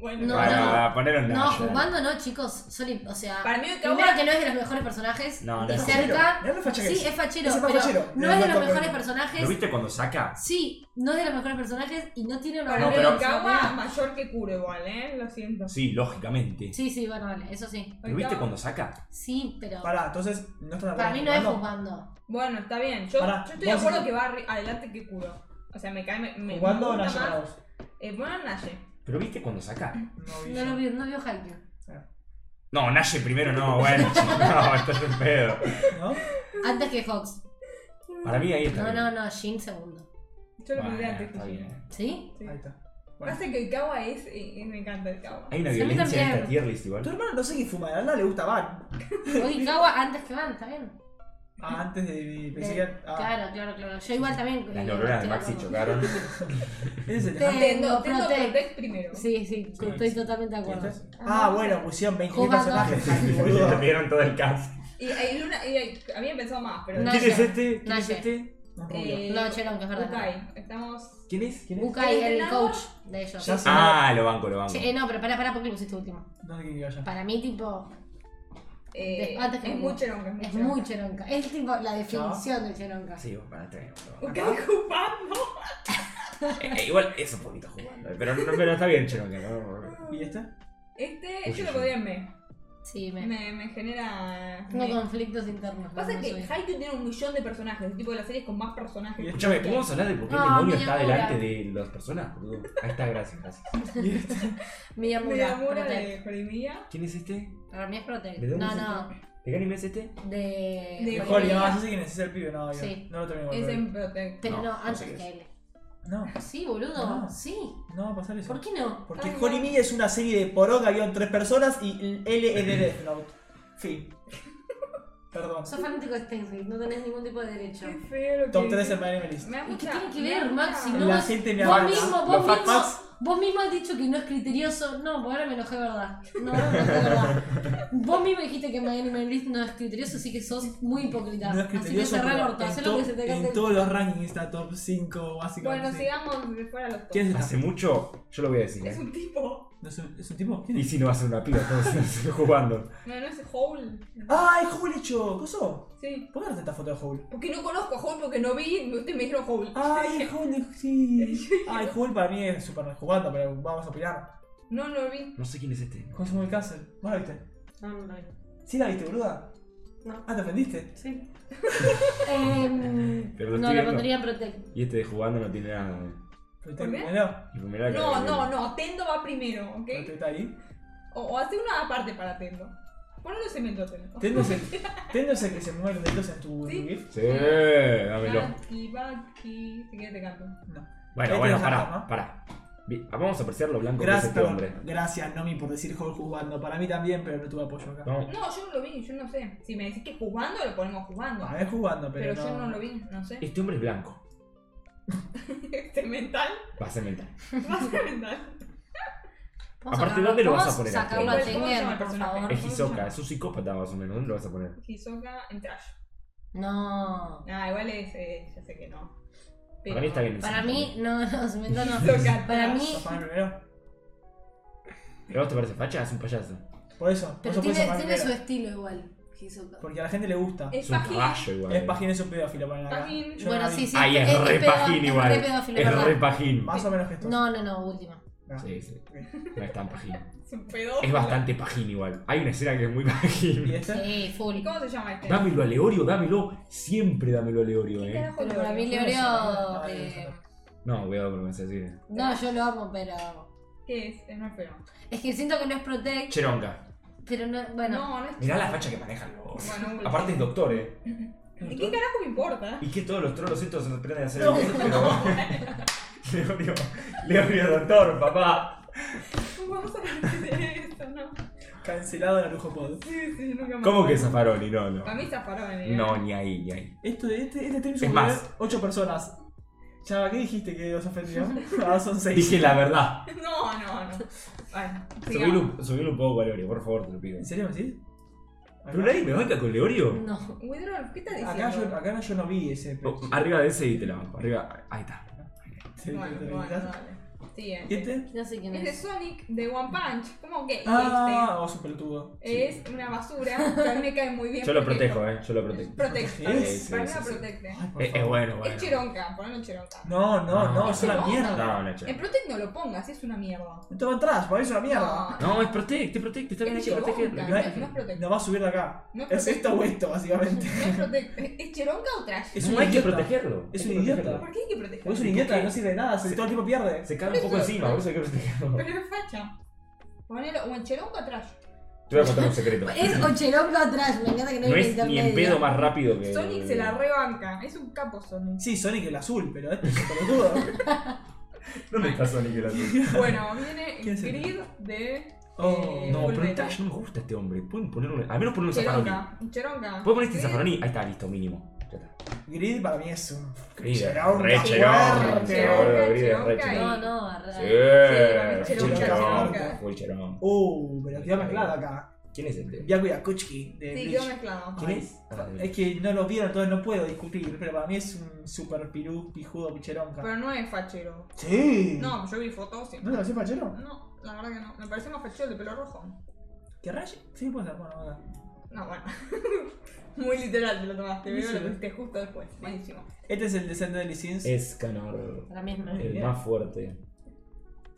Bueno, No, Para ponerlo en No, Nash. jugando no, chicos. Soli- o sea, para mí Oikawa primero que no es de los mejores personajes. No, no de es cerca. Mirá lo facha que Sí, es. es fachero, Ese es más pero fachero. no No, es no de los toca- mejores ¿Lo personajes. viste cuando saca? Sí, no es de los mejores personajes y no tiene una Para No, mí pero- Oikawa mayor que Kuro igual, ¿eh? Lo siento. Sí, lógicamente. Sí, sí, bueno, vale, eso sí. ¿Lo viste Oikawa- cuando saca? Sí, pero Pará, entonces no estás de acuerdo. para mí no es jugando? jugando. Bueno, está bien. Yo, Pará, yo estoy de vos acuerdo decís- que va arri- adelante que Kuro. O sea, me cae. Me, me ¿Jugando me o gusta Nash más. Bros? Eh, bueno, Naye. ¿Pero viste cuando saca? No vi. No yo. lo vi, no vio Haikyuu. No, Nash primero no, bueno, chico, no, estás en pedo. ¿No? Antes que Fox. Para mí ahí está. No, bien. no, no, Jin segundo. Yo lo Bueno, pondría antes que está Kuro. bien. ¿Sí? Sí. Ahí está. Bueno. Pasa que Oikawa es. y- y me encanta Oikawa. Hay una Sí, a mí violencia en esta también. tier list Tu igual. hermano no sé qué fuma, a la le gusta Van. Oikawa antes que Van, está bien. Ah, antes de. Pensé De- que. Ah, Claro, claro, claro. Yo igual también. Las eh, neuronas de estoy Maxi acuerdo. chocaron. Ese es el Te- Hans. Tendo, Tendo, Tendo Protect. Protect primero. Sí, sí, Sí. estoy totalmente de ¿Y acuerdo. entonces? Ah, bueno, pusieron 20 Jugando. personajes. Ay, Le Ah, boludo. perdieron todo el cast. Y, hay una, y hay- había pensado más, pero. No, ¿Quién Naye. es este? ¿Quién es Naye. este? Un rubio. Eh, No, Cheron, que es verdad. Ukai, estamos. ¿Quién es? ¿Quién es? Ukai, ¿El el entrenador? coach de ellos. Ya sé. Ah, lo banco, lo banco. Che, eh, no, pero pará, pará, ¿por qué lo pusiste último? No sé qué iba yo. Para mí, tipo, Eh, Des- antes que es Kuro. muy cheronca, es es muy muy cheronca. Es tipo la definición de cheronca. Sí, para tres. cheronca. Ukai jugando. Eh, eh, igual es un poquito jugando. eh, Pero, no- pero está bien, Cheron, que no. ¿Y este? Este, Uy, yo lo uy, podría en me. Sí, me. Me, me genera. Tengo me- conflictos internos. Pasa no, que no soy. Haikyuu tiene un millón de personajes, tipo de las series con más personajes. Escúchame, ¿podemos hablar de por qué el No, demonio mi está amor. delante de las personas, boludo? Ahí está, gracias, gracias. este? Miyamura. Miyamura Protect. de Horimiya. ¿Quién es este? Para mí es Protect. ¿De dónde No, es no. ¿De qué anime es este? De. De Mejor, Jorge. ya, Horimiya. yo sé quién es, es el pibe, no, yo. Sí. No lo termino de Es ver. en Protect. Pero No, no, no sé antes qué Ah. que él. No, Sí, boludo. No. Sí. no va a pasar eso. ¿Por qué no? Porque Ay, no. Holy Milla es una serie de poronga, guión tres personas y L es de Death Note. Fin. Perdón. Sos fanático de Stainsgate, no tenés ningún tipo de derecho. Qué feo lo Top que 3 en dice. My Anime List. Me da ¿Y qué mucha- tiene que me da ver, mucha- Maxi? No, La es- gente me vos abarca. mismo, Los vos Fat mismo. Facts. Vos mismo has dicho que no es criterioso. No, por ahora me enojé, ¿verdad? No, no es verdad. Vos mismo dijiste que My Anime List no es criterioso, así que sos muy hipócrita. No es así que criterioso, cerrá el pero orto, en hacé lo que to- se te En cante. todos los rankings está top 5 básicamente. Bueno, sí. sigamos de fuera los ¿Quién tops. es esta? Hace mucho, yo lo voy a decir. Es ¿eh? un tipo. ¿No es, un, ¿Es un tipo? ¿Quién Y es? si no va a ser una piba, estamos jugando. No, no es Hole. ¡Ah, es Howl hecho! ¿Coso? Sí. ¿Por qué no tanta foto de Howl? Porque no conozco a Hole porque no vi y ustedes me dijeron Hole. ¡Ay, es Howl! es- Sí. ¡Ay, Howl para mí es súper jugando, pero vamos a opinar. No lo vi. No sé quién es este. Consumó Castle. ¿Vos la viste? Ah, No, no lo vi. ¿Sí la viste, boluda? No. Ah, ¿te ofendiste? Sí. Em, Pero lo no, estoy lo viendo. pondría en Protect. Y este de jugando no tiene nada. ¿Pero te ¿Por qué? bueno, Y pues mirá que- No, no, no. Tendo va primero, ¿ok? ¿Pero te está ahí? O, o hace una aparte para Tendo. Ponelo cemento a Tendo. Tendo es el, Tendo es el que se mueve los deditos en tu Sí. GIF. Sí, dámelo. Baki, Baki. Si quieres te canto. Bueno, Ahí bueno, tenés pará, razón, ¿no? pará. Vi- Vamos a apreciar lo blanco que es Gracias, este hombre. perdón, gracias Nomi por decir Howl jugando. Para mí también, pero no tuve apoyo acá. Vamos. No, yo no lo vi, yo no sé. Si me decís que jugando, lo ponemos jugando. Ah, es jugando, pero, pero yo no lo vi, no sé. Este hombre es blanco. Este mental. Va a ser mental. Más mental. Vamos Aparte, sacarlo- ¿dónde lo vas a vamos poner Sacarlo Pues, acá? a ¿Cómo se llama el Tengen, por personaje? favor. Es Hisoka, es un psicópata más o menos. ¿Dónde lo vas a poner? Hisoka en trash. No. Ah, igual es. eh, ya sé que no. Pero Para mí está bien. el Para cemento. mí, no, no, cemento no. Hisoka Para trash. mí, ¿Lo pones primero? ¿Pero a vos te parece facha? Es un payaso. Por eso. por pero eso tiene, puedes poner tiene su primero. estilo igual, Hisoka. Porque a la gente le gusta. Es Es un página. caballo igual. Es pajín, es un pedófilo, ponen acá. Pajín. Yo no Bueno, la vi. sí, sí. Ay, es pedo- re pajín igual. Es re pedófilo, Es ¿verdad? re pajín. Más o menos que esto. No, no, no, última. Ah. Sí, sí. No es tan pajín. Es un pedo. Es bastante pajín igual. Hay una escena que es muy ¿Y pajín. este? Sí, full. ¿Cómo se llama este? Dámelo a Leorio, dámelo. Siempre dámelo a Leorio, ¿Qué eh. carajo Pero lo para mí veo? Leorio. No, no, eh, No, cuidado con lo que vas a decir. No, yo lo amo, pero. ¿Qué es? Eh, Es más feo. Es que siento que no es Protect, Cheronga. pero no. Bueno, No, no es. Mirá la facha que manejan los. Bueno, bueno. Aparte es doctor, eh. ¿Y qué carajo me importa? Y que todos los trolos estos se aprenden a hacer el curso, pero. Leorio. Leorio doctor, papá. Vamos a de esto, ¿no? Cancelado la lujo pod. Sí, sí, nunca más. ¿Cómo que es Zafaroni? No, no. Para mí zafaron, ¿eh? No, ni ahí, ni ahí. Esto, este, este stream Es son más. 8 personas. Chava, ¿qué dijiste que os ofendió? Ahora son 6. Dije la verdad. No, no, no. Bueno, Subilo sigamos. un, subilo un poco a Leorio, por favor, te lo pido. ¿En serio me decís? ¿Pero nadie me banca con Leorio? no. Withdrawal, ¿qué estás Acá yo, diciendo? acá no- yo no vi ese. pero- Arriba de ese y te la banco. Arriba, ahí está. Sí, Bueno, te- te- bueno, Eh, te- dale. ¿Y Siguiente. este? No sé quién Es de es. Sonic de One Punch. ¿Cómo que? Ah, vos un pelotudo. este Es una basura. que A mí me cae muy bien. Yo lo porque- protejo, eh. Yo lo protejo. Protect. Sí, Para mí sí, para mí sí, la sí. protege. Ay, por Es, favor. es Eh, bueno, bueno. Es Cheronca, ponelo Cheronca. No, no, no, No, es una no. mierda. No, no, En chaval. Protect no lo pongas, es una mierda. Esto va atrás, para mí es una mierda. No, No, es protect, te protect, está bien, hay es que protegerlo. Cheronca. No es no es Protect. No va a subir de acá. No es Es protect. esto o esto, básicamente. No es Protect. ¿Es Cheronca o Trash? Es No un hay que idiota. protegerlo. Es hay un que idiota. protegerlo. ¿Por qué hay que protegerlo? Porque es un idiota que no sirve de nada, se- Sí. todo el tiempo pierde. Se cae un poco encima, por eso hay que protegerlo. Pero es facha. Ponelo o en Cheronca o Trash. Te voy a contar un secreto. Es Ocheronca atrás, me encanta que no No hay es ni en pedo más rápido que. Sonic se la rebanca. Es un capo Sonic. Sí, Sonic el azul, pero este es un pelotudo. ¿Dónde está Sonic el azul? Bueno, viene ¿Quién es el el- grid de. Oh, eh, No, pero en Fullmetal. Trash no me gusta este hombre. Pueden poner un. Al menos poner un zafaroni. Cheronca. un Cheronca. Puedes poner este Grid- zafaroni. Ahí está, listo, mínimo. Ya está. Grid para mí es un. Querida, Cheronca, re cheronca, fuerte. boludo, querida, re Cheronca y- cheronca. No, no, Sí, ¿verdad? Sí, full cheronca, cheronca, cheronca. full cheronca. Uh, pero quedó mezclado acá. ¿Quién es este? Yaku Yakuchki de Sí, Bleach. quedó mezclado. ¿Quién es? Ah, Es que no lo vieron, entonces no puedo discutir, pero para mí es un super pirú, pijudo, picheronca. Pero no es fachero. Sí. No, yo vi fotos y. ¿No te lo sepa, Chero? No, la verdad que no. Me parece más fachero el de pelo rojo. ¿Qué rayo? Sí, puede ser, bueno, bueno. No, bueno. Muy literal te lo tomaste. Veo Sí. lo que pusiste justo después. Buenísimo. Este es el descendente de Lee Sins. Es Canor, Para mí es más. Eh, el más fuerte.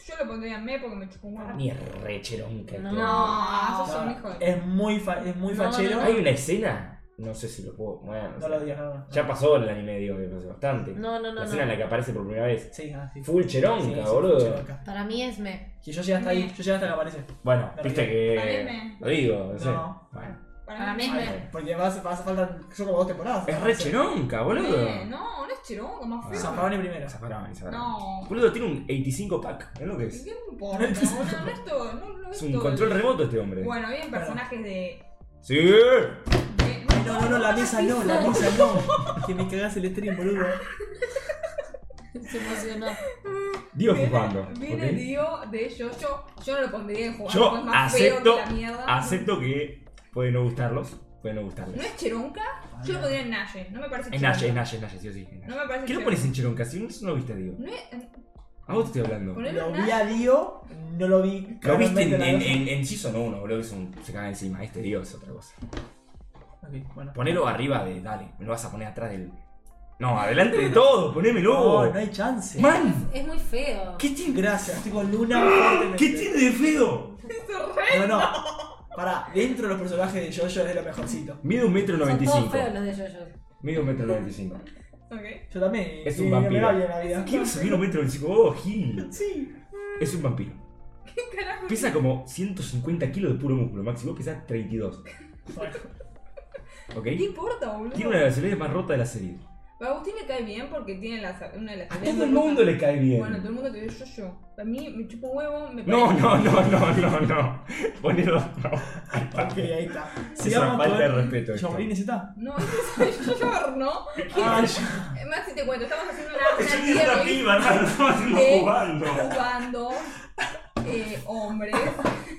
Yo lo pondría en me porque me chocó un huevo. Ni es re cheronca. este No. hombre. No, sos Ah. un hijo de. Ah, Es muy, fa- es muy No, fachero. no, Hay una escena, no sé si lo puedo. Bueno, No lo digas, no, no. ya pasó el anime, digo que pasó bastante. No, no, la no, escena en la no. que aparece por primera vez. Sí, ah, sí. Full Sí, sí, cheronca, sí, boludo. cheronca. Para mí es me. Que yo llegué hasta ahí, yo llegué hasta que aparece. Bueno, Para viste mí- para mí que. me- Lo digo, no sé. No. Bueno. Para mí es Ay, me. Porque vas, vas a faltar, son como dos temporadas. Es ¿no? re Sí. cheronca, boludo. Eh, No, no es cherongo, más feo. Zafaroni primero. Zafaroni, Zafaroni. No. Boludo, tiene un 85 pack. ¿Ves lo que es? ¿Qué me importa? boludo? No, esto, no, no Es esto. un control remoto este hombre. Bueno, bien personajes de. ¡Sí! de- Ay, no, no, no, la mesa no, la mesa no. Que me cagás el stream, boludo. Se emocionó. Dios Viene- jugando. Viene ¿ok? Dio de Yoyo. Yo no lo pondría en jugar. Yo es más acepto- feo que la mierda. Acepto que puede no gustarlos, puede no gustarles. ¿No es Cheronca? Yo lo pondría en Naye. No me parece Es Cheronca. Nash, es Nash, es Nash, sí o sí. es Nash. No me parece ¿Qué lo Cheronca. pones en Cheronca? Si no no lo viste, digo. No es- A vos te estoy hablando. Ponelo Lo en vi Naye. a Dio, no lo vi. Lo viste en, claramente, en, la en, en Season 1, boludo, que es un, se caga encima. Este dios es otra cosa. verdad. Ok, bueno. Ponelo arriba de. Dale, me lo vas a poner atrás del. No, adelante de todo, ponémelo. No, no hay chance. Man, Es muy feo. ¿qué tiene? Gracias, estoy con Luna fuertemente. ¿Qué tiene de feo? No, no. Pará, dentro de los personajes de Jojo es de lo mejorcito. Mide un metro Son todos feos 95. los de Jojo. Mide un metro 95. Ok. Yo también. Es y un me vampiro. va bien la vida. ¿Quién subir un metro 95? Oh, Gil. Sí. Es un vampiro. ¿Qué carajo? Pesa como 150 kilos de puro músculo, máximo pesa 32. Bueno, ¿Ok? ¿Qué importa, boludo? Tiene una de las celebridades más rota de la serie. A Agustín le cae bien porque tiene las, una de las A habilidades todo el más mundo rotas. le cae bien. Bueno, todo el mundo te dice yo, yo. A mí me chupa un huevo, me No, parece- no, no, no, no, no. Ponelo. No. ok, ahí está. Es una falta de respeto esto. Chomorines está. No, es yo, ¿no? Ah, yo- Más si te cuento, estamos haciendo una, una tier list hermano, estamos Eh. jugando. jugando eh, hombres.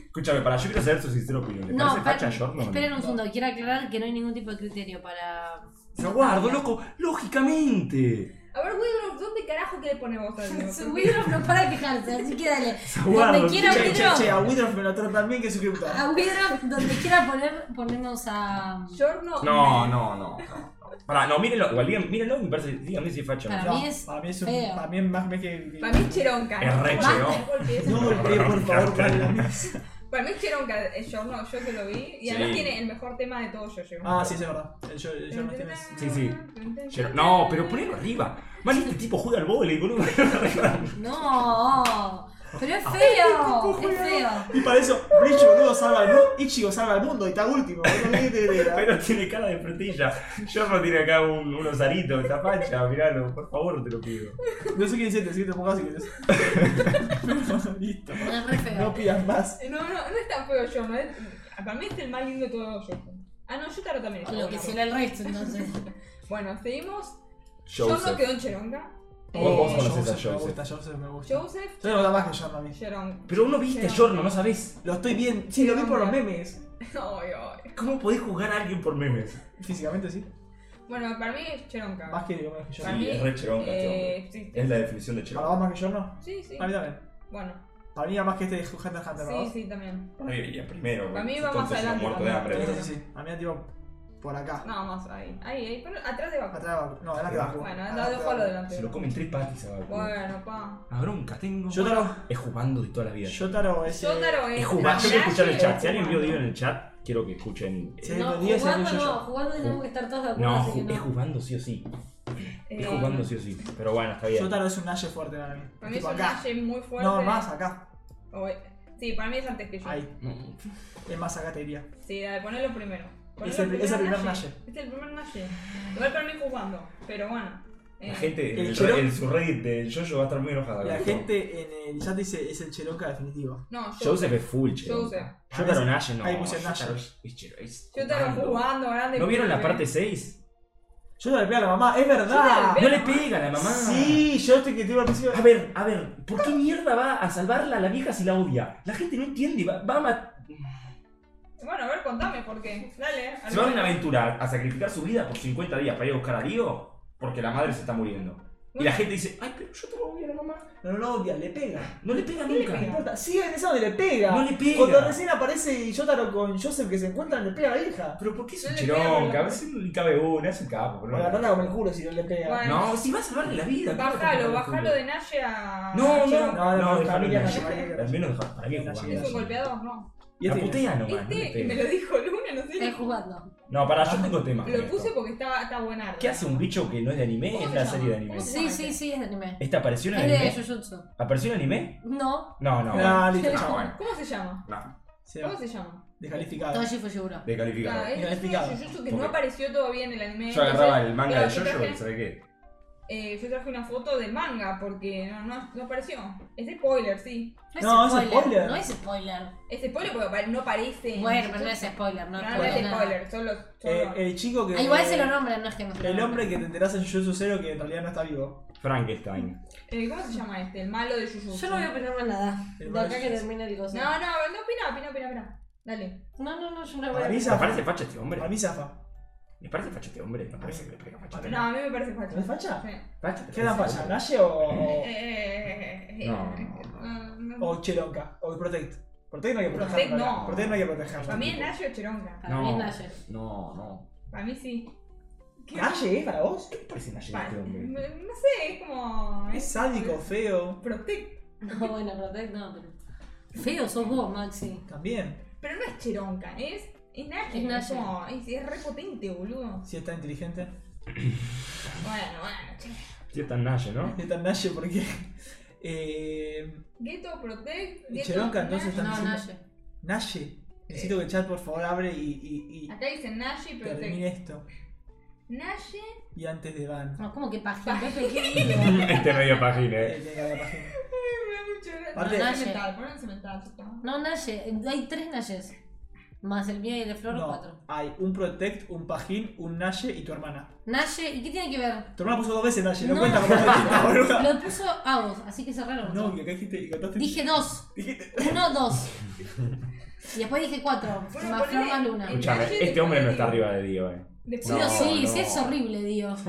Escúchame, para yo quiero saber su sincera opinión. ¿Le No, parece facha esperen, short? No, no. esperen un segundo. Quiero aclarar que no hay ningún tipo de criterio para. Se lo guardo, loco. Lógicamente. A ver, Widrow, ¿dónde carajo que le ponemos al mío? Su Widrow no para de quejarse, así que dale. Se lo guardo. Donde quiera Che, che, che, Widrow. a Widrow me lo tratan bien que es suscriptor. A Widrow, donde quiera poner, ponernos a. Yo no. No, no, no. no. Pará, no, mírenlo. Igual, dígan- mírenlo y me parece- díganme si es facha. o no. Para mí es Para mí es un. feo. Para mí es más mes que. que- Para mí es cheronca. Es re Basta, cheronca. porque es- No, golpeé, por favor, para la mesa. Para mí es cheronca, eh, yo no, yo que lo vi. Y además Sí. tiene el mejor tema de todo yo, yo. Ah, sí, sí, es verdad. El yo, el yo no tienes. Sí, sí. Pero- No, pero ponelo arriba. Man, este tipo juega al vóley, boludo. No, pero es feo, es feo. Y para eso, Bleach, boludo, salva el mundo. Ichigo salva el mundo y está último. boludo, ¿qué te crees? Pero tiene cara de frutilla. Yo no tiene acá un, un osarito, esta facha. Miralo, por favor, te lo pido. No sé qué este, decirte, si te pongas si querés. Listo. Es re No feo. pidas más. Eh, No, no, no es tan feo yo. no es- Para mí es el más lindo de todo yo. Ah, no, yo taro también. está Lo que bueno. será el resto, entonces. Bueno, seguimos. Yo no Joseph. quedó en cheronca. Vos- vos Eh, conocés a Me Joseph. gusta, Joseph me gusta. Yo Joseph, no lo más que Jordan a mí. cheronca. Pero uno viste a Jorno, no sabés. Lo estoy bien. Sí, lo vi por los memes. Ay, ay. ¿Cómo podés juzgar a alguien por memes? Físicamente sí. Bueno, para mí es cheronca. Más que más que Para Jordan. Sí, mí, es re cheronca, este eh, sí, Es la definición de ¿Para Chero. vos más que Jordan? sí, sí. Para mí también. Bueno, Para mí era más que este de Hunter x Hunter, ¿verdad? sí, sí, también. Para mí venía primero. Para mí ese va más tonto se adelante, muerto de para mí. hambre. este Sí, sí, sí. A mí era tipo por acá. No, más ahí. Ahí, ahí, pero atrás de Baku. Atrás de Baku. No, adelante de Baku. Bueno, Ah, Adelante la de dejo a lo Baku. delante. Se lo comen tres patis a Baku. Bueno, pa. La bronca tengo. Yotaro. Es jugando de toda la vida. Yotaro es. eh, Yotaro es. Eh, Es jugando. Yo quiero escuchar el chat. Si alguien vio digo Dios en el chat, quiero que escuchen. eh, Sí, No, lo digo, es el jugando yo-yo. no, jugando tenemos que estar todos de acuerdo. No, así que ju- es no. jugando sí o sí. Es Eh, jugando sí o sí. Pero bueno, está bien. Yotaro es un Naye fuerte para mí. Para mí es Tipo un acá. Nash muy fuerte. No, más acá. O- Sí, para mí es antes que yo. Ahí. Es más acá te diría. Sí, dale, ponelo primero. Ponelo Es el- es el primer Nash. Este es el primer Nash. Igual para mí jugando, pero bueno. La Eh, gente en El el, Chero- en su Reddit de Yoyo va a estar muy enojada. La con esto. gente en el chat dice es el Cheronca definitivo. No, yo. Joseph es full, Chero. Joseph. Yo Taro Nash no. Ahí puse Yo Nash. Taro es- es Chero, es Yo estaba jugando. jugando, grande. ¿No vieron la pibe. parte 6? Yo le pego a la mamá, es Yo verdad. le No le pega a la mamá. Sí, yo estoy que te iba al principio. A ver, a ver, ¿por qué mierda va a salvarla a la vieja si la odia? La gente no entiende, va, va a matar. Bueno, a ver, contame por qué. Dale. ¿Se van a aventurar a sacrificar su vida por 50 días para ir a buscar a Dio? Porque la madre se está muriendo. Y la gente dice, ay, pero yo te lo odio a la mamá. No lo odia, le pega. No le pega Sí le nunca. No importa. Sí, en esa donde le pega. No le pega. Cuando recién aparece Yotaro con Joseph que se encuentran, le pega a la hija. Pero ¿por qué es No un le pega, cheronca? pero- A veces no le cabe una, es un capo. Para boludo. agarrarla como el culo si no le pega. Bueno. No, si va a salvarle la vida. ¿cómo le Bájalo, pega el bájalo culo? de Nash a. No, no, Chiro. No, no, no, no, déjalo familia en no, Nash. familia Al menos dejar- para mí es jugando. ¿Es un golpeador? No. Y La este tiene- putea nomás. no le Este, me pega. lo dijo Luna, no sé. Es jugando. No, pará, yo tengo temas. con Lo esto. puse porque estaba, está buenardo. ¿Qué hace un bicho que no es de anime? ¿Cómo Es se una llama? serie de anime. ¿Cómo se Sí, sí, sí, es de anime. ¿Esta apareció en Es de anime? Jujutsu. ¿Apareció en anime? No, No, no. Ah, listo, No, chao. bueno. ¿Cómo se llama? No, Sí, ¿Cómo se llama? Descalificado. Toshi Fujiura. Ah, descalificado. es- es un explicado. Jujutsu que ¿Por no qué? apareció todavía en el anime. Yo agarraba entonces, el manga de claro, yo Jojo y traje- ¿sabes qué? eh, yo traje una foto del manga porque no, no, no apareció. Es spoiler, sí. No, es spoiler. No es spoiler. Es spoiler porque pa- no aparece. en Bueno, pero no es Jujutsu. spoiler, no No, es no es spoiler. nada. spoiler, solo. Eh, solo- el chico que. Ah, Igual se lo nombran, no es que no. El hombre que te enterás en Jujutsu Zero que en realidad no está vivo. Frankenstein. Eh, ¿Cómo se llama este? El malo de Jujutsu. Yo no voy a opinar más nada. El De acá malo que es- termine el coso. No, no, no, opina, opina, opina, opina. Dale. No, no, no, yo no voy Para mí a opinar. ¿Les zafa. parece facha este hombre? Para mí zafa. ¿Les parece facha este hombre? No parece que le pega facha. No, a mí me parece ¿No fácil. es facha? Sí. Facha, ¿te ¿Qué era parece falla? hombre? ¿Naye o.? Eh, eh, eh, eh, No, eh, no, no, no o Cheronca o Protect. Protect no hay que Protect protegerla. no. ¿eh? Protect no hay que protegerla. Para mí es Naye. Nayo o Cheronca. Para No. mí es Nayer. No, no. Para mí sí. ¿eh? ¿Para vos? ¿Qué le parece Naye a Pa- este no, hombre? no sé, es como. Es sádico, feo. Protect. No, bueno, Protect no, pero. Feo sos vos, Maxi. También. Pero no es Cheronca, es. Es Nayo. Es Nayo. como- es, es re potente, boludo. Si es tan inteligente. Bueno, bueno, che. Sí, está Naye, ¿no? Si es tan Naye, porque. Eh, Ghetto Protect. Ghetto, Cheronca, entonces, Nayo. Están No, diciendo- Nayer. Naye. Necesito que el chat por favor abre y, y- y Acá dicen Nayo y Protect. termine esto. Naye. Y antes de Van. No, como que paja, Pepe, ¿qué digo? Este medio página, Eh, eh. tiene que haber la página. Me da mucho Aparte- No, cemental, ponen cemental, ya está. No, Naye, hay tres Nayes. Más el mío y el de Flor, cuatro. No, hay un Protect, un Pajín, un Naye y tu hermana. Naye, ¿y qué tiene que ver? Tu hermana puso dos veces Naye, no, No. cuenta como chita, boluda. Lo puso a vos, así que cerraron. No, que acá dijiste y contaste. Dije dos. dijiste- Uno, dos. Y después dije cuatro. Bueno, más Flor, ponele- más Luna. el- Escuchame, Naye este después hombre de no está Diego. arriba de Dios, eh. Después Sí o No, sí, no. sí, es horrible, Dios.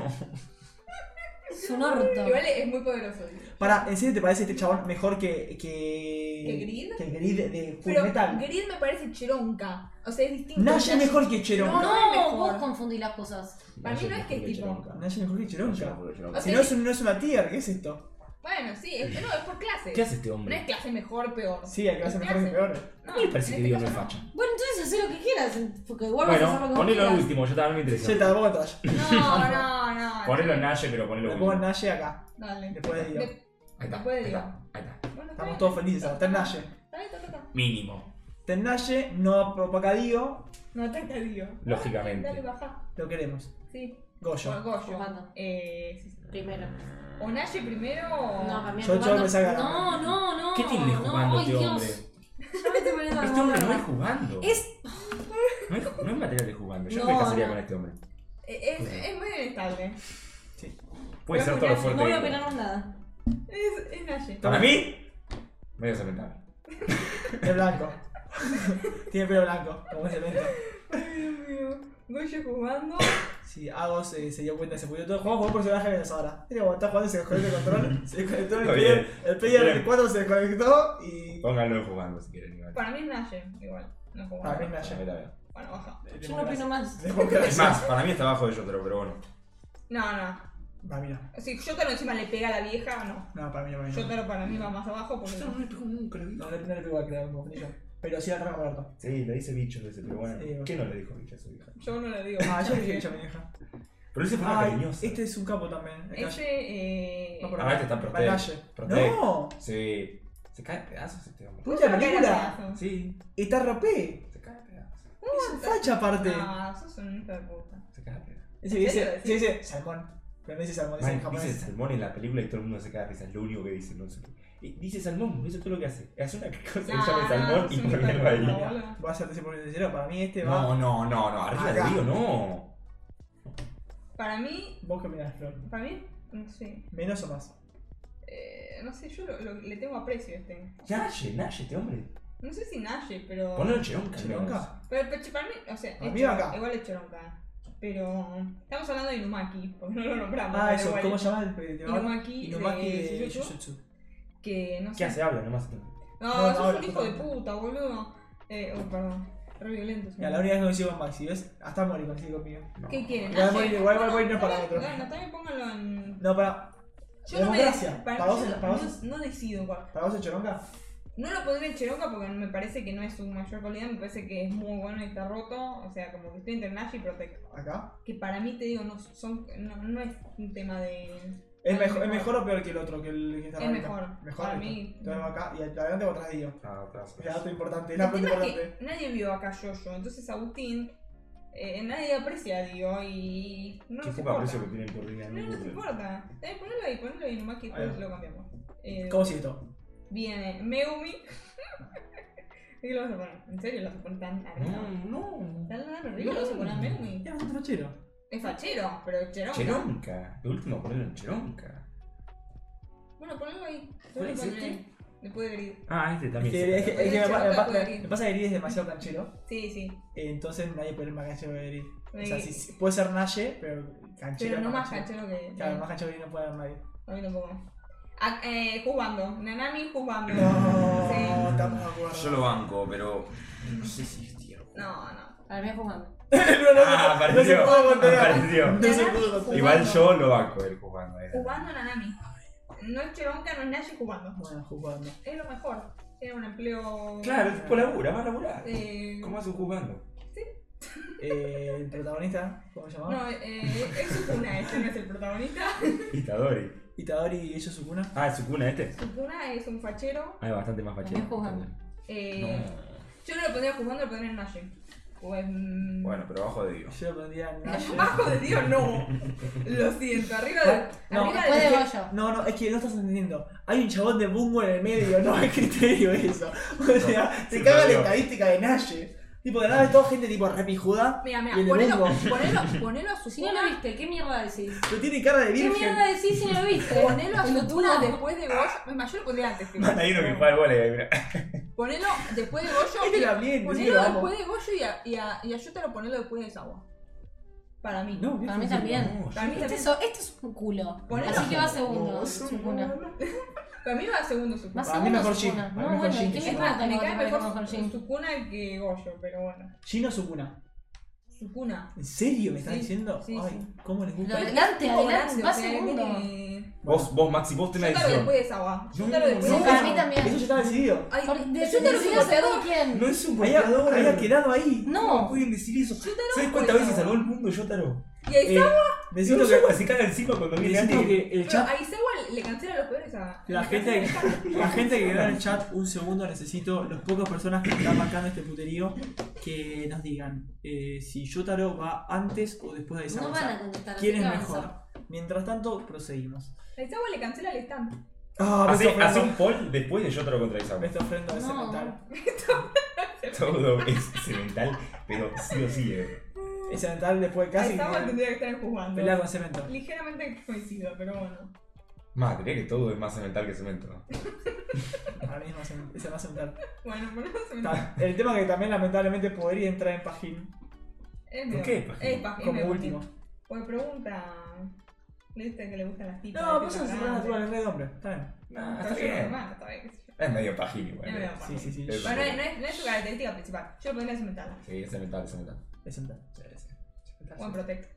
Es un orto. Igual es muy poderoso. dice. Pará, ¿en serio te parece este chabón mejor que. que. ¿Que Grid? Que Grid de Full Pero Metal? Grid me parece Cheronca. O sea, es distinto. Naye es mejor que Cheronca. No, es No, mejor. vos confundís las cosas. Para mí no es que mejor es tipo- Cheronca. Naye es mejor que Naye Cheronca. mejor que Cheronca. O Si sea, no es, un- no es una tier, ¿qué es esto? Bueno, sí, es, no, es por clase. ¿Qué hace este No es hombre? clase mejor peor. Sí, hay que hacer mejores y peores. No, ¿Qué le parece en que este Dios no es caso facha? Bueno, entonces hacé lo que quieras, porque igual vas a hacer lo Bueno, que vos ponelo al quieras. último, yo también me Sí, interesa. tampoco atrás. No, no, no. Ponelo en Naye, pero ponelo Lo pongo último. Naye acá, Dale. después de Dio. De- Ahí está, Después de ahí está, ahí está. Bueno, está bien. Estamos todos felices ahora. Ten Naye. Está bien, está bien. Mínimo, Ten Naye, no propaga Dio, No ataca a Dios. Dale, lógicamente. baja. lo queremos. Sí. Goyo. O Goyo. Mando. Eh, sí, sí. Primero. O Naye primero o. No, para mí Yo- yo jugando- empecé a ganar. No, no, no. ¿Qué tiene de jugando no, ay, este Dios. hombre? Ya me estoy poniendo la Este hombre no gorra. es jugando. Es- No es, no es material de jugando. Yo no, No, me casaría no. con este hombre. Eh, Es, es muy inestable. Puede No, ser todo lo no, fuerte. No voy a que- opinar más nada. Es, es Naye. Para mí, medio cemental. Es blanco. Tiene pelo blanco, como es el evento. Ay, Dios mío. Goyo jugando. Si Agos eh, se dio cuenta, se pudió todo. Jugamos con un personaje de ahora. Mira, cuando está jugando se desconectó el control, se desconectó el Está player. bien. El player Bien. del 4 se desconectó y. Pónganlo jugando si quieren. igual. Para mí es Naye, igual. No jugando. Para mí es Naye. Ahí la veo. Bueno, baja. Yo no opino más. Es más, para mí está abajo de Jotaro, pero bueno. No, no. Para mí no. Si Jotaro encima le pega a la vieja, no. No, para mí no, para mí no. Jotaro para mí va más abajo porque. No, no le pego a crear un yo. Pero sí al ramo Roberto. Sí, le dice bicho ese, pero bueno. Sí, bueno. ¿Qué no le dijo bicho a su hija? Yo no le digo. Ah, yo dije que yo me deja. Pero ese fue una Ay, cariñosa. este es un capo también. el Este Ese. calle. Eh... Va por Ah, este está Va Protect. calle. Protect. ¡No! Sí. Se cae a pedazos este hombre. ¿Viste la película? Sí, Está rapé. se cae a pedazos. Es un facha aparte. No, sos un hijo de puta. Se cae a pedazos. Ese dice, ese dice salmón. Pero no dice salmón, dice en Man, dice japonés. salmón en la película y todo el mundo se cae a risa. Es lo único que dice, no sé qué. Y dice salmón, eso es todo lo que hace. Hace una cosa que se Ah, llama salmón y pone el baile. Voy a ser sincero, para mí este va. No, no, no, no. Arriba Acá. de Río, no. Para mí. ¿Vos qué mirás, Flor? Para mí. No sé. ¿Menos o más? Eh, no sé, yo lo- lo- le tengo aprecio a este. Naye, Naye, este hombre. No sé si Naye, pero. Ponlo en Cheronca. ¿Cheronca? Pero, pero che, para mí, o sea, Para es mí Cheronca, acá. igual es Cheronca. Pero estamos hablando de Inumaki, porque no lo nombramos. Ah, pero eso, igual eh, ¿cómo es- se llama el tema? Inumaki, Inumaki de, de Jujutsu, Jujutsu. que no ¿Qué sé. hace? Habla nomás. este hombre. No, No, no, sos ahora un hijo de justamente. puta, boludo. Eh, oh, perdón. Re violento. Mira, la única vez que coincido con Maxi, ¿ves? Hasta Mori coincido conmigo. No. ¿Qué quieren? Igual Ah, voy- sí. igual voy- voy a irnos Bueno, para otro. Bueno, también pónganlo en. No, para. Yo no me Democracia. para- Para vos yo es- no- para no- vos no decido cuál. ¿Para vos es Choronga? No lo pondré en Cheronca porque me parece que no es su mayor cualidad, me parece que es muy bueno y está roto. O sea, como que estoy entre Nash y Protect. ¿Acá? Que para mí, te digo, no, son, no, no es un tema de. ¿Es, Ah, mejo- mejor. ¿Es mejor o peor que el otro? Que el que está Es arriba? mejor. Mejor. Para esto. mí. Te vengo acá y adelante o atrás de ellos. Ah, atrás. Es el dato importante, es la El pregunta tema es importante. que nadie vio acá Yoyo, entonces Agustín, eh, nadie aprecia a Dio y no Qué nos poco importa. aprecio que tienen por Río. No nos importa. Eh, ponelo ahí, ponelo ahí nomás que Ahí va. después lo cambiamos. Eh, ¿Cómo sigue esto? Viene Meumi. ¿Qué lo vas a poner? ¿En serio lo vas a poner tan arriba? Mm. no. ¿Tan arriba lo vas a poner a Meumi? Es bastante fachero. Es fachero, pero cheronca. Cheronca. De último ponerlo en Cheronca. Bueno, ponelo ahí. Yo ¿Cuál lo es pondré este? Después de gris. Ah, este Es también. que, es que, es que me, Cheronga pa- me pa- puede ir. me pasa que Gris es demasiado canchero. Sí, sí. eh, Entonces nadie puede ir más canchero que Gris. O sea, Ahí. sí, sí, puede ser Naye, pero canchero. Pero no es más canchero que. Claro, más canchero que Gris no puede haber nadie. A mí tampoco. A- eh, juzgando. Nanami juzgando. No, Sí. estamos de acuerdo. Yo lo banco, pero no sé si es tierno. No, no. Para mí es jugando. No, no, no, Ah, no se apareció. puede contener. Apareció. No se puede contener. Igual yo lo banco el jugando. eh. Jugando Nanami. No es Cheronca, no es Nashi jugando. Bueno, jugando. Es lo mejor. Tiene un empleo. Claro, es por labura, va a laburar. Eh, ¿Cómo hace un jugando? Eh, el protagonista, ¿cómo se llamaba? No, eh, es Sukuna, este no es el protagonista. Itadori. Itadori y ella Sukuna. Ah, es Sukuna este. Sukuna es un fachero. Ah, es bastante más fachero. También jugando. Eh, No. Yo no lo pondría jugando, lo pondría en Nashi. Pues, O en. Bueno, pero bajo de Dios. Yo lo pondría en Nash. Abajo de ah, Dios, no. Lo siento, arriba de. No. arriba Después de de. Goyo. No, no, es que no estás entendiendo. Hay un chabón de Bungo en el medio, no hay criterio eso. O sea, se se caga la perdió. estadística de Nash. Tipo, de nada es toda gente tipo repijuda. Mira, Y el mira, de ponelo, Bungo. ponelo, ponelo a Si no lo Sukuna. viste, ¿qué mierda decís? Pero tiene cara de ¿Qué mierda virgen. decís si no lo viste? Ponelo a Sukuna Pelotudo. después de Goyo. Es más, yo lo pondría antes. primero. Hay uno que juega al eh, volei, mira. Ponelo después de Goyo. Este y- la bien, sí, Ponelo lo amo. después de Goyo y a, y a, y a Yotaro ponelo después de Sawa. Para mí. No, Para mí también. Para mí Este también. es, este es un culo. Ponelo. Así que va segundo. No, Sukuna. Para mí va segundo Va Para Sukuna. mí segundo mejor Sukuna. Jin. Para No, mí mejor bueno, Jin ¿qué que le Sukuna. pasa? me Me cae mejor mejor Jin. Sukuna que Goyo, pero bueno. Gino Sukuna. Sukuna. ¿En serio me estás Sí, diciendo? sí, Ay, sí. ¿cómo les Lo gusta? adelante, Tipo adelante, grande, va o sea, segundo. tiene- Vos, vos, Maxi, vos tenés la Yotaro decisión. después de Sawa. Yotaro No, después de Sí, no, para eso- mí también. Eso ya está decidido. Ay, Porque yo decidió te lo digo saber con quién. No es un Había, boxeador. había quedado ahí. No. pueden decir eso. ¿Sabes cuántas cuántas veces veces salvó salvó el mundo Yotaro? Y a Eh, Aizawa, Necesito que, Yotaro se caga encima cuando viene necesito alguien. que el pero chat. a Aizawa le cancela los poderes a... La gente, la gente que quedó en el chat, un segundo, necesito los pocas personas que están marcando este puterío que nos digan eh, si Yotaro va antes o después de No Aizawa. van a contestar. ¿Quién así es que mejor? avanza. Mientras tanto, proseguimos. A Aizawa le cancela el stand. Ah, me Hace, está hace ofrendo. un poll después de Yotaro contra Me Isamu. está ofrendo ese No. mental. Todo es cemental, pero sí o sí. eh. Ese mental después A casi Aizawa que tendría que estar jugando. pelea con cemento. Ligeramente coincido, pero bueno. Más, creía que todo es más cemental que cemento. Para mí es más, cemen- ese más cemental. Bueno, por eso se me... Ta- El tema que también lamentablemente podría entrar en Pajín Es ¿Por medio- qué, Pajín? Es Pajín, como medio último. Pajín. Pues pregunta... ¿Viste que le gustan las tipas? No, ¿viste pero eso las es natural, natural, grandes? es re de hombre. Está bien. Nah, Pero está yo bien. normal, está bien, qué sé yo. Es medio pajín igual. Es eh. medio pajín. Sí, sí, sí. Es Bueno, no es, pajín. no es- no es su característica principal. Yo lo pondría cemental. Sí, es cemental, es cemental. Es cemental. Sí, sí. O en protect.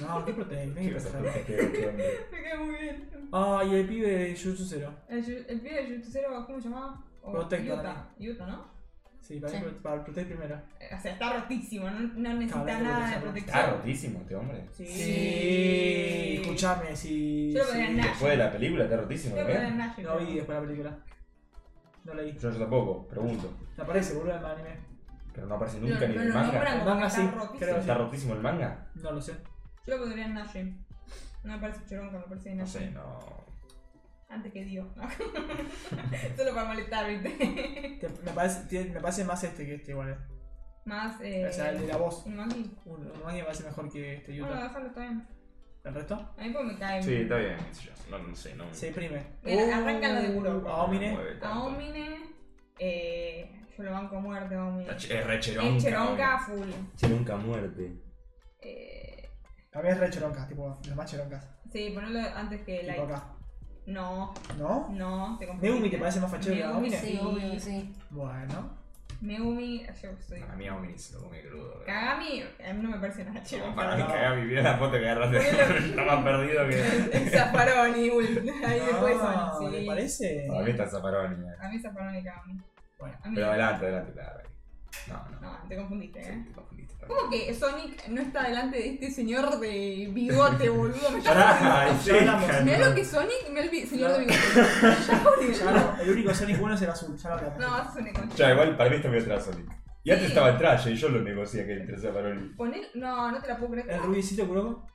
No, qué protege, qué Qué protege. cosa, qué- qué hombre. Me queda muy bien. Ah, y el pibe de Jujutsu Zero. El, yu- el pibe de Jutsu Zero, ¿cómo se llamaba? O Protect para Yuta. Yuta, ¿no? Sí, para, Sí. mí, para proteger primero. Eh, O sea, está rotísimo, no, no necesita Cabrón, nada de que lo Está protección. rotísimo este hombre. Sí. Escuchame, si. Yo lo pondría en si- Nash. Después de la película está rotísimo Yo lo pondría en también. Nash. ¿Eh? No vi después la película. No leí. Yo, yo tampoco, pregunto. No aparece, boludo, en el anime. Pero no aparece Lo- nunca ni lo en el nombran manga. El como manga que está sí, rotísimo. creo. ¿Está rotísimo el manga? No lo sé. Yo lo pondría en Nash. No aparece Choronca, no aparece Nash. No sé, no. Antes que Dios. ¿no? Solo para molestar, ¿viste? Te- me, parece, tiene- me parece más este que este, igual. eh. Más. Eh, O sea, el de la voz. Inumaki. Uno, uno más que me parece mejor que este Bueno, Yuta. déjalo, está bien. ¿El resto? A mí pues me cae. Sí, está bien, qué sé yo. No, no sé, no. Se Uh. Ah, imprime. Bien, arranca lo de Kuroko. no me Aomine. mueve tanto. Aomine. Eh, yo lo banco a muerte, a Aomine. Está ch- Es re Es Cheronca cheronca. a full. Cheronca muerte. Eh, A mí es re choronca, tipo, los más chorongas. sí, ponelo antes que Tipo Light. acá. No, ¿No? no, te confundiste. Megumi te parece más fachero que Megumi, Aomine. Sí, obvio que sí. Bueno. Megumi, yo soy. Ah, Para mí Aomine se lo come crudo. ¿verdad? Cagami, a mí no me parece nada chido. No, para mí cagá, mi vida la foto que agarraste. Bueno. Está más perdido que. El Zaffaroni, ul- ahí después Ah, son. Sí. ¿Le parece? Para mí está Zafaroni. eh. A mí Zaffaroni y Cagami. Bueno, A mí- Pero adelante, adelante, claro. No, no. No, te confundiste, Sí, eh. te confundiste. ¿Cómo que Sonic no está delante de este señor de bigote, boludo? Me Pará, Ya sí, hablamos. carajo. Mirá lo que es Sonic, mirá el bi- señor de No. bigote. Ya, boludo. Ya lo- el único Sonic bueno es el azul, ya lo hablamos. No, eso es una concha. Ya, igual para mí está medio atrás Sonic. Y antes Sí. estaba el traje y yo lo negocié que entre Zafaroni. Poner, no, no te la puedo El creer. rubiecito Kuroko.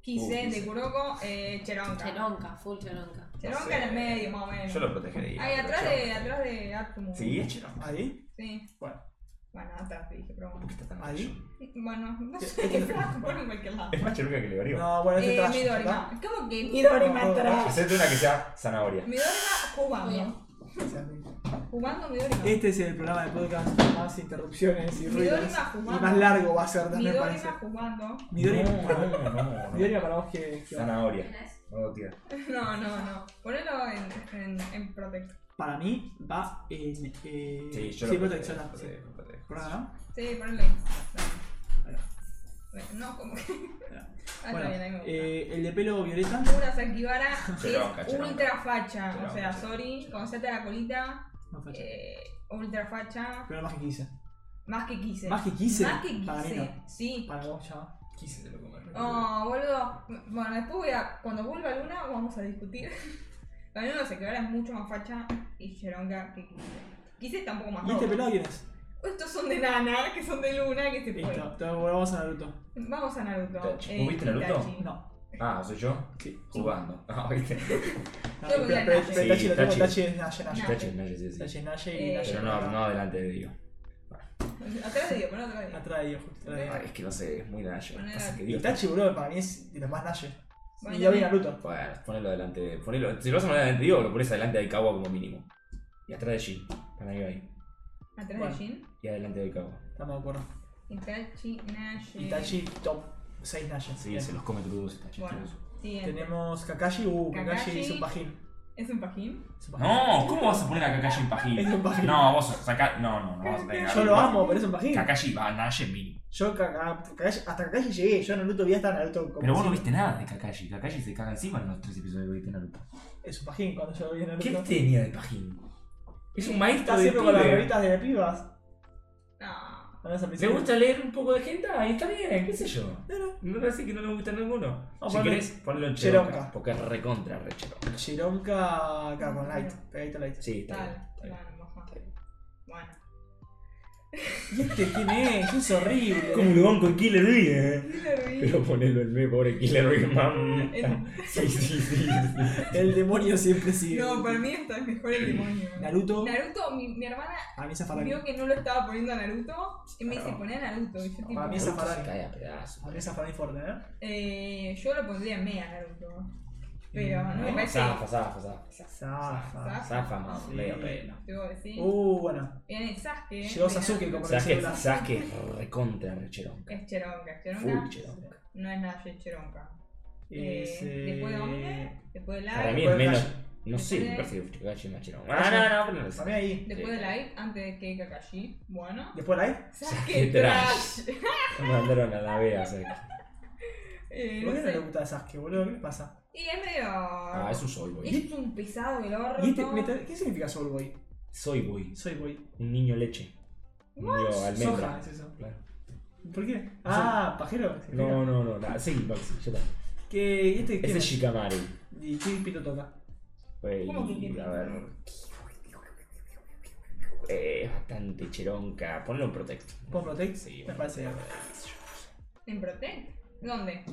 Kisen Uh, de Kisen. Kuroko, eh, Cheronka. Cheronca, full cheronca. Cheronka No sé. en el medio, más o menos. Yo lo protegería. Ahí pero atrás de, yo- atrás de Atsumu. Sí, es Cheronca. Ahí. Sí. Bueno. Bueno, atrás te dije, pero ¿Por bueno. qué está tan Ahí. bello? Bueno, no sé, qué flaco, ponlo en cualquier lado. Es más Cheronca que le varió. No, bueno, este Eh, trash, ¿verdad? Midorima. ¿Cómo que Midorima No, no, atrás? Hacete una que sea zanahoria. Midorima Bien. jugando. Jugando Midorima. Este es el programa de podcast con más interrupciones y Midorima ruidos. Y jugando. más largo va a ser también, parece. Midorima jugando. Midorima. No, no, no, no. Midorima para vos que. que- Zanahoria. No lo tira. No, no, no. Ponelo en, en, en Protect. Para mí va en. Eh, Sí, yo sí, lo protección. protejo, sí. lo protejo. ¿Por acá? Sí, ponelo ahí. Dale. Ahí Bueno, No, como que. Ahí Ah, Bueno, está bien, ahí me gusta. eh, el de pelo violeta. Segura Sakibara Cheronca, es cheronca. ultra facha. Cheronca, O sea, cheronca, sorry, cheronca. conocete la colita. No, facha. Eh, ultra facha. Pero más que 15. Más que quise. ¿Más que 15? Más que Para mí 15, no. Sí. Para vos ya va. 15 te lo comer. Oh, boludo. Bueno, después voy a. Cuando vuelva Luna, vamos a discutir. La Luna se quedará es mucho más facha y Cheronga que quise. Quise está un poco más ¿Y este roto. pelado quién es? Estos son de Nana, que son de Luna, que se fue. Listo, te volvamos a Naruto. Vamos a Naruto. Eh, Itachi. ¿Vos viste Naruto? Itachi. No. Ah, ¿soy yo? Sí. Jugando. Ah, viste. No, Yo voy pero- a pero- Naye. pero Tachi lo tengo, Sí, Tachi. Tachi es Naye, Naye. Tachi, Naye. no sé si es Tachi así. es Naye y Eh, Naye. Pero no, no adelante de Dios. Atrás de Dios, ponelo atrás de Dios. Atrás de ellos, justo. atrás de Eh, ellos. Ay, es que no sé, es muy Nayo. Ponelo Pasa que Y Dios. Tachi, boludo, para mí es de los más Naye. Bueno, Y ya vi Naruto. Bueno, ponelo delante de. Ponelo. Si lo vas a poner delante de Dios, lo pones adelante de Kawa como mínimo. Y atrás de Shin. Para mí va ahí. Atrás Bueno. de Jin. Y adelante de Kawa. Estamos de acuerdo. Itachi, Nash. Y Tachi, top 6 Naye. Sí, Bien. se los come crudos esta chica. Bueno. Siguiente. Tenemos Kakashi, uh, Kakashi Kakashi. es un pajín. ¿Es un pajín? Es un pajín. No, ¿cómo vas a poner a Kakashi en Es pajín? un pajín. No, vos sacá. No, no, no vas a tener Yo lo amo, pero es un pajín. Kakashi va a Naye mínimo. Yo Kaka- Kakashi- hasta Kakashi llegué, yo en Naruto vi hasta Naruto como Pero vos no si- viste nada de Kakashi. Kakashi se caga encima en los tres episodios que viste Naruto. Es un pajín cuando yo vi en Naruto. ¿Qué tenía de pajín? Es un maestro Está de siempre con las pibe. revistas de las pibas. No. ¿No ves al ¿Te principio? gusta leer un poco de gente? Ahí está bien, qué sé yo. No parece que no le gusta a ninguno. Vamos si a poner querés, ponelo en Cheronca. Cheronca. Porque es recontra re Cheronca. Chironca acá con Light, pegadito a Light. Sí, está bien. Tal. está bien. Bueno, moja. Bueno. ¿Y este quién es? Es horrible. Como lo banco en Killer Bee, eh. Killer Bee. Pero ponelo en mí, pobre Killer Bee, mamá. Sí, sí, sí. El demonio siempre sigue. No, para mí está mejor el demonio. Naruto, Naruto, mi, mi hermana a mí es Zafaraki. vio que no lo estaba poniendo a Naruto y me dice Claro. poné a Naruto. Y yo, tipo, Para mí es Naruto Zafaraki. se cae a A pedazos. mí es Zafaraki fuerte, ¿eh? eh, yo lo pondría en media Naruto. Pero no Mm, me parece. Zafa, zafa, zafa. Zafa. Zafa, mamá, Sí. medio pena. Te voy a decir. Uh, bueno. Bien, el Sasuke. Llegó de Sasuke Naruto. como el Sasuke, celular. Sasuke es recontra re Cheronca. Es Cheronca. ¿Eh? es Full Cheronca Cheronca. no es nada de Cheronca. Es, Eh, después de dónde? eh, Después de Light. Para mí es Después de menos. Kakashi. No sé, me parece que Kakashi es más Cheronca. Ah, no, no, pero no lo sé. Para mí ahí. Después Sí. de Light, antes que Kakashi. Bueno. Después de Light. Sasuke trash. Trash. Me mandaron a la vea, Sasuke. Eh, ¿Por qué no no le sé. gusta a Sasuke, boludo? ¿Qué le pasa? Y es medio. Ah, es un soy boy. es un pesado del horno. ¿Y este, meta- ¿Qué significa Soul Boy? Soy boy. Soy Boy. Un niño leche. Un niño Soja almendra. es eso. Claro. ¿Por qué? Ah, pajero. No, no, no, nada. Sí, Maxi, yo también. ¿Qué, ¿Y este quién Ese es Shikamaru. ¿Y qué pito toca? Fue- ¿Cómo que qué? a ver. Eh, Es bastante cheronca. Ponle un protecto. ¿Con Protect? Sí, Me bueno, parece eh, bien. ¿En Protect? ¿Dónde?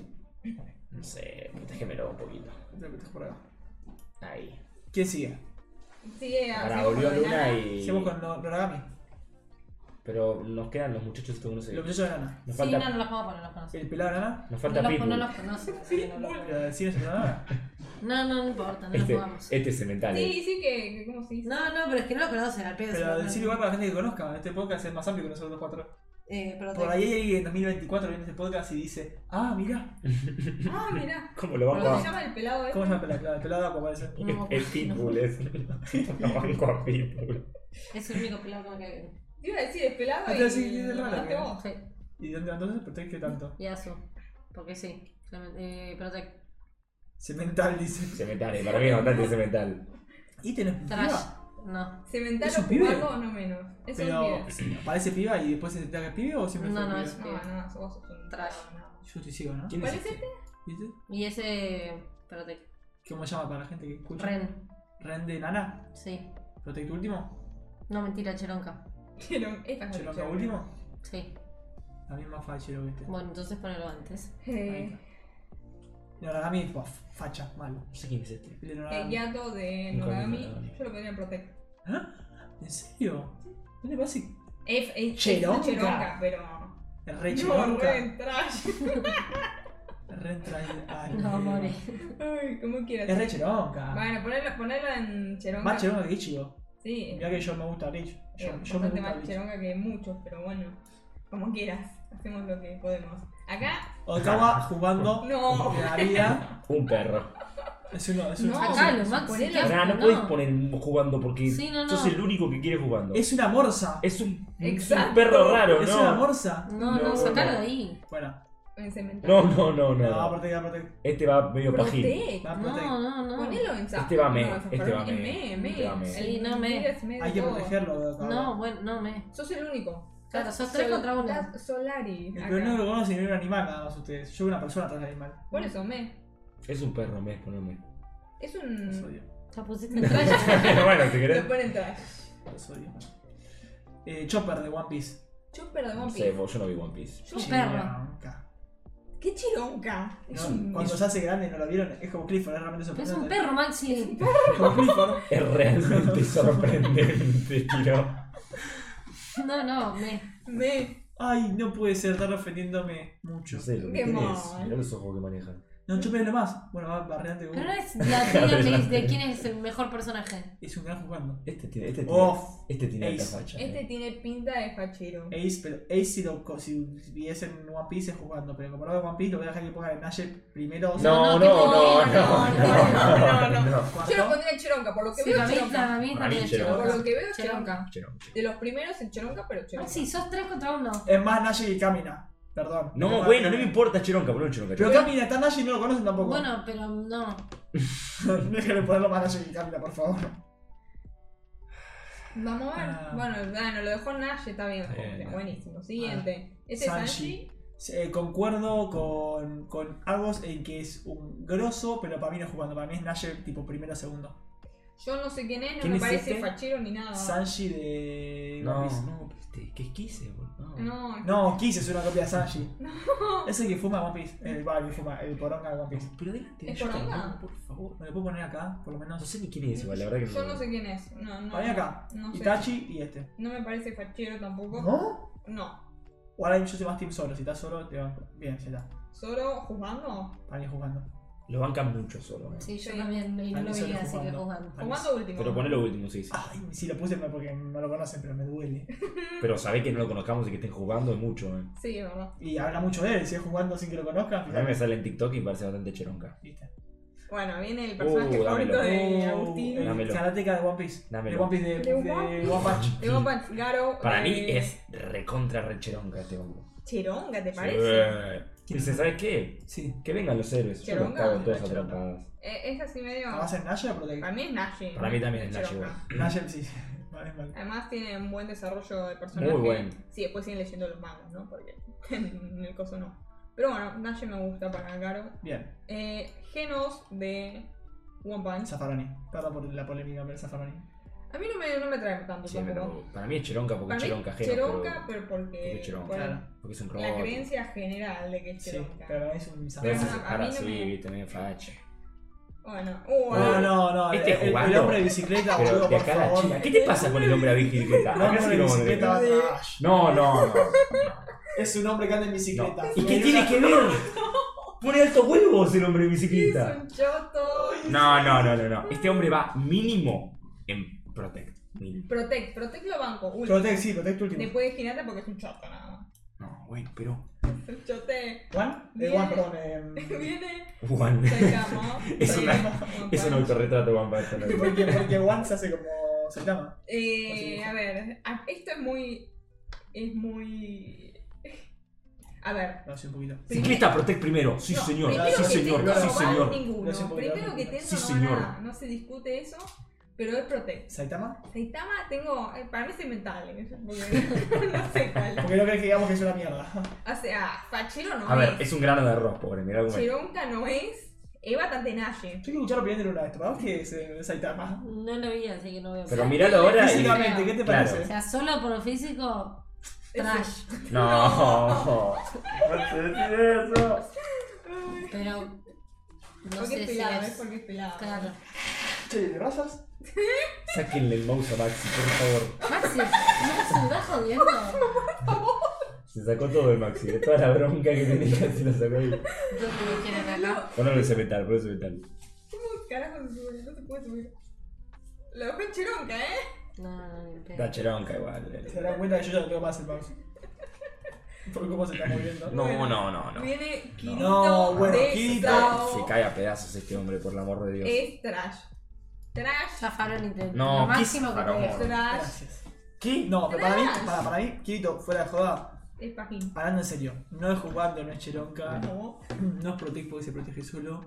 no sé, protégemelo un poquito. Te metes por acá. Ahí. ¿Quién sigue? Sigue a. Ahora volvió Luna y. Seguimos con Nor- Noragami. Pero nos quedan los muchachos estos que no sé. Los muchachos de Nana. Nos Sí, no, falta, no los puedo poner, no los conozco. El pelado de Nana. nos No falta los, no Pitbull. los conozco, así que no los Pero decir eso de Nana. No, no, no importa, no los Este, jugamos. este es cemental. eh. Sí, sí, que. que ¿Cómo se dice? No, no, pero es que no los conocen al pedo. se Pero lo decir igual para la gente que conozca. Este podcast es más amplio que nosotros los cuatro. Eh, pero Por ahí hay alguien en 2024 viene este podcast y dice: Ah, mirá. Ah, mirá. ¿Cómo lo banco ¿Cómo se a.? llama el pelado este? ¿Cómo se llama el pelado? Claro, El pelado de Aqua parece. No, Es Pitbull, es. Lo banco a Pitbull. Es el único pelado con el que Te iba a decir, es pelado Ah, y. te iba a decir que es raro, eh. ¿Mataste ¿no? vos? Sí, ¿Y dónde va entonces? ¿Protect qué tanto? y Azu. Porque sí. solamente- Eh, Protect. Cemental dice. Cemental, eh, para mí es bastante cemental. Y este no es un Trash. piba. No. Cemental ¿Es un o pibe? cubano, no menos. Es un Pero pibe. parece piba y después se trata de pibe o siempre No, fue no, pibe? es- No, no, no, vos sos un. Trash. no. Yo estoy ciego, ¿no? ¿Quién es ¿Cuál es este? ¿Viste? Y ese. Protect. ¿Cómo se llama para la gente que escucha? Ren. Ren de Nana. Sí. ¿Protect último? No, mentira, Cheronca. Quiero- Esta es la ¿Cheronca cuestión. último? Sí. También más fachero que este. Bueno, entonces ponelo antes. Ahí Eh, está. Noragami, buah, facha, malo. No sé quién es este. El de El Noragami. gato Nunca de vi Noragami. Noragami. Yo lo pondría en Protect. ¿Ah? ¿En serio? ¿No le parece? F es Cheronca. es Cheronca, pero. El rey No, Chironca. re trash. El rey trae- Ay, No, Dios. more. Ay, ¿cómo quieras? Es re Chironca. Bueno, ponelo, ponelo en Cheronca. Más Chironca que Ichigo. Sí, Mirá que yo me gusta Bleach. Eh, Yo, yo me bastante gusta más Bleach. cheronga que muchos, pero bueno, como quieras, hacemos lo que podemos. Acá, Otawa jugando no, la vida. Un perro. Es uno, es uno. No, es, sacalo, un- Max, un- sí, la- Pará, no no. podés poner jugando porque Sí, no, no. sos el único que quiere jugando. Es, es una morsa. un, es un Exacto. perro raro, Es una ¿no? morsa. No, no, No, sacalo no. de ahí. Bueno, En cementerio. No, no, no, no, no. aparte, aparte. Este va medio pajín. Protect. Va, pues, aparte. No, no, no. Ponelo en Este va me, no, este Zafari. va me, Me, me. este va me. Sí, no, me. Mentira, es me de Hay que todo. protegerlo. de verdad. No, bueno, no me. Sos el único. Claro, sos Sol- tres contra uno. estás Solari. acá. Pero no lo conocen ni un animal nada más ustedes. Yo veo una persona atrás del animal. Por eso, me. Es un perro, me, poneme. Es Mm. Los un. odio. Ya pusiste en trash. bueno, si Lo querés. ponen trash. Los odio. Eh, Chopper de One Piece. Chopper de No One sé, Piece. vos- yo no vi One Piece. Un perro. Chironca. ¡Qué chironca! No, Es un. Cuando se hace grande no lo vieron, es como Clifford, es realmente Es un sorprendente. perro, Maxi. Como Clifford. Es realmente sorprendente, tío. No, no, me. Me. Ay, no puede ser, estar ofendiéndome mucho. Yo sé lo que Qué tenés. mal. Mirá los ojos que manejan. No, Chopper es lo más. Bueno, va barreante. Pero no es la tía feliz de quién es el mejor personaje. Es un gran jugando. Este tiene, este tiene, Off. este tiene alta Ace. facha. Este eh. tiene pinta de fachero. Ace, pero Ace si lo co- si viese en One Piece es jugando, pero como no veo One Piece lo voy a dejar que ponga en Nash primero o No, no, No, no, no, no, que no, no, no, no, no. Yo lo cuarto. pondría chironca, por lo que Sí, veo para mí, chironca. para mí Para mí, también es Cheronca. Por lo Cheronca. que veo chironca. Cheronca. Che, no, che. De los primeros en chironca, pero chironca. Maxi, sos tres contra uno. Es más Nash y Camina, perdón. No, Es bueno, no más- me importa Cheronca, boludo, Cheronca. Pero Camina, está Nash y no lo conocen tampoco. Bueno, pero no. Déjenme ponerlo más Nash y Camina, por favor. Vamos a ver. Ah. Bueno, bueno, lo dejó Nash, está bien. Está bien. Ah. Buenísimo. Siguiente. este es Sanji. Sanji. Eh, concuerdo con, con Agos en que es un grosso, pero para mí no es jugando, para mí es Nash tipo primero o segundo. Yo no sé quién es, no ¿Quién me es parece este? fachero ni nada. Sanji de No, One Piece. no, pero este, ¿qué es quise, boludo? No, No, Kiss es una copia de Sanji. Es el que fuma One Piece. El, va, el que fuma, el poronga de One Piece. Pero delante de ¿Es yo por acá? también, por favor. ¿Me lo puedo poner acá? Por lo No menos. sé ni quién es igual, la verdad que no. yo no sé quién es. No, no. Para mí acá. No sé. Itachi y este. No me parece fachero tampoco. ¿No? No. O ahora yo soy más team solo. Si estás solo, te van. Bien, ya está. Solo jugando. Para mí jugando. Lo bancan mucho solo, eh. Sí, yo Sí. también. Y no Para lo mí solo vi, así que jugando. jugando. Para mí Jugando último. Pero poné lo último, sí, sí. Ah. Ay, sí lo puse porque no lo conocen, pero me duele. Pero sabés que no lo conozcamos y que estén jugando es mucho, eh. Sí, es verdad. Y habla mucho de él. Si es jugando sin que lo conozcas, A mí me sale en TikTok y me parece bastante cheronca. Viste. Bueno, viene el personaje Uh, eh, favorito dámelo. de Oh, Agustín. el Dámelo. karateka de One Piece. Dámelo. De One Piece de, De One de Piece. One Punch. Te voy a Garo. Para eh, mí es recontra recheronca este hombre. Cheronga, ¿te parece? Eh, Sí. Dice, ¿sabes qué? Sí. Que vengan los héroes. Yo los Cheronga, cago todos la cheronga. atrapadas. Eh, es así medio. ¿Vas a ser Nash o Para Protect? mí es Nash. Para mí también es Nash, Cheronga. igual. Nash, sí. Vale, es mal. Además tiene un buen desarrollo de personaje. Muy buen. Sí, después siguen leyendo los mangos, ¿no? Porque en el coso no. Pero bueno, Nash me gusta para Garo. Bien. Eh, Genos de One Punch. Zaffaroni. Perdón por la polémica, pero Zaffaroni. A mí no me, no me trae tanto Sí, tampoco. pero para mí es cheronca porque para es mí, cheronca ajeno, Cheronca, pero- pero, porque. porque Cheronca, por claro. Porque es un robot. La creencia general de que es Sí, Cheronca. pero es un Pero Pero se no, Zaffaroni. a mí separa no así, me- viste, medio facha. Bueno, Oh, uh, No, ah, no, no. Este el- el, jugando. hombre de bicicleta, Pero boludo, de por acá a la favor. China. ¿Qué te pasa con el hombre a bicicleta? No, no, Acá sí hombre de lo vamos a bicicleta. tener. Nash. No, no, no. Es un hombre que anda en bicicleta. no. ¿Y qué tiene que ver? Pone altos huevos el hombre de bicicleta. es un choto. No, no, no, no, no. Este hombre va mínimo en Protect. Mínimo. Protect, Protect lo banco. último. Protect, sí, Protect último. Después de Hinata porque es un choto nada más. No, bueno, pero. Un chote. Juan, eh, Bien. Juan, perdón. em, Viene. Juan. Saitama. Es una- One Es un Punch. autorretrato, Juan, para esta noche. porque, porque Juan se hace como se llama. Así. Eh, a ver, a- esto es muy. Es muy. A ver. No, sí, un poquito. Ciclista Protect primero. Sí, no, señor. primero Sí, que señor. tenso Sí, no va señor. Ninguno. No sé por qué primero no. que tenso Sí, no va señor. nada, No se discute eso. Pero es protect. ¿Saitama? Saitama tengo. eh, Para mí es invental. eh, porque no sé cuál. Porque no crees que digamos que es una mierda. O sea, Fachero no A ver, es. es un grano de arroz, pobre. Mirá cómo es. Cheronca no es. Es bastante naye. Yo quiero escuchar la opinión de Luna de esto. ¿Para vos qué es eh, Saitama? No lo vi, así que no veo. Pero míralo ahora y. Físicamente, ¿qué te Claro. O parece? sea, solo por físico, trash. No. No te decís eso. Pero. No Porque sé es si pelado, es es. porque es pelado. Claro. Che, ¿de razas? Sáquenle el mouse a Maxi, por favor. Maxi, no se va jodiendo. Se sacó todo el Maxi. De toda la bronca que tenía, se lo sacó él. Yo te quiero acá. Ponelo ese metal, ponelo ese metal. ¿Cómo carajo se sube? No se puede subir. Lo dejó en Cheronca, ¿eh? No, no, no. ni en pedo. Está cheronca igual. Se darán cuenta que yo ya no tengo más el mouse. por cómo se está moviendo. No, no, no, no. Viene Kirito No, bueno, de Kirito Sao. Se cae a pedazos este hombre, por el amor de Dios. Es trash. Trash. Zafaron y te- No, lo ¿qué máximo que zafaron, podía. boludo? Trash. Gracias. ¿Qué? No, pero para mí, para, para mí, Kirito, fuera de joda, Es pajín. hablando en serio. No es jugando, no es cheronca, No. no es protect porque se protege solo.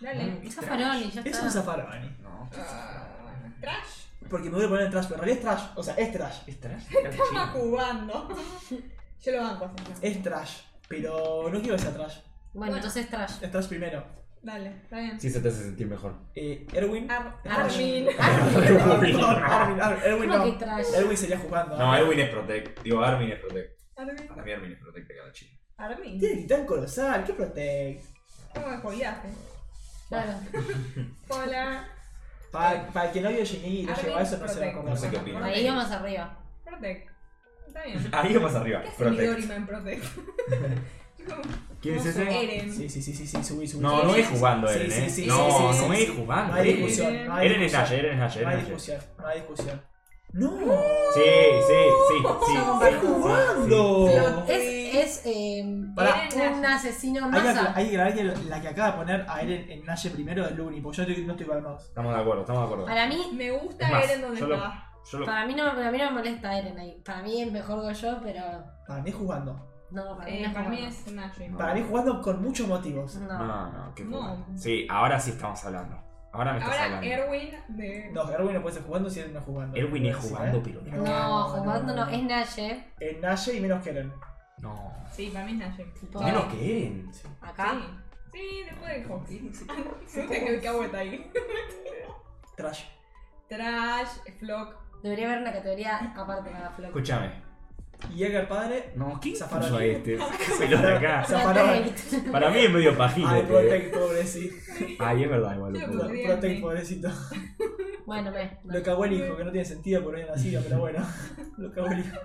Mm. Dale. Un zafarón y ya Es un está. zafaroni. No, Ah, trash. Porque me voy a poner en trash, pero en realidad es trash. O sea, es trash. es trash. Estaba jugando. Yo lo banco así. Es trash. Pero no quiero que sea trash. Bueno, entonces trash. Es trash primero. Dale, está bien. Sí, se te hace sentir mejor. Eh, Erwin. Ar- Trash. Armin. Armin, no, Armin, Armin, Erwin ¿Cómo que no. trash? Eh, Erwin sería jugando. No, Erwin es Protect. Digo, Armin es Protect. Armin. Para mí Armin es Protect de cada chico. Armin. Tiene titán colosal, ¿qué protect? ¿Cómo me jodiaste? Claro. Hola. Para, para el que no vio Genie y no Armin, llegó a eso, no se va a protect. acordar. No sé qué opina. Ahí eh. vamos arriba. Protect. Está bien. Ahí o más arriba. ¿Qué hace Protect. Midorima en Protect? ¿Quién es ese? Eren. Sí, sí, sí, sí, sí, subí, subí. No, no es jugando Sí, Eren, sí, ¿eh? sí, No, sí, sí, no sí, es sí. jugando. No hay Eren discusión, no hay Eren es discusión. Nash, Eren es Nash, No Eren hay es Nash. discusión, no hay discusión. ¡No! Sí, sí, sí, sí. ¡Está sí, jugando! sí, Es, es eh, Pará. Eren un asesino en Hay que, masa. hay que grabar que la que acaba de poner a Eren en Nash primero es Lugni, porque yo estoy- no estoy con el mouse. Estamos de acuerdo, estamos de acuerdo. Para mí, Me gusta Es más, Eren donde yo lo- está. Yo lo- para mí no, para mí no me molesta Eren ahí. Para mí es mejor que yo, pero Para mí es jugando. no, para mí Eh, no es para como- mí es Nashi. Para mí jugando con muchos motivos. No. No, no, qué No. jugando. Sí, ahora sí estamos hablando. Ahora me estás Ahora hablando. Erwin de. No, Erwin no puede ser jugando si Eren no es jugando. Erwin es Sí, jugando, ¿eh? pero No, jugando no, es Naye. En Nash y menos que Eren. No. Sí, para mí es Nashi. Tipo, Menos que Eren. acá. Sí. Sí, después del hockey. Se te quedó cahueta ahí. Trash. Trash, Flock. Debería haber una categoría aparte para Flock. Escúchame. Y Edgar Padre. No, ¿quién Zafaroni. puso a este? Sácamelo de acá. Zafarón. Para mí es medio pajito. Ay, este, eh. Protect, pobrecito. Ay, es verdad, igual. Yo boludo. lo puse. Protect, pobrecito. Bueno, ve. Lo cagó el hijo, que no tiene sentido por hoy nacido, pero bueno. Lo cagó el hijo.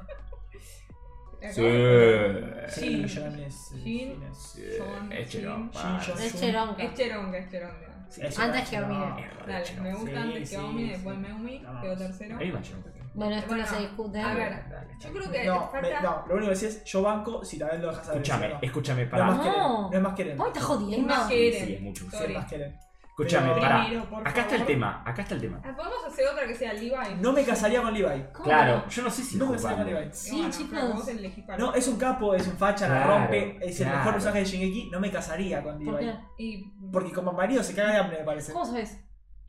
Eh, Sí. Shin. Shin es- Shin. Shin es- Sí, Son- Es Shin, chino. Shin, Es cheronca. Es cheronga, es cheronga. Es- Antes que no, Omine. Dale, me gusta Sí, antes sí, que Omi, después sí. Meumi, No. quedó tercero. A mí me chino que Bueno, esto no Bueno, se discute. ¿eh? a ver. Dale, Yo chino. creo que No, me- falta. no, lo único que sí es yo banco si también lo dejas saber. Escúchame, no. escúchame, No es más que pará. Eren. No. No es más que Eren. ¿Cómo estás Es más jodiendo? que Sí, es Eren. mucho. Sí, es más Sorry. que Eren. Escúchame, Pero- pará. Primero, por Acá está el favor. tema, acá está el tema. Ah, Podemos hacer otra que sea Levi. Eh, No me casaría con Levi. ¿Cómo? Claro, yo no sé si No me es casaría con jugando. Levi. Y Sí, bueno, Franco, vos chicos. elegís para- No, es un capo, es un facha, la Claro, rompe, es el mejor claro. personaje de Shingeki, no me casaría con ¿Por Levi. qué? Y Porque como marido se caga de hambre, me parece. ¿Cómo sabes?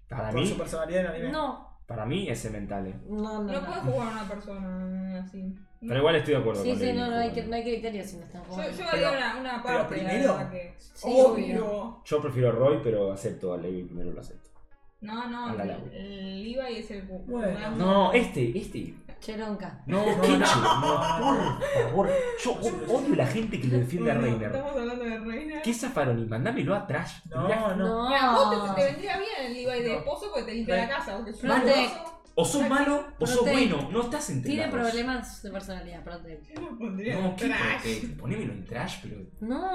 Para Por su mí, personalidad en anime. No. para mí es eh. cementale. No, no, no puedes no. jugar a una persona así. Pero igual estoy de acuerdo Sí, con sí, Levi, no, no hay, que, jugando. no hay criterio si me están Yo, jugando. yo Pero- haría una, una pero parte. la primero- verdad que- Sí, obvio. Obvio. Yo prefiero a Roy, pero acepto a Levi primero lo acepto. No, no, A la el- Laura. el Levi es el. Bueno, No, este, este. Cheronca. No, No, Kencho, no, no, no. por favor. Yo o- odio la gente que le defiende a Bueno, Reiner. Estamos hablando de Reiner. ¿Qué zafaron? Y mandámelo atrás. No, no. No. Ah, Mira, vos te, te vendría bien el Levi de No. esposo porque te limpia la Vale. casa. Porque Vale. O sos Aquí. malo o sos Protect. bueno. No estás entre Tiene lados. problemas de personalidad, pronto. Yo lo pondría No, en ¿qué trash. Protect? Ponémelo en trash, pero.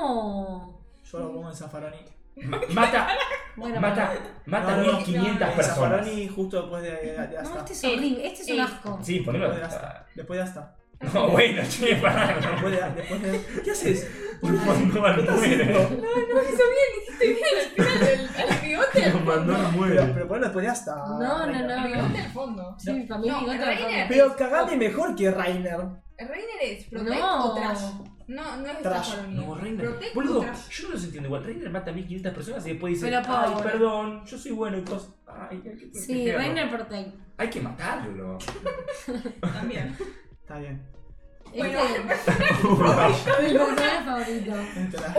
No. Yo lo pongo en Zaffaroni. Ma- mata, Bueno, mata, mata No, no, no. 1500 En personas. Zaffaroni justo después de, de, de pero- No, Asta. este es horrible. Este es un Eh, asco. Sí, ponelo Después en de Asta. Después de Asta. No, bueno, che, pará. Después de, después de... ¿Qué haces? Mandó al muere. Pero, No, hizo bien, hiciste bien al final del al bigote al Lo mandó fondo. al muere. pero ponlo después de Asta. No, no, no. Al bigote al fondo. Sí, para mí No, mi gota Reiner. de forma. Pero cagame mejor que Rainer. El Reiner es protect No. o trash. No, no es Trash. estafaronía. No, Reiner. Protect o Boludo, trash. yo no los entiendo igual. Reiner mata a 1500 personas y después dice: Pero, Ay, pobre. perdón, yo soy bueno y cosas. Ay, hay que Sí, protegerlo. Reiner Protect. Hay que matarlo. También. Está bien. Bueno, Este es mi personaje favorito. Entra.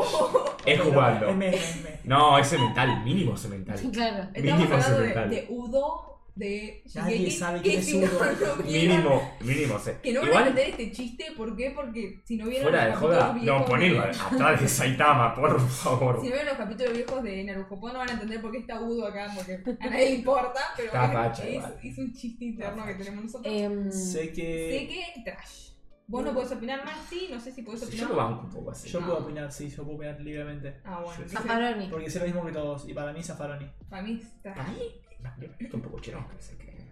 es Es jugando. meme, es meme. No, es cemental, mínimo cemental. Claro. estamos Mínimo hablando de, occidental. de Udo, de Nadie Shigeki, sabe que quién es si no, Udo. no vieron- Mínimo, mínimo. se- Que no van a Igual, entender este chiste, ¿por qué? Porque si no vieron fuera de los capítulos joda, viejos no, ponelo eh, atrás de Saitama, por favor. Si no vieron los capítulos viejos de Narujopo no van a entender por qué está Udo acá, porque a nadie le importa, pero Está bueno, facha es, igual. es un chiste interno que tenemos nosotros. Em, Sé sé que... que trash. Vos no podés opinar más, sí, no sé si podés Sí, opinar yo lo banco un poco así. Yo puedo opinar, sí, yo puedo opinar libremente. Ah, bueno, entonces, Zaffaroni. Porque sé lo mismo que todos, y para mí Zaffaroni. para mí es trash. Para mí, no, yo- yo un poco chero, que sé que-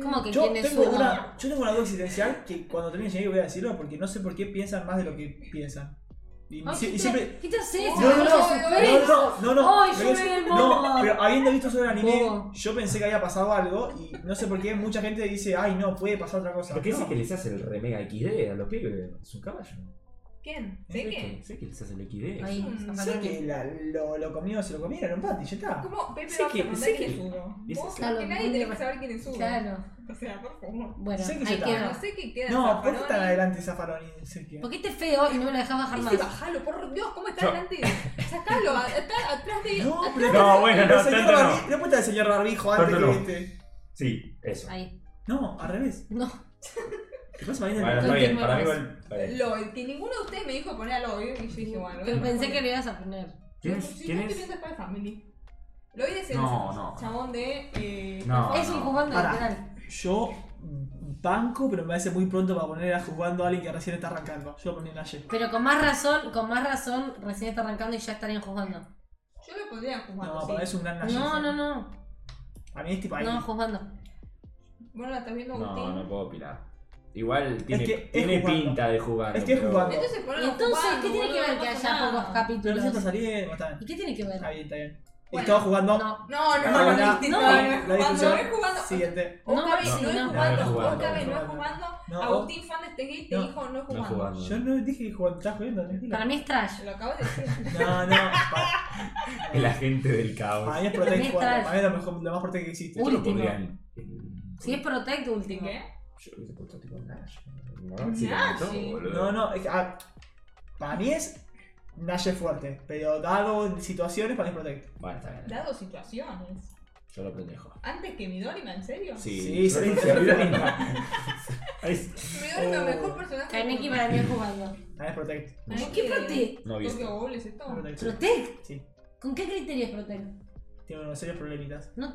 ¿Cómo que Yo quién es tengo, uno? una, yo tengo una duda existencial que cuando termine llegué voy a decirlo porque no sé por qué piensan más de lo que piensan. Y, Ah, si- y ¿qué siempre. Oh, ¿Qué te haces? No, no, no, Ay, no, no, no, no, Ay, yo pero es- vi el no, bobo. pero habiendo visto sobre el anime, Bobo. yo pensé que había pasado algo y no sé por qué mucha gente dice, ay no, puede pasar otra cosa. ¿Por qué No. es que les hace el re mega XD a los pibes? Es un caballo. ¿Quién? ¿Sé qué? Sé que les hace el XD. Ahí, Mm, Sé zapato. que la- lo, lo comido se lo comieron, Pati, ya está. ¿Cómo Pepe Sé va a que- preguntar sé quién que- es uno? es- Vos, Claro, que nadie muy tiene que bueno. saber quién es uno. Claro. O sea, por favor. Bueno, Sé que ahí yo No queda. sé qué queda. No, ¿por qué Zaffaroni. están adelante Zaffaroni? Sé que- Porque este es feo y no me lo dejas bajar Ese más. bajalo, por Dios, ¿cómo está Yo- delante? Sacalo, a- está atrás de. No, atrás- pero. No, bueno, no, el señor tanto no. Barbi- la puta del señor Barbijo antes Tanto que no. este. Sí, eso. Ahí. No, al revés. No. ¿Qué pasa, Marina? Bueno, está bien, Continuemos. para mí igual. vale. Lloyd, que ninguno de ustedes me dijo poner a Lloyd, y yo dije, bueno, Lloyd Pero no pensé pone. que lo ibas a poner. ¿Quién Si es? no ¿Quién te es? piensas para Family. Lloyd es el No, no. chabón de. eh, No, es un no. jugando de Pará. penal. Yo banco, pero me parece muy pronto para poner a jugando a alguien que recién está arrancando. Yo ponía en la Y. Pero con más razón, con más razón, recién está arrancando y ya estarían jugando. Yo lo pondría jugando. No, sí. para mí es un gran Naye. No, no, no. Para mí es tipo ahí. No, jugando. Bueno, la estás viendo No, Agustín. no puedo opinar. Igual tiene, que es tiene jugando. pinta de jugar. Es que es pero- jugando. Entonces ponelo Entonces, jugando, ¿qué tiene que boludo, ver no que pasa haya nada. pocos Pero recién capítulos? salieron, está bien. ¿Y qué tiene que Está ver? bien, está bien. Bueno, Estaba jugando. No. No, no, Ahora, no, no, dijiste, no, la no, no, es jugando, discusión no es jugando. Siguiente. No, Ocabe sí, no es no. No, no jugando, es jugando, Ocabe no no es es jugando. No, Agustín fan de este gate te No. dijo no es No jugando. jugando. Yo no dije que jugando, estás jugando. ¿no? Para mí es trash. Lo acabo de decir. No, no. pa- El agente del Para caos. mí es Para mí Protect es jugando. trash. Para mí es lo, mejor, lo más Protect que existe. Esto lo Último. podrían. Si es Protect, ¿De último. qué? Yo lo hubiese puesto tipo Nash. No, sí, Nash. lo meto, No, boludo. no. es que, ah, para mí es Naye fuerte. Pero dado situaciones, para mí es Protect. Bueno, está bien. Dado situaciones. Yo lo protejo. Antes que Midorima, ¿en serio? Sí, Sí, yo sí, lo sí. protejo. Es- Midorima, Oh. mejor personaje. Kaneki para mí es jugando. Para mí es Protect. ¿Qué Protect? No viste. Tokyo Ghoul es esto. Oh, Protect. ¿Protect? Sí. ¿Con qué criterio es Protect? Tiene unos serios problemitas. No.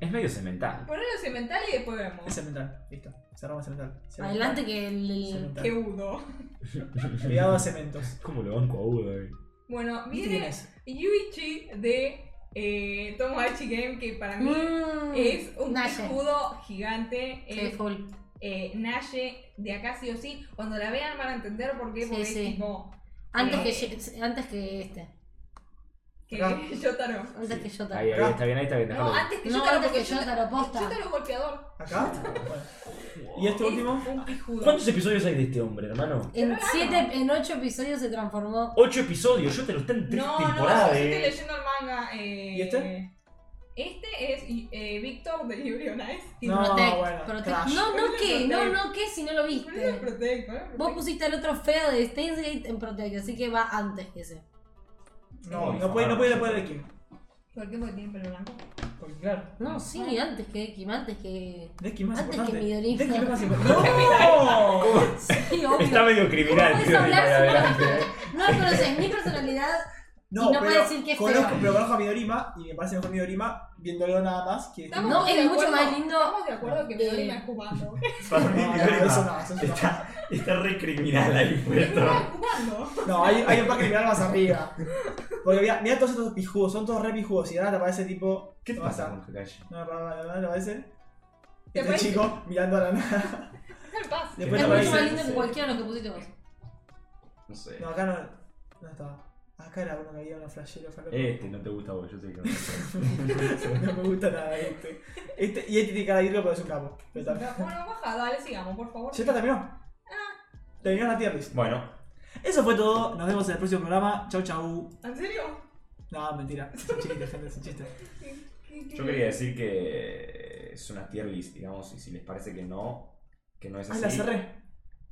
es medio cemental. Ponelo en cemental y después vemos. Es cemental, listo. Cerramos cemental. Cemental. Adelante que el... el- Qué Cemental. udo. Cuidado a cementos. Es como lo banco a Udo, eh. Bueno, ¿Qué viene tienes? Yuichi de eh, Tomodachi Game, que para mí Mm, es un Naye. escudo gigante. Sí, Es full. eh, Naye de acá sí o sí. Cuando la vean van a entender por qué, Sí, porque sí. es tipo. Antes que, Eh. Ye- antes que este. Que Claro. Yotaro. Antes que yo Ahí, también. ahí, está bien, ahí está bien. No, déjalo. antes que No, Yotaro, antes porque que yo te lo posta. Yotaro es golpeador. ¿Acá? Bueno. ¿Y este último? Es un pijudo. ¿Cuántos episodios hay de este hombre, hermano? En, siete, en ocho episodios se transformó. Ocho episodios, yo te lo está en tres No, temporadas. no, yo estoy eh. leyendo el manga. eh, ¿Y este? Este es eh, Víctor de Yuri on Ice. Y No, Protect, bueno, Protect. trash. No, no, Ponele ¿qué? No, Protect. no, ¿qué? Si no lo Pero es el viste. Protect, ¿eh? Vos pusiste el otro feo de Steins Gate en Protect, así que va antes que ese. No, no puede, no puede, no puede de Kim. ¿Por qué? Porque tiene pelo blanco. Porque claro. No, sí, antes que Kim, antes que. De Kim más Antes que importante. Midorima. De Kim es más importante. ¡No! Sí, obvio. Está medio criminal, ¿Cómo podés tío, hablar ahí si no adelante, eh. No la conoces mi personalidad. No, Y no pero puede decir que es conozco, feo. pero conozco a Midorima y me parece mejor Midorima viéndolo nada más que. Estamos No, de es mucho acuerdo- más lindo. Estamos de acuerdo que Eh. Midorima es cubano. Para No, mí, no, Midorima eso no, eso es una- está, está re criminal ahí puesto. Midorima es cubano. No, hay, hay un par que mirar más arriba. Porque mira, mira todos estos pijudos, son todos re pijudos. Y ahora te aparece tipo. ¿Qué te no, pasa No, con Kakashi? no, no, no, no, te aparece. ¿Te Este parece? chico mirando a la nada. ¿Qué pasa? Después Es te no lo mucho más aparece. lindo que cualquiera de los que pusiste vos. No sé. No, acá no. No estaba. Acá era uno que había uno flashero, falopa. Este no te gusta a vos, yo sé que no. No me gusta nada este. este y este tiene cara de irlo, pero es un capo. Pero Bueno, también. baja, dale, sigamos, por favor. ¿Ya está terminó? Ah. Terminó la tier list. Bueno, Eso fue todo. Nos vemos en el próximo programa. Chau, chau. ¿En serio? No, mentira. Es un chiste, gente, es un chiste. yo quería decir que es una tier list, digamos, y si les parece que no, que no es Ah, así. la cerré.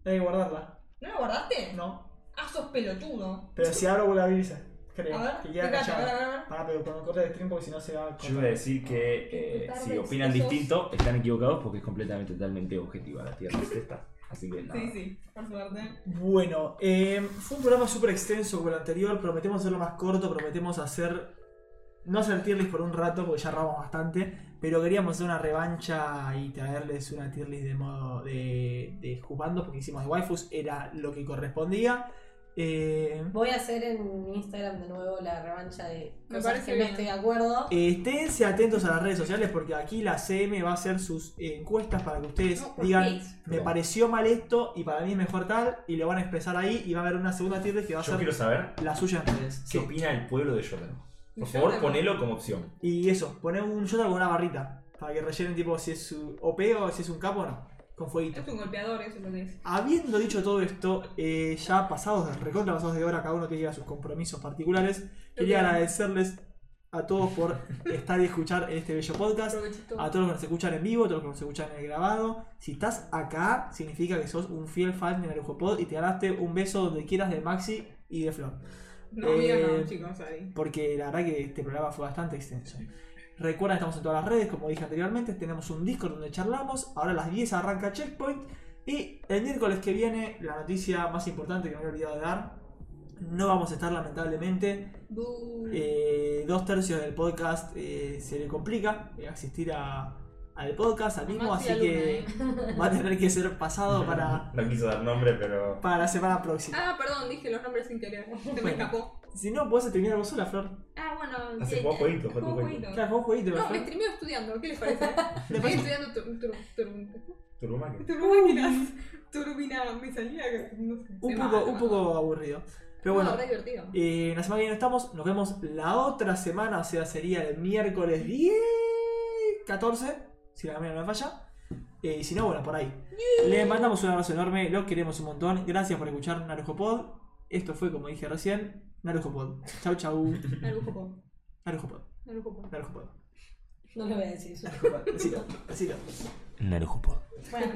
Hay que guardarla. ¿No lo guardaste? No. Ah, sos pelotudo. Pero si abro vuelve a abrirse, creo. A ver, que queda fíjate, a ver, callada. a ver, a ver. Pará, pero cuando corte el stream porque si no se va a Yo iba a cortar. decir que eh, si opinan distinto, están equivocados porque es completamente, totalmente objetiva la tier list esta. Así que nada. Sí, sí, por suerte. Bueno, eh, fue un programa súper extenso como el anterior. Prometemos hacerlo más corto, prometemos hacer. No hacer tier list por un rato, porque ya ramos bastante. Pero queríamos hacer una revancha y traerles una tier list de modo de, de jugando, porque hicimos de waifus, era lo que correspondía. Eh, Voy a hacer en Instagram de nuevo la revancha de Me cosas parece que no bien. estoy de acuerdo. Eh, esténse atentos a las redes sociales porque aquí la CM va a hacer sus eh, encuestas para que ustedes No, por digan, Facebook. me pareció mal esto y para mí es mejor tal, y lo van a expresar ahí y va a haber una segunda tier list que va a Yo ser quiero saber la suya en redes. Sí. qué opina el pueblo de Jordan. Por Yo favor, también. ponelo como opción. Y eso, poner un shot con una barrita para que rellenen tipo si es su OP o si es un capo o no, con fueguito. Es un golpeador, eso es lo que es. Habiendo dicho todo esto, eh, ya pasados, recontra pasados de hora, cada uno que lleva sus compromisos particulares, quería agradecerles a todos por estar y escuchar este bello podcast. Provechito. A todos los que nos escuchan en vivo, a todos los que nos escuchan en el grabado. Si estás acá, significa que sos un fiel fan de Narujo Pod y te ganaste un beso donde quieras de Maxi y de Flor. No, mío eh, no, chicos, ahí. Porque la verdad que este programa fue bastante extenso. Recuerda, estamos en todas las redes, como dije anteriormente. Tenemos un Discord donde charlamos. Ahora a las 10 arranca Checkpoint. Y el miércoles que viene, la noticia más importante que me había olvidado de dar. No vamos a estar, lamentablemente. Bu. Eh, dos tercios del podcast eh, se le complica eh, asistir a, al podcast, al mismo, Maxi así alumna, que eh. va a tener que ser pasado para, No quiso dar nombre, pero. para la semana próxima. Ah, perdón, dije los nombres sin querer. Se Bueno. me escapó. Si no, podés terminar vos sola, Flor. Ah, bueno. Hace sí, poco jueguito, fue tu juego jueguito. jueguito. Claro, vos jueguito, pero No, me Flor. streameo estudiando, ¿qué les parece? Estoy parece? estudiando tur- tur- tur- Turumaki. turbinas. Turbinas, me salía que no sé. Un Me poco, mata, un me poco aburrido. Pero No, bueno, re divertido. eh, la semana que viene no estamos, nos vemos la otra semana, o sea, sería el miércoles 10, 14, si la memoria no me falla. Eh, y si no, bueno, por ahí. Les mandamos un abrazo enorme, los queremos un montón. Gracias por escuchar Narujo Pod. Esto fue, como dije recién, Narujo Pod. Chau, chau. Narujo po, Narujo Pod. narujo po. Narujo Pod. No lo voy a decir yo. Narujo Pod. Besito, besito. Narujo Pod. Bueno.